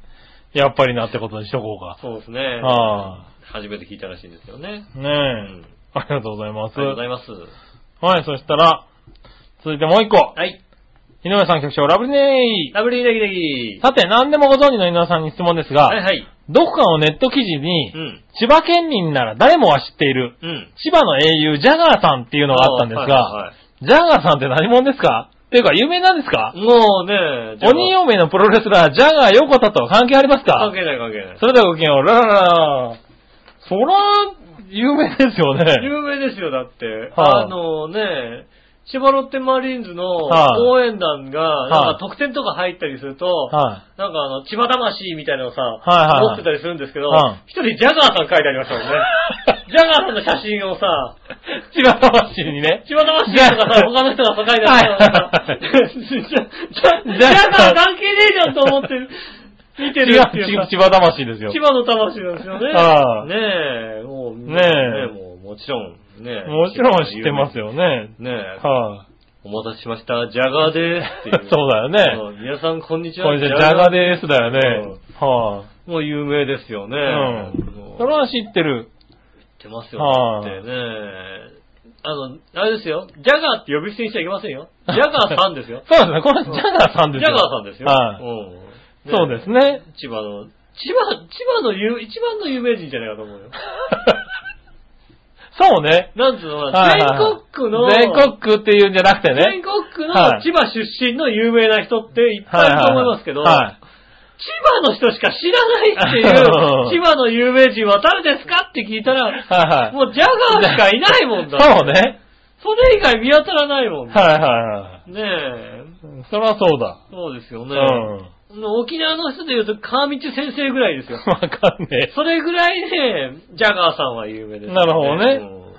C: やっぱりなってことにしとこうか。
B: そうですね。
C: は
B: 初めて聞いたらしいんですよね。
C: ねえ
B: うん。
C: ありがとうございま
B: ありが
C: す
B: とうご。ざいます。
C: はい、そしたら、続いてもう一個。
B: はい。
C: 井上さん局長、ラブリネ
B: ラブリーネギネギ
C: イ。さて、何でもご存知の井上さんに質問ですが、
B: はいはい。
C: どこかのネット記事に、
B: うん。
C: 千葉県民なら誰もが知っている、
B: うん。
C: 千葉の英雄、ジャガーさんっていうのがあったんですが、
B: はいはいはい
C: ジャガーさんって何者ですかっていうか、有名なんですか
B: もうね、じゃあ
C: 鬼嫁のプロレスラー、ジャガー横田とは関係ありますか
B: 関係ない関係ない。
C: それではごきげんよう、ラララそら、有名ですよね。
B: 有名ですよ、だって。
C: はい
B: あのね、千葉ロッテマリーンズの
C: はい
B: 応援団が、なん
C: は
B: か
C: い
B: 得点とか入ったりすると、
C: は
B: なんかあの、千葉魂みたいなのさ、
C: いはいはい
B: 持ってたりするんですけど
C: うん、
B: 一、人ジャガーさん書いてありましたもん ね。ジャガーさんの写真をさ、
C: い。千葉魂にね。
B: 千葉魂とかさ、他の人が書いてあるからさ、
C: は い
B: ジャジャジャガー関係ねえじゃんと思って見て
C: 違う
B: るっていう
C: 違
B: さ
C: う千葉魂ですよ
B: 千。葉の魂なんですよね。
C: はい
B: ねえ、もう、ね
C: え
B: もうもちろん、ねえ
C: もちろん知ってます。よね。
B: ねえ、
C: は
B: お待たせしました、ジャガーですっていう。
C: そうだよね
B: うん。皆さんこんに
C: い。
B: ちは。
C: これじゃジャガですだよね。は
B: もう有名ですよね。
C: い。うん。それは知ってる。
B: ってますよ
C: は
B: ね。
C: い。
B: だってね。あの、あれですよ。ジャガーって呼び捨てにしちゃいけませんよ。ジャガーさんですよ
C: そうですね。これジャガーさん
B: ジ
C: で
B: ャ
C: すよ。
B: ガーさんですよ。
C: はい。
B: うん
C: そうです
B: ね
C: ね。
B: え。千葉の、千葉、千葉の有、一番の有名人じゃないかと思うよ。
C: そうね。
B: なんつうのかな、
C: はいはい
B: 全国区の、
C: 全国区っていうんじゃなくて
B: 全
C: ね。
B: 国区の
C: はい
B: 千葉出身の有名な人っていっぱいいると思いますけど、
C: はい、
B: 千葉の人しか知らないっていう 千葉の有名人は誰ですかって聞いたら、
C: はいはい。
B: もうジャガーしかいないもんだ。
C: そうね。
B: それ以外見当たらないもん。ね
C: はいはいはい。
B: え。
C: そりゃそうだ。
B: そうですよ
C: う
B: ね。
C: ん。
B: 沖縄の人で言うと、川道先生ぐらいですよ。
C: わかんね
B: それぐらいね、ジャガーさんは有名で
C: え。
B: す、
C: なるほどね。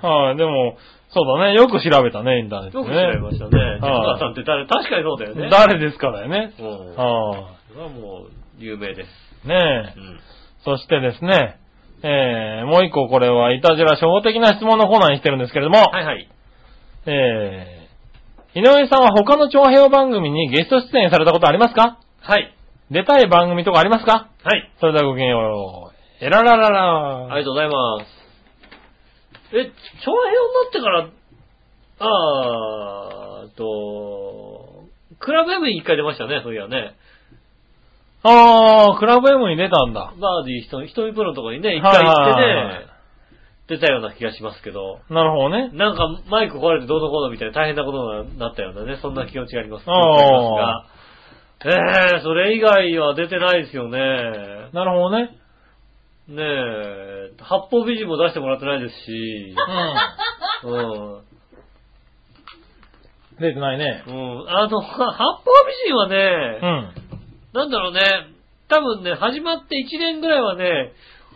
C: はい、でも、そうだね。よく調べたね、インターネッ
B: うんよ
C: ト
B: く
C: で
B: 調
C: ね。
B: べましたね。ジャガーさん
C: は
B: って誰確かにそうだよ
C: い
B: ね。
C: 誰ですかだよね。
B: うん。
C: は
B: それはもう、有名です。
C: い。ね
B: う
C: え。
B: ん。
C: そしてですね、えー、もう一個これは、いたじら初歩的な質問のコーナーにしてるんですけれども、
B: はいはい。
C: えー、井上さんは他の長編番組にゲスト出演されたことありますか
B: はい。
C: 出たい番組とかありますか
B: はい。
C: それではごきげんよう。えらららら。
B: ありがとうございます。え、長編になってから、あーっと、クラブ M に一回出ましたね、そういやね。
C: あー、クラブ M に出たんだ。
B: バーディー人、瞳プロのとこにね、一回行って
C: はいはいはいは
B: ね、出たような気がしますけど、
C: なるほどね。
B: なんかマイク壊れてどうのこうのみたいな大変なことになったようなね、そんな気持ちがあります。
C: あ
B: 気がしますがえー、それ以外は出てないですよね。
C: なるほどね。
B: ねえ、八方美人も出してもらってないですし、
C: うん。
B: うん。
C: 出てないね。
B: うん。あの、八方美人はね、
C: うん。
B: なんだろうね、多分ね、始まって1年ぐらいはね、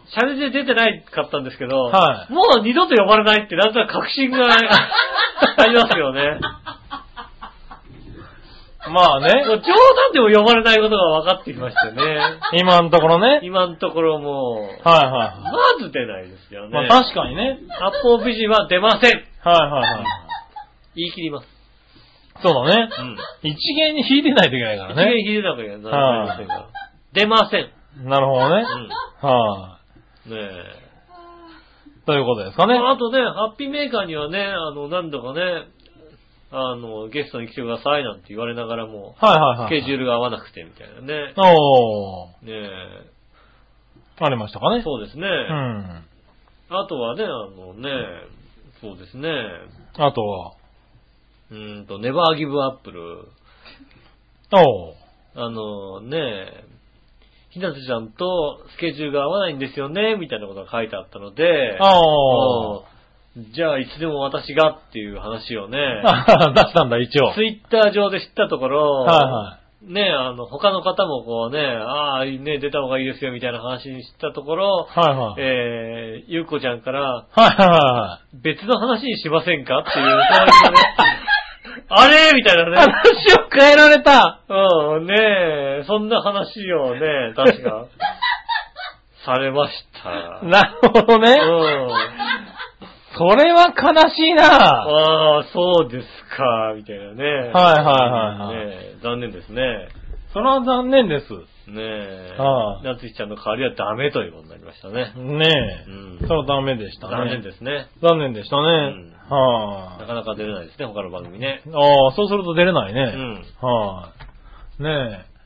B: シャレで出てないかったんですけど、
C: はい
B: もう二度と呼ばれないって、なんとなく確信 がありますよね。
C: まあね
B: もう冗談。でも呼ばれないことが分かってきましたよね。
C: 今のところね。
B: 今のところもう、
C: はいは
B: まず出ないですよ
C: い。
B: ね。
C: まあ確かにね。
B: 八方美人は出ません。
C: はいはいはい。
B: 言い切ります。
C: そうだね。
B: うん。
C: 一元に引いてないといけないか
B: 一
C: ら
B: 年
C: ね。
B: ひでなきゃならませんから。出ません。
C: なるほどね。は
B: うん。ねえ。
C: い。ということですかね。
B: あとね、ハッピーメーカーにはね、あの、何度かね、あの、ゲストに来てくださいなんて言われながらも、
C: はいはいは
B: ス
C: い。
B: ケジュールが合わなくてみたいなね。
C: おー。
B: ねえ
C: ありましたかね。
B: そうですね。
C: うん。
B: あとはね、あのね、そうですね。
C: あとは、
B: うーんと、ネバーギブアップル。
C: おー。
B: あのねえ、ひなたちゃんとスケジュールが合わないんですよね、みたいなことが書いてあったので、
C: お
B: う
C: ー。
B: んじゃあいつでも私がっていう話をね、
C: あ 出したんだ、一応。
B: ツイッター上で知ったところ、
C: は
B: ね、あの、他の方もこうね、ああ、ね、出た方がいいですよみたいな話にしたところ、
C: いはい。はいはい。
B: えー、ゆうこちゃんから、
C: はいはいは
B: 別の話にしませんかっていう話がね、 あれみたいなね。話を変えられたうん、ねえ、そんな話をね、確 か、されまし
C: い。
B: た。
C: なるほどね
B: う。ん。
C: それは悲しいなぁ。
B: ああ、そうですか、みたいなね。はい
C: はいはいはい
B: ねえ残念ですね。
C: それは残念です。
B: ねえ。
C: はい
B: なつきちゃんの代わりはダメということになりましたね。
C: ね
B: うん。
C: え。それはダメでしたね。
B: 残念ですね。
C: 残念でしたね。
B: ん
C: は
B: なかなか出れないですね、他の番組ね。
C: い、あ。あそうすると出れないうね。
B: ん。
C: はい、ねえ。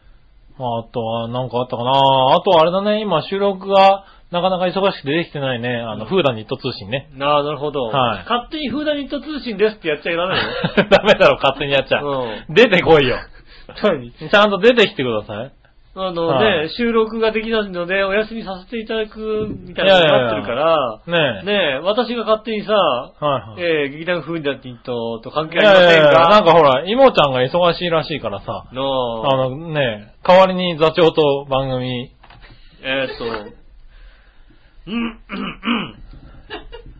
C: あとは、なんかあったかなあとはあれだね、今収録がなかなか忙しくてできてないね。あの、フーダニット通信ね。
B: ああ、なるほど。
C: はい
B: 勝手にフーダニット通信ですってやっちゃいらないの
C: ダメだろ、勝手にやっちゃ。
B: う
C: 出てこいよ。
B: 何
C: ちゃんと出てきてください。
B: あのね、
C: はい
B: 収録ができないので、お休みさせていただくみたいなことになってるから、
C: ねえ。
B: ねえ、私が勝手にさ、
C: はいはい。
B: えー、劇団フーダニットと関
C: い
B: 係あ
C: やい
B: りま
C: や
B: せ
C: い
B: ん
C: や、
B: か
C: なんかほら、イモちゃんが忙しいらしいからさ、
B: の
C: あのね、代わりに座長と番組、
B: えーっと、うん、うん、うん。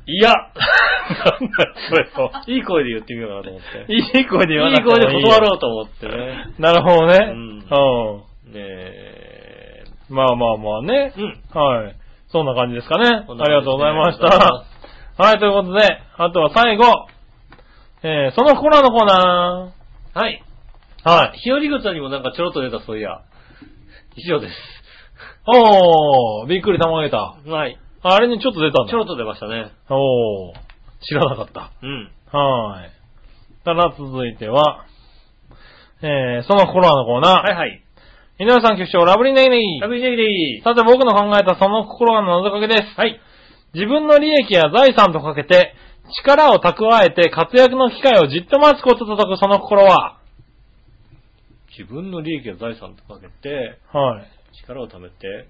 B: いや、いい声で言ってみようかなと思って。
C: いい声で
B: い
C: 言わ
B: い
C: なく
B: 声
C: て
B: で
C: もいいよ
B: 断ろうと思ってね。
C: なるほどね。
B: ねえ、
C: うん。まあまあまあね
B: う。ん。
C: はい。そんな感じですかね。あ
B: こん
C: り
B: な感じですね
C: がとうございまし
B: ありがとうござい
C: た。はい、ということで、あとは最後、えー、その心のコーナ
B: はい。
C: ー。はい。
B: 日和草にもなんかちょろっと出た、そういや。以上です。
C: おー、びっくり玉げた。
B: はい。
C: あれにちょっと出たん
B: ちょろ
C: だ。
B: っと出ましたね。
C: おー、知らなかった。
B: うん。
C: はい。ただ続いては、えー、その心のコーナー。
B: はいはい。
C: 井上さん局長、ラブリーネイネイ
B: ラ。ブリネギでいい。
C: さて僕の考えたその心が謎かけです。はい。自分の利益や財産とかけて、力を蓄えて活躍の機会をじっと待つことと解くその心は、
B: 自分の利益や財産とかけて、
C: はい。
B: 力を貯めて、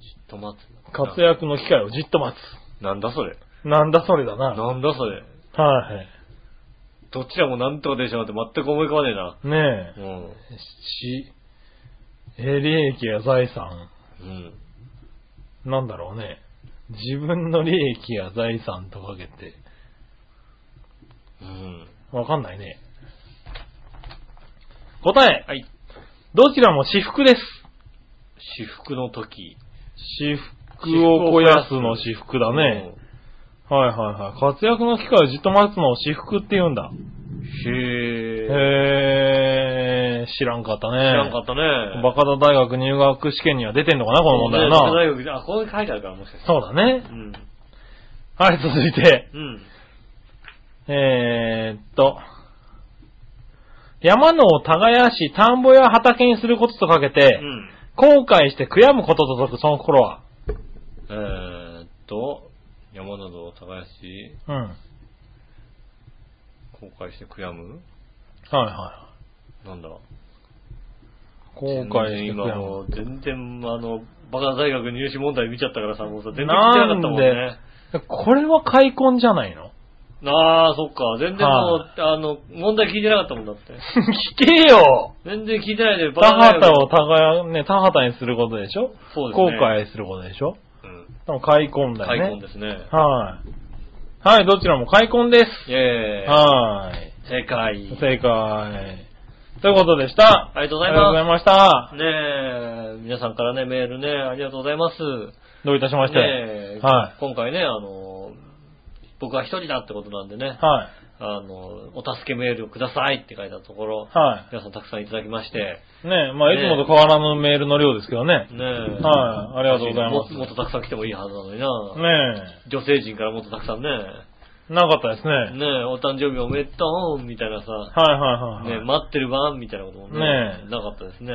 B: じっと待つ。
C: 活躍の機会をじっと待
B: な。なんだそれ。
C: つ。なんだそれだな。
B: なんだそれ。
C: はい。
B: どちらもなんとかでしょうって全く思い浮かばねえな。
C: ね
B: う
C: え。
B: ん。
C: し、えー、利益や財産。
B: うん。
C: なんだろうね。自分の利益や財産とかけて、
B: うん。
C: わかんないね。答え。
B: はい。
C: どちらも私服です。
B: 私服の時。
C: 私服を肥やすの私服だね。はいはいはい。活躍の機会をじっと待つのを私服って言うんだ。
B: うん。へえ。
C: へー、知らんかったね。
B: 知らんかったね。
C: バカだ大学入学試験には出てんのかな、この問題
B: ね
C: はな。
B: 大学であ、ここに書いてあるから、もしかして。
C: そうだね
B: う。ん。
C: はい、続いて。
B: うん。
C: えーっと。山野を耕し、田んぼや畑にすることとかけて、
B: うん。
C: 後悔して悔やむことと解くその心は。
B: えーっと、山などを耕し、
C: うん。はい
B: 後悔して悔やむ
C: は
B: なんだ後
C: い。後悔して悔
B: 今
C: やむ
B: も。う全然、あの、バカ大学入試問題見ちゃったからさ、もうさ、全然聞いてなかった
C: な
B: も
C: ん
B: んね
C: で。、これは開墾じゃないの
B: ああ、そっか。全然もう、
C: は
B: あの、問題聞いてなかったもんだって。
C: 聞けよ
B: 全然聞いてないで、
C: 田
B: バカ
C: 畑
B: だよ
C: を耕、ね、田畑にすることでしょ
B: そうです
C: 後
B: ね。。
C: 悔することでしょ
B: うん。
C: 多分開墾だ
B: 開
C: よ
B: 墾
C: ね。
B: ですね。
C: はい。はい、どちらも開墾です。
B: イェーイ。
C: はい。
B: 正解。
C: 正解。ということでした。
B: ありがとうござい
C: ありがとうござい
B: ま
C: ました
B: す。。ねえ、皆さんからね、メールね、ありがとうございます。
C: どういたしまして。
B: ねえ、
C: は
B: 今回ね、あの、僕は一人だってことなんでね、
C: はい。
B: あの、お助けメールをくださいって書いたところ、
C: は
B: 皆さんたくさんいただきまして、
C: い。ねえ、まあいつもと変わらぬメールの量ですけどね。
B: ねえ。
C: はいありがとうございます
B: ももっとたくさん来てもいいはずなのにな。
C: ね
B: 女性陣からもっとたくさんね、
C: え、なかったですね。はい
B: ねえ、お誕生日おめでとうみたいなさ、
C: はいはいはい。
B: ねえ、待ってる番みたいなこともね、
C: ねえ
B: なかったですね。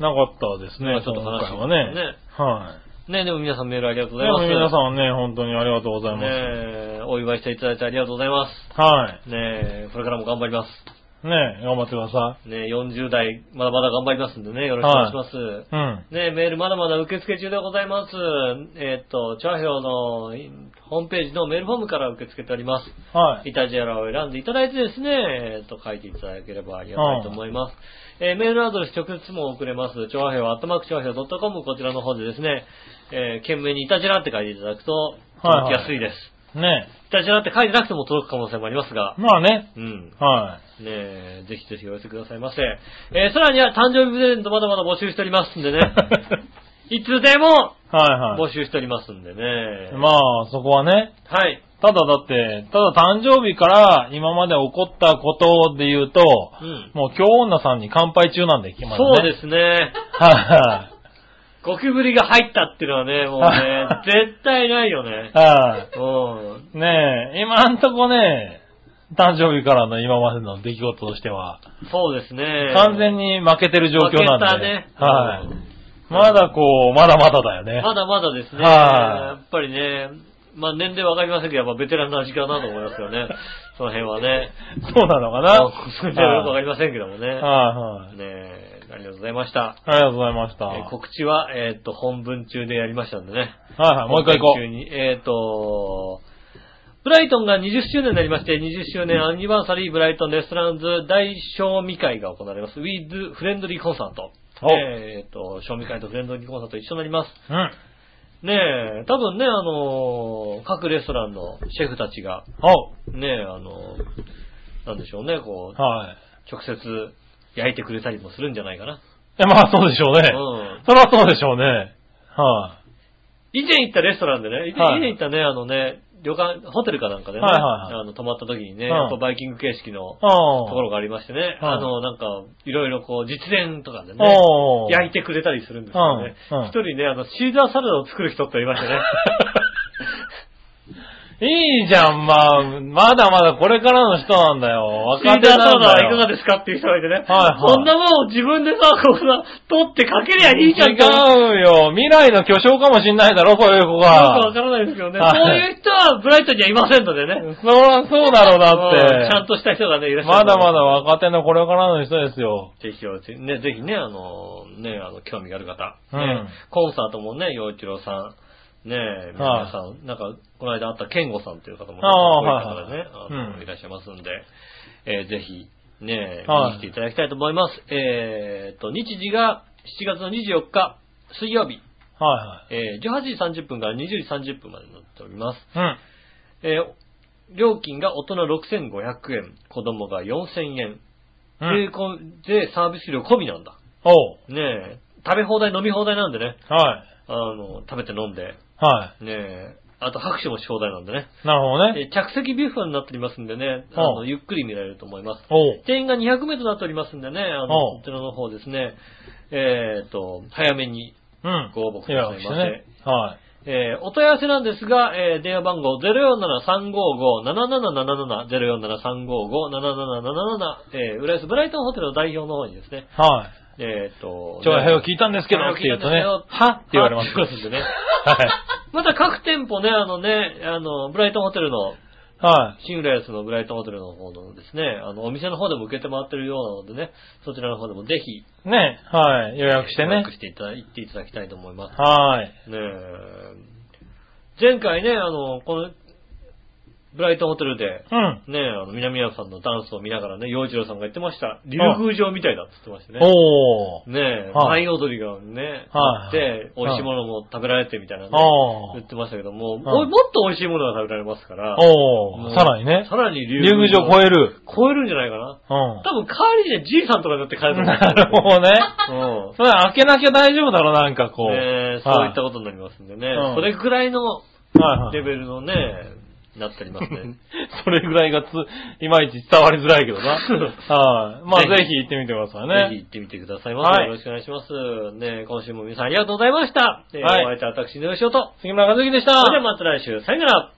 C: なかったです
B: ま
C: ね
B: あ、ちょっと
C: 今
B: 話
C: 回
B: は
C: はね。
B: ね
C: は
B: ねえ、でも皆さんメールありがとう
C: い。
B: ご
C: で
B: ざいます。
C: も皆さんね、本当にありがとうございます。
B: ねえ、お祝いしていただいてありがとうございます。
C: はい。
B: ねえ、これからも頑張ります。
C: ねえ、頑張ってくださ
B: ねえ、40代、まだまだ頑張りますんでね、よろしくお願いします。
C: い。うん。
B: ねえ、メールまだまだ受付中でございます。えっと、チャーヒョーのいホームページのメールフォームから受け付けております。
C: はい。
B: イタジェラを選んでいただいてですね、えっと、書いていただければありがたいと思います。えーメールアドレス直接も送れます。調和表、アットマーク調和表 .com こちらの方でですね、えー懸命にイタジェラって書いていただくと、
C: はいはい
B: 届きやすいです。
C: ね
B: イタジェラって書いてなくても届く可能性もありますが
C: え。、まあね。
B: うん。
C: は
B: ねえ、ぜひぜひお寄せくださいませ。えーさらには誕生日プレゼントまだまだ募集しておりますん でね。いつでも
C: い。はいは
B: 募集しておりますんでね。
C: い。まあ、そこはね。
B: はい。
C: ただだって、ただ誕生日から今まで起こったことで言うと、
B: うん。
C: もう今日女さんに乾杯中なんで、決ま
B: そう
C: ね。
B: ですね。
C: は
B: ゴキブリが入ったっていうのはね、もうね、 絶対ないよね
C: い。。は
B: うん。
C: い。ねえ、今んとこね、誕生日からの今までの出来事としては、
B: そうですね。
C: 完全
B: に
C: に負けてる状況なんで。
B: 負けたね。
C: は
B: うん
C: い。まだこう、まだまだだよね。
B: まだまだですね。
C: はい
B: やっぱりね、まあ年齢わかりませんけど、やっぱベテランの味かなと思いますよね。その辺はね。
C: そうなのかな
B: まあそれじゃよくわかりませんけどもね。
C: はい
B: ね
C: はい。
B: え、ありがとうございました。
C: ありがとうございました。
B: えー告知は、えーっと、本文中でやりましたんでね。
C: はいはい、もう一回行こ
B: 本文中に、えーっと、ブライトンが20周年になりまして、20周年アニバーサリーブライトンレストランズ大賞味会が行われます。With フレンドリーコンサート。
C: お
B: えーっと、賞味会とフレンドリーコンサート一緒になります。
C: う。うん。
B: ねえ、多分ね、あのー各レストランのシェフたちが、
C: お
B: ねえ、あのーなんでしょうね、こう、
C: はい。
B: 直接焼いてくれたりもするんじゃないかな。
C: え、まあそうでしょうね。
B: うん
C: そりゃそうでしょうね。は
B: 以前行ったレストランでね、以前,、
C: はい
B: 行ったね、あのね、旅館、ホテルかなんかでね、
C: はいはいはい
B: あの泊まった時にね、
C: うん
B: やっぱバイキング形式の
C: い。あ
B: ところがありましてね、
C: うん
B: あの、なんか、いろいろこう、実演とかでね、
C: おー
B: 焼いてくれたりするんですよね。一、
C: うんうん
B: 人ね、あの、シーザーサラダを作る人っていました ね。
C: いいじゃん、まあ、まだまだこれからの人なんだよ。
B: シーザー
C: 若手
B: サ
C: なん
B: ラダ
C: だ
B: はいか
C: よ。
B: がですかっていう人がいてね、
C: はいはい
B: そんなもんを自分でさ、こんな、取ってかけりゃいいじゃんか。
C: 違うよ。未来の巨匠かもしんないだろ、そういう子
B: よくわか
C: が。
B: らないですけどね、
C: はい
B: そういう人はブライトンにはいませんのでね。
C: そらそうだろう、
B: うんちゃ
C: だ
B: ん
C: って。
B: とした人がね、いらっしゃ
C: ま
B: ると思
C: だ
B: う。
C: まだ若手のこれからの人ですよ。
B: ぜひよ、ね、ぜひね、あの、ね、あの、興味がある方、
C: うん
B: ねコンサートもね、洋一郎さん、ね、皆さん、なんか、この間あった健吾さんという方もね、
C: ああ
B: こういう方がね、
C: はいはい
B: あの
C: うん
B: いらっしゃいますんで、えーぜひ、ね、見
C: はい
B: に来ていただきたいと思います。えーっと、日時が7月の24日、水曜日、
C: は
B: えー18時30分から20時30分までになっております。
C: いはい。
B: えー料金が大人6500円、子供が4000円、
C: うん。
B: 税
C: うん。
B: 込税サービス料込みなんだ。
C: おう。
B: ねえ、食べ放題飲み放題なんでね、
C: はい。
B: あの、食べて飲んで、
C: は
B: ねえ、あと拍手もし放題なんでね、
C: い。なるほどね。
B: え着席ビュッフェになっておりますんでね、あ
C: う
B: の、
C: ん
B: ゆっくり見られると思います。
C: おう。
B: 定員が200名となっておりますんでね、あの、
C: う
B: こ
C: ん
B: ちらの方ですね、えっ、と、早めに、
C: うん。
B: ご応募く
C: い
B: だ
C: や、
B: さいませ
C: してね。はい。
B: えーお問い合わせなんですが、えー電話番号047-355-7777、047-355-7777、えー、浦安ブライトンホテルの代表の方にですね、
C: はい。
B: えっ、と、
C: 長平を聞いたんですけど
B: ね
C: って言うとね、
B: 長平を聞い
C: はって言われます。
B: たんですよって言われますんでね。
C: は
B: ま
C: い。
B: た各店舗ね、あのね、あの、ブライトンホテルの、
C: はい。
B: 新浦安のブライトンホテルの方のですね、あの、お店の方でも受けて回ってるようなのでね、そちらの方でもぜひ、
C: ね、はい。予約して
B: 予
C: ね
B: 約。していただ、行っていただきたいと思います。
C: はい。
B: ねえ前回ね、あの、この、ブライトンホテルで、
C: うん。
B: ね、あの、南谷さんのダンスを見ながらね、洋一郎さんが言ってました。竜宮城みたいだって言ってましたね。
C: おー。
B: ねえ、
C: はい
B: 舞踊りがね、
C: はい
B: あって、美味しいものも食べられてみたいなね、
C: あー
B: 言ってましたけども、
C: は
B: も
C: い
B: もっと美味しいものが食べられますから、も
C: お
B: う
C: ー。さらにね
B: さ。らに竜
C: 竜宮城超
B: え、
C: える。
B: 超えるんじゃないかな。
C: う
B: 多
C: ん。
B: 分代わりにね、じいさんとかになって帰ると思うんです
C: なるほどね。
B: よ。うん
C: それ開けなきゃ大丈夫だろ、なんかこう。
B: ねえそういったことになりますんでね、
C: うん
B: それぐらいの
C: はいはい
B: レベルのね、なっております ね。
C: それぐらいがつ、いまいち伝わりづらいけ どな。はい。まあ、
B: ぜひ
C: ぜひ行ってみてくださいね。
B: ぜひ行ってみてくださいませ。
C: はい
B: よろしくお願いします。ねえ今週も皆さんありがとうございました。えー
C: はい
B: お相手は私、のよしおと。
C: 杉村和之でした。
B: それではまた来週、さよなら。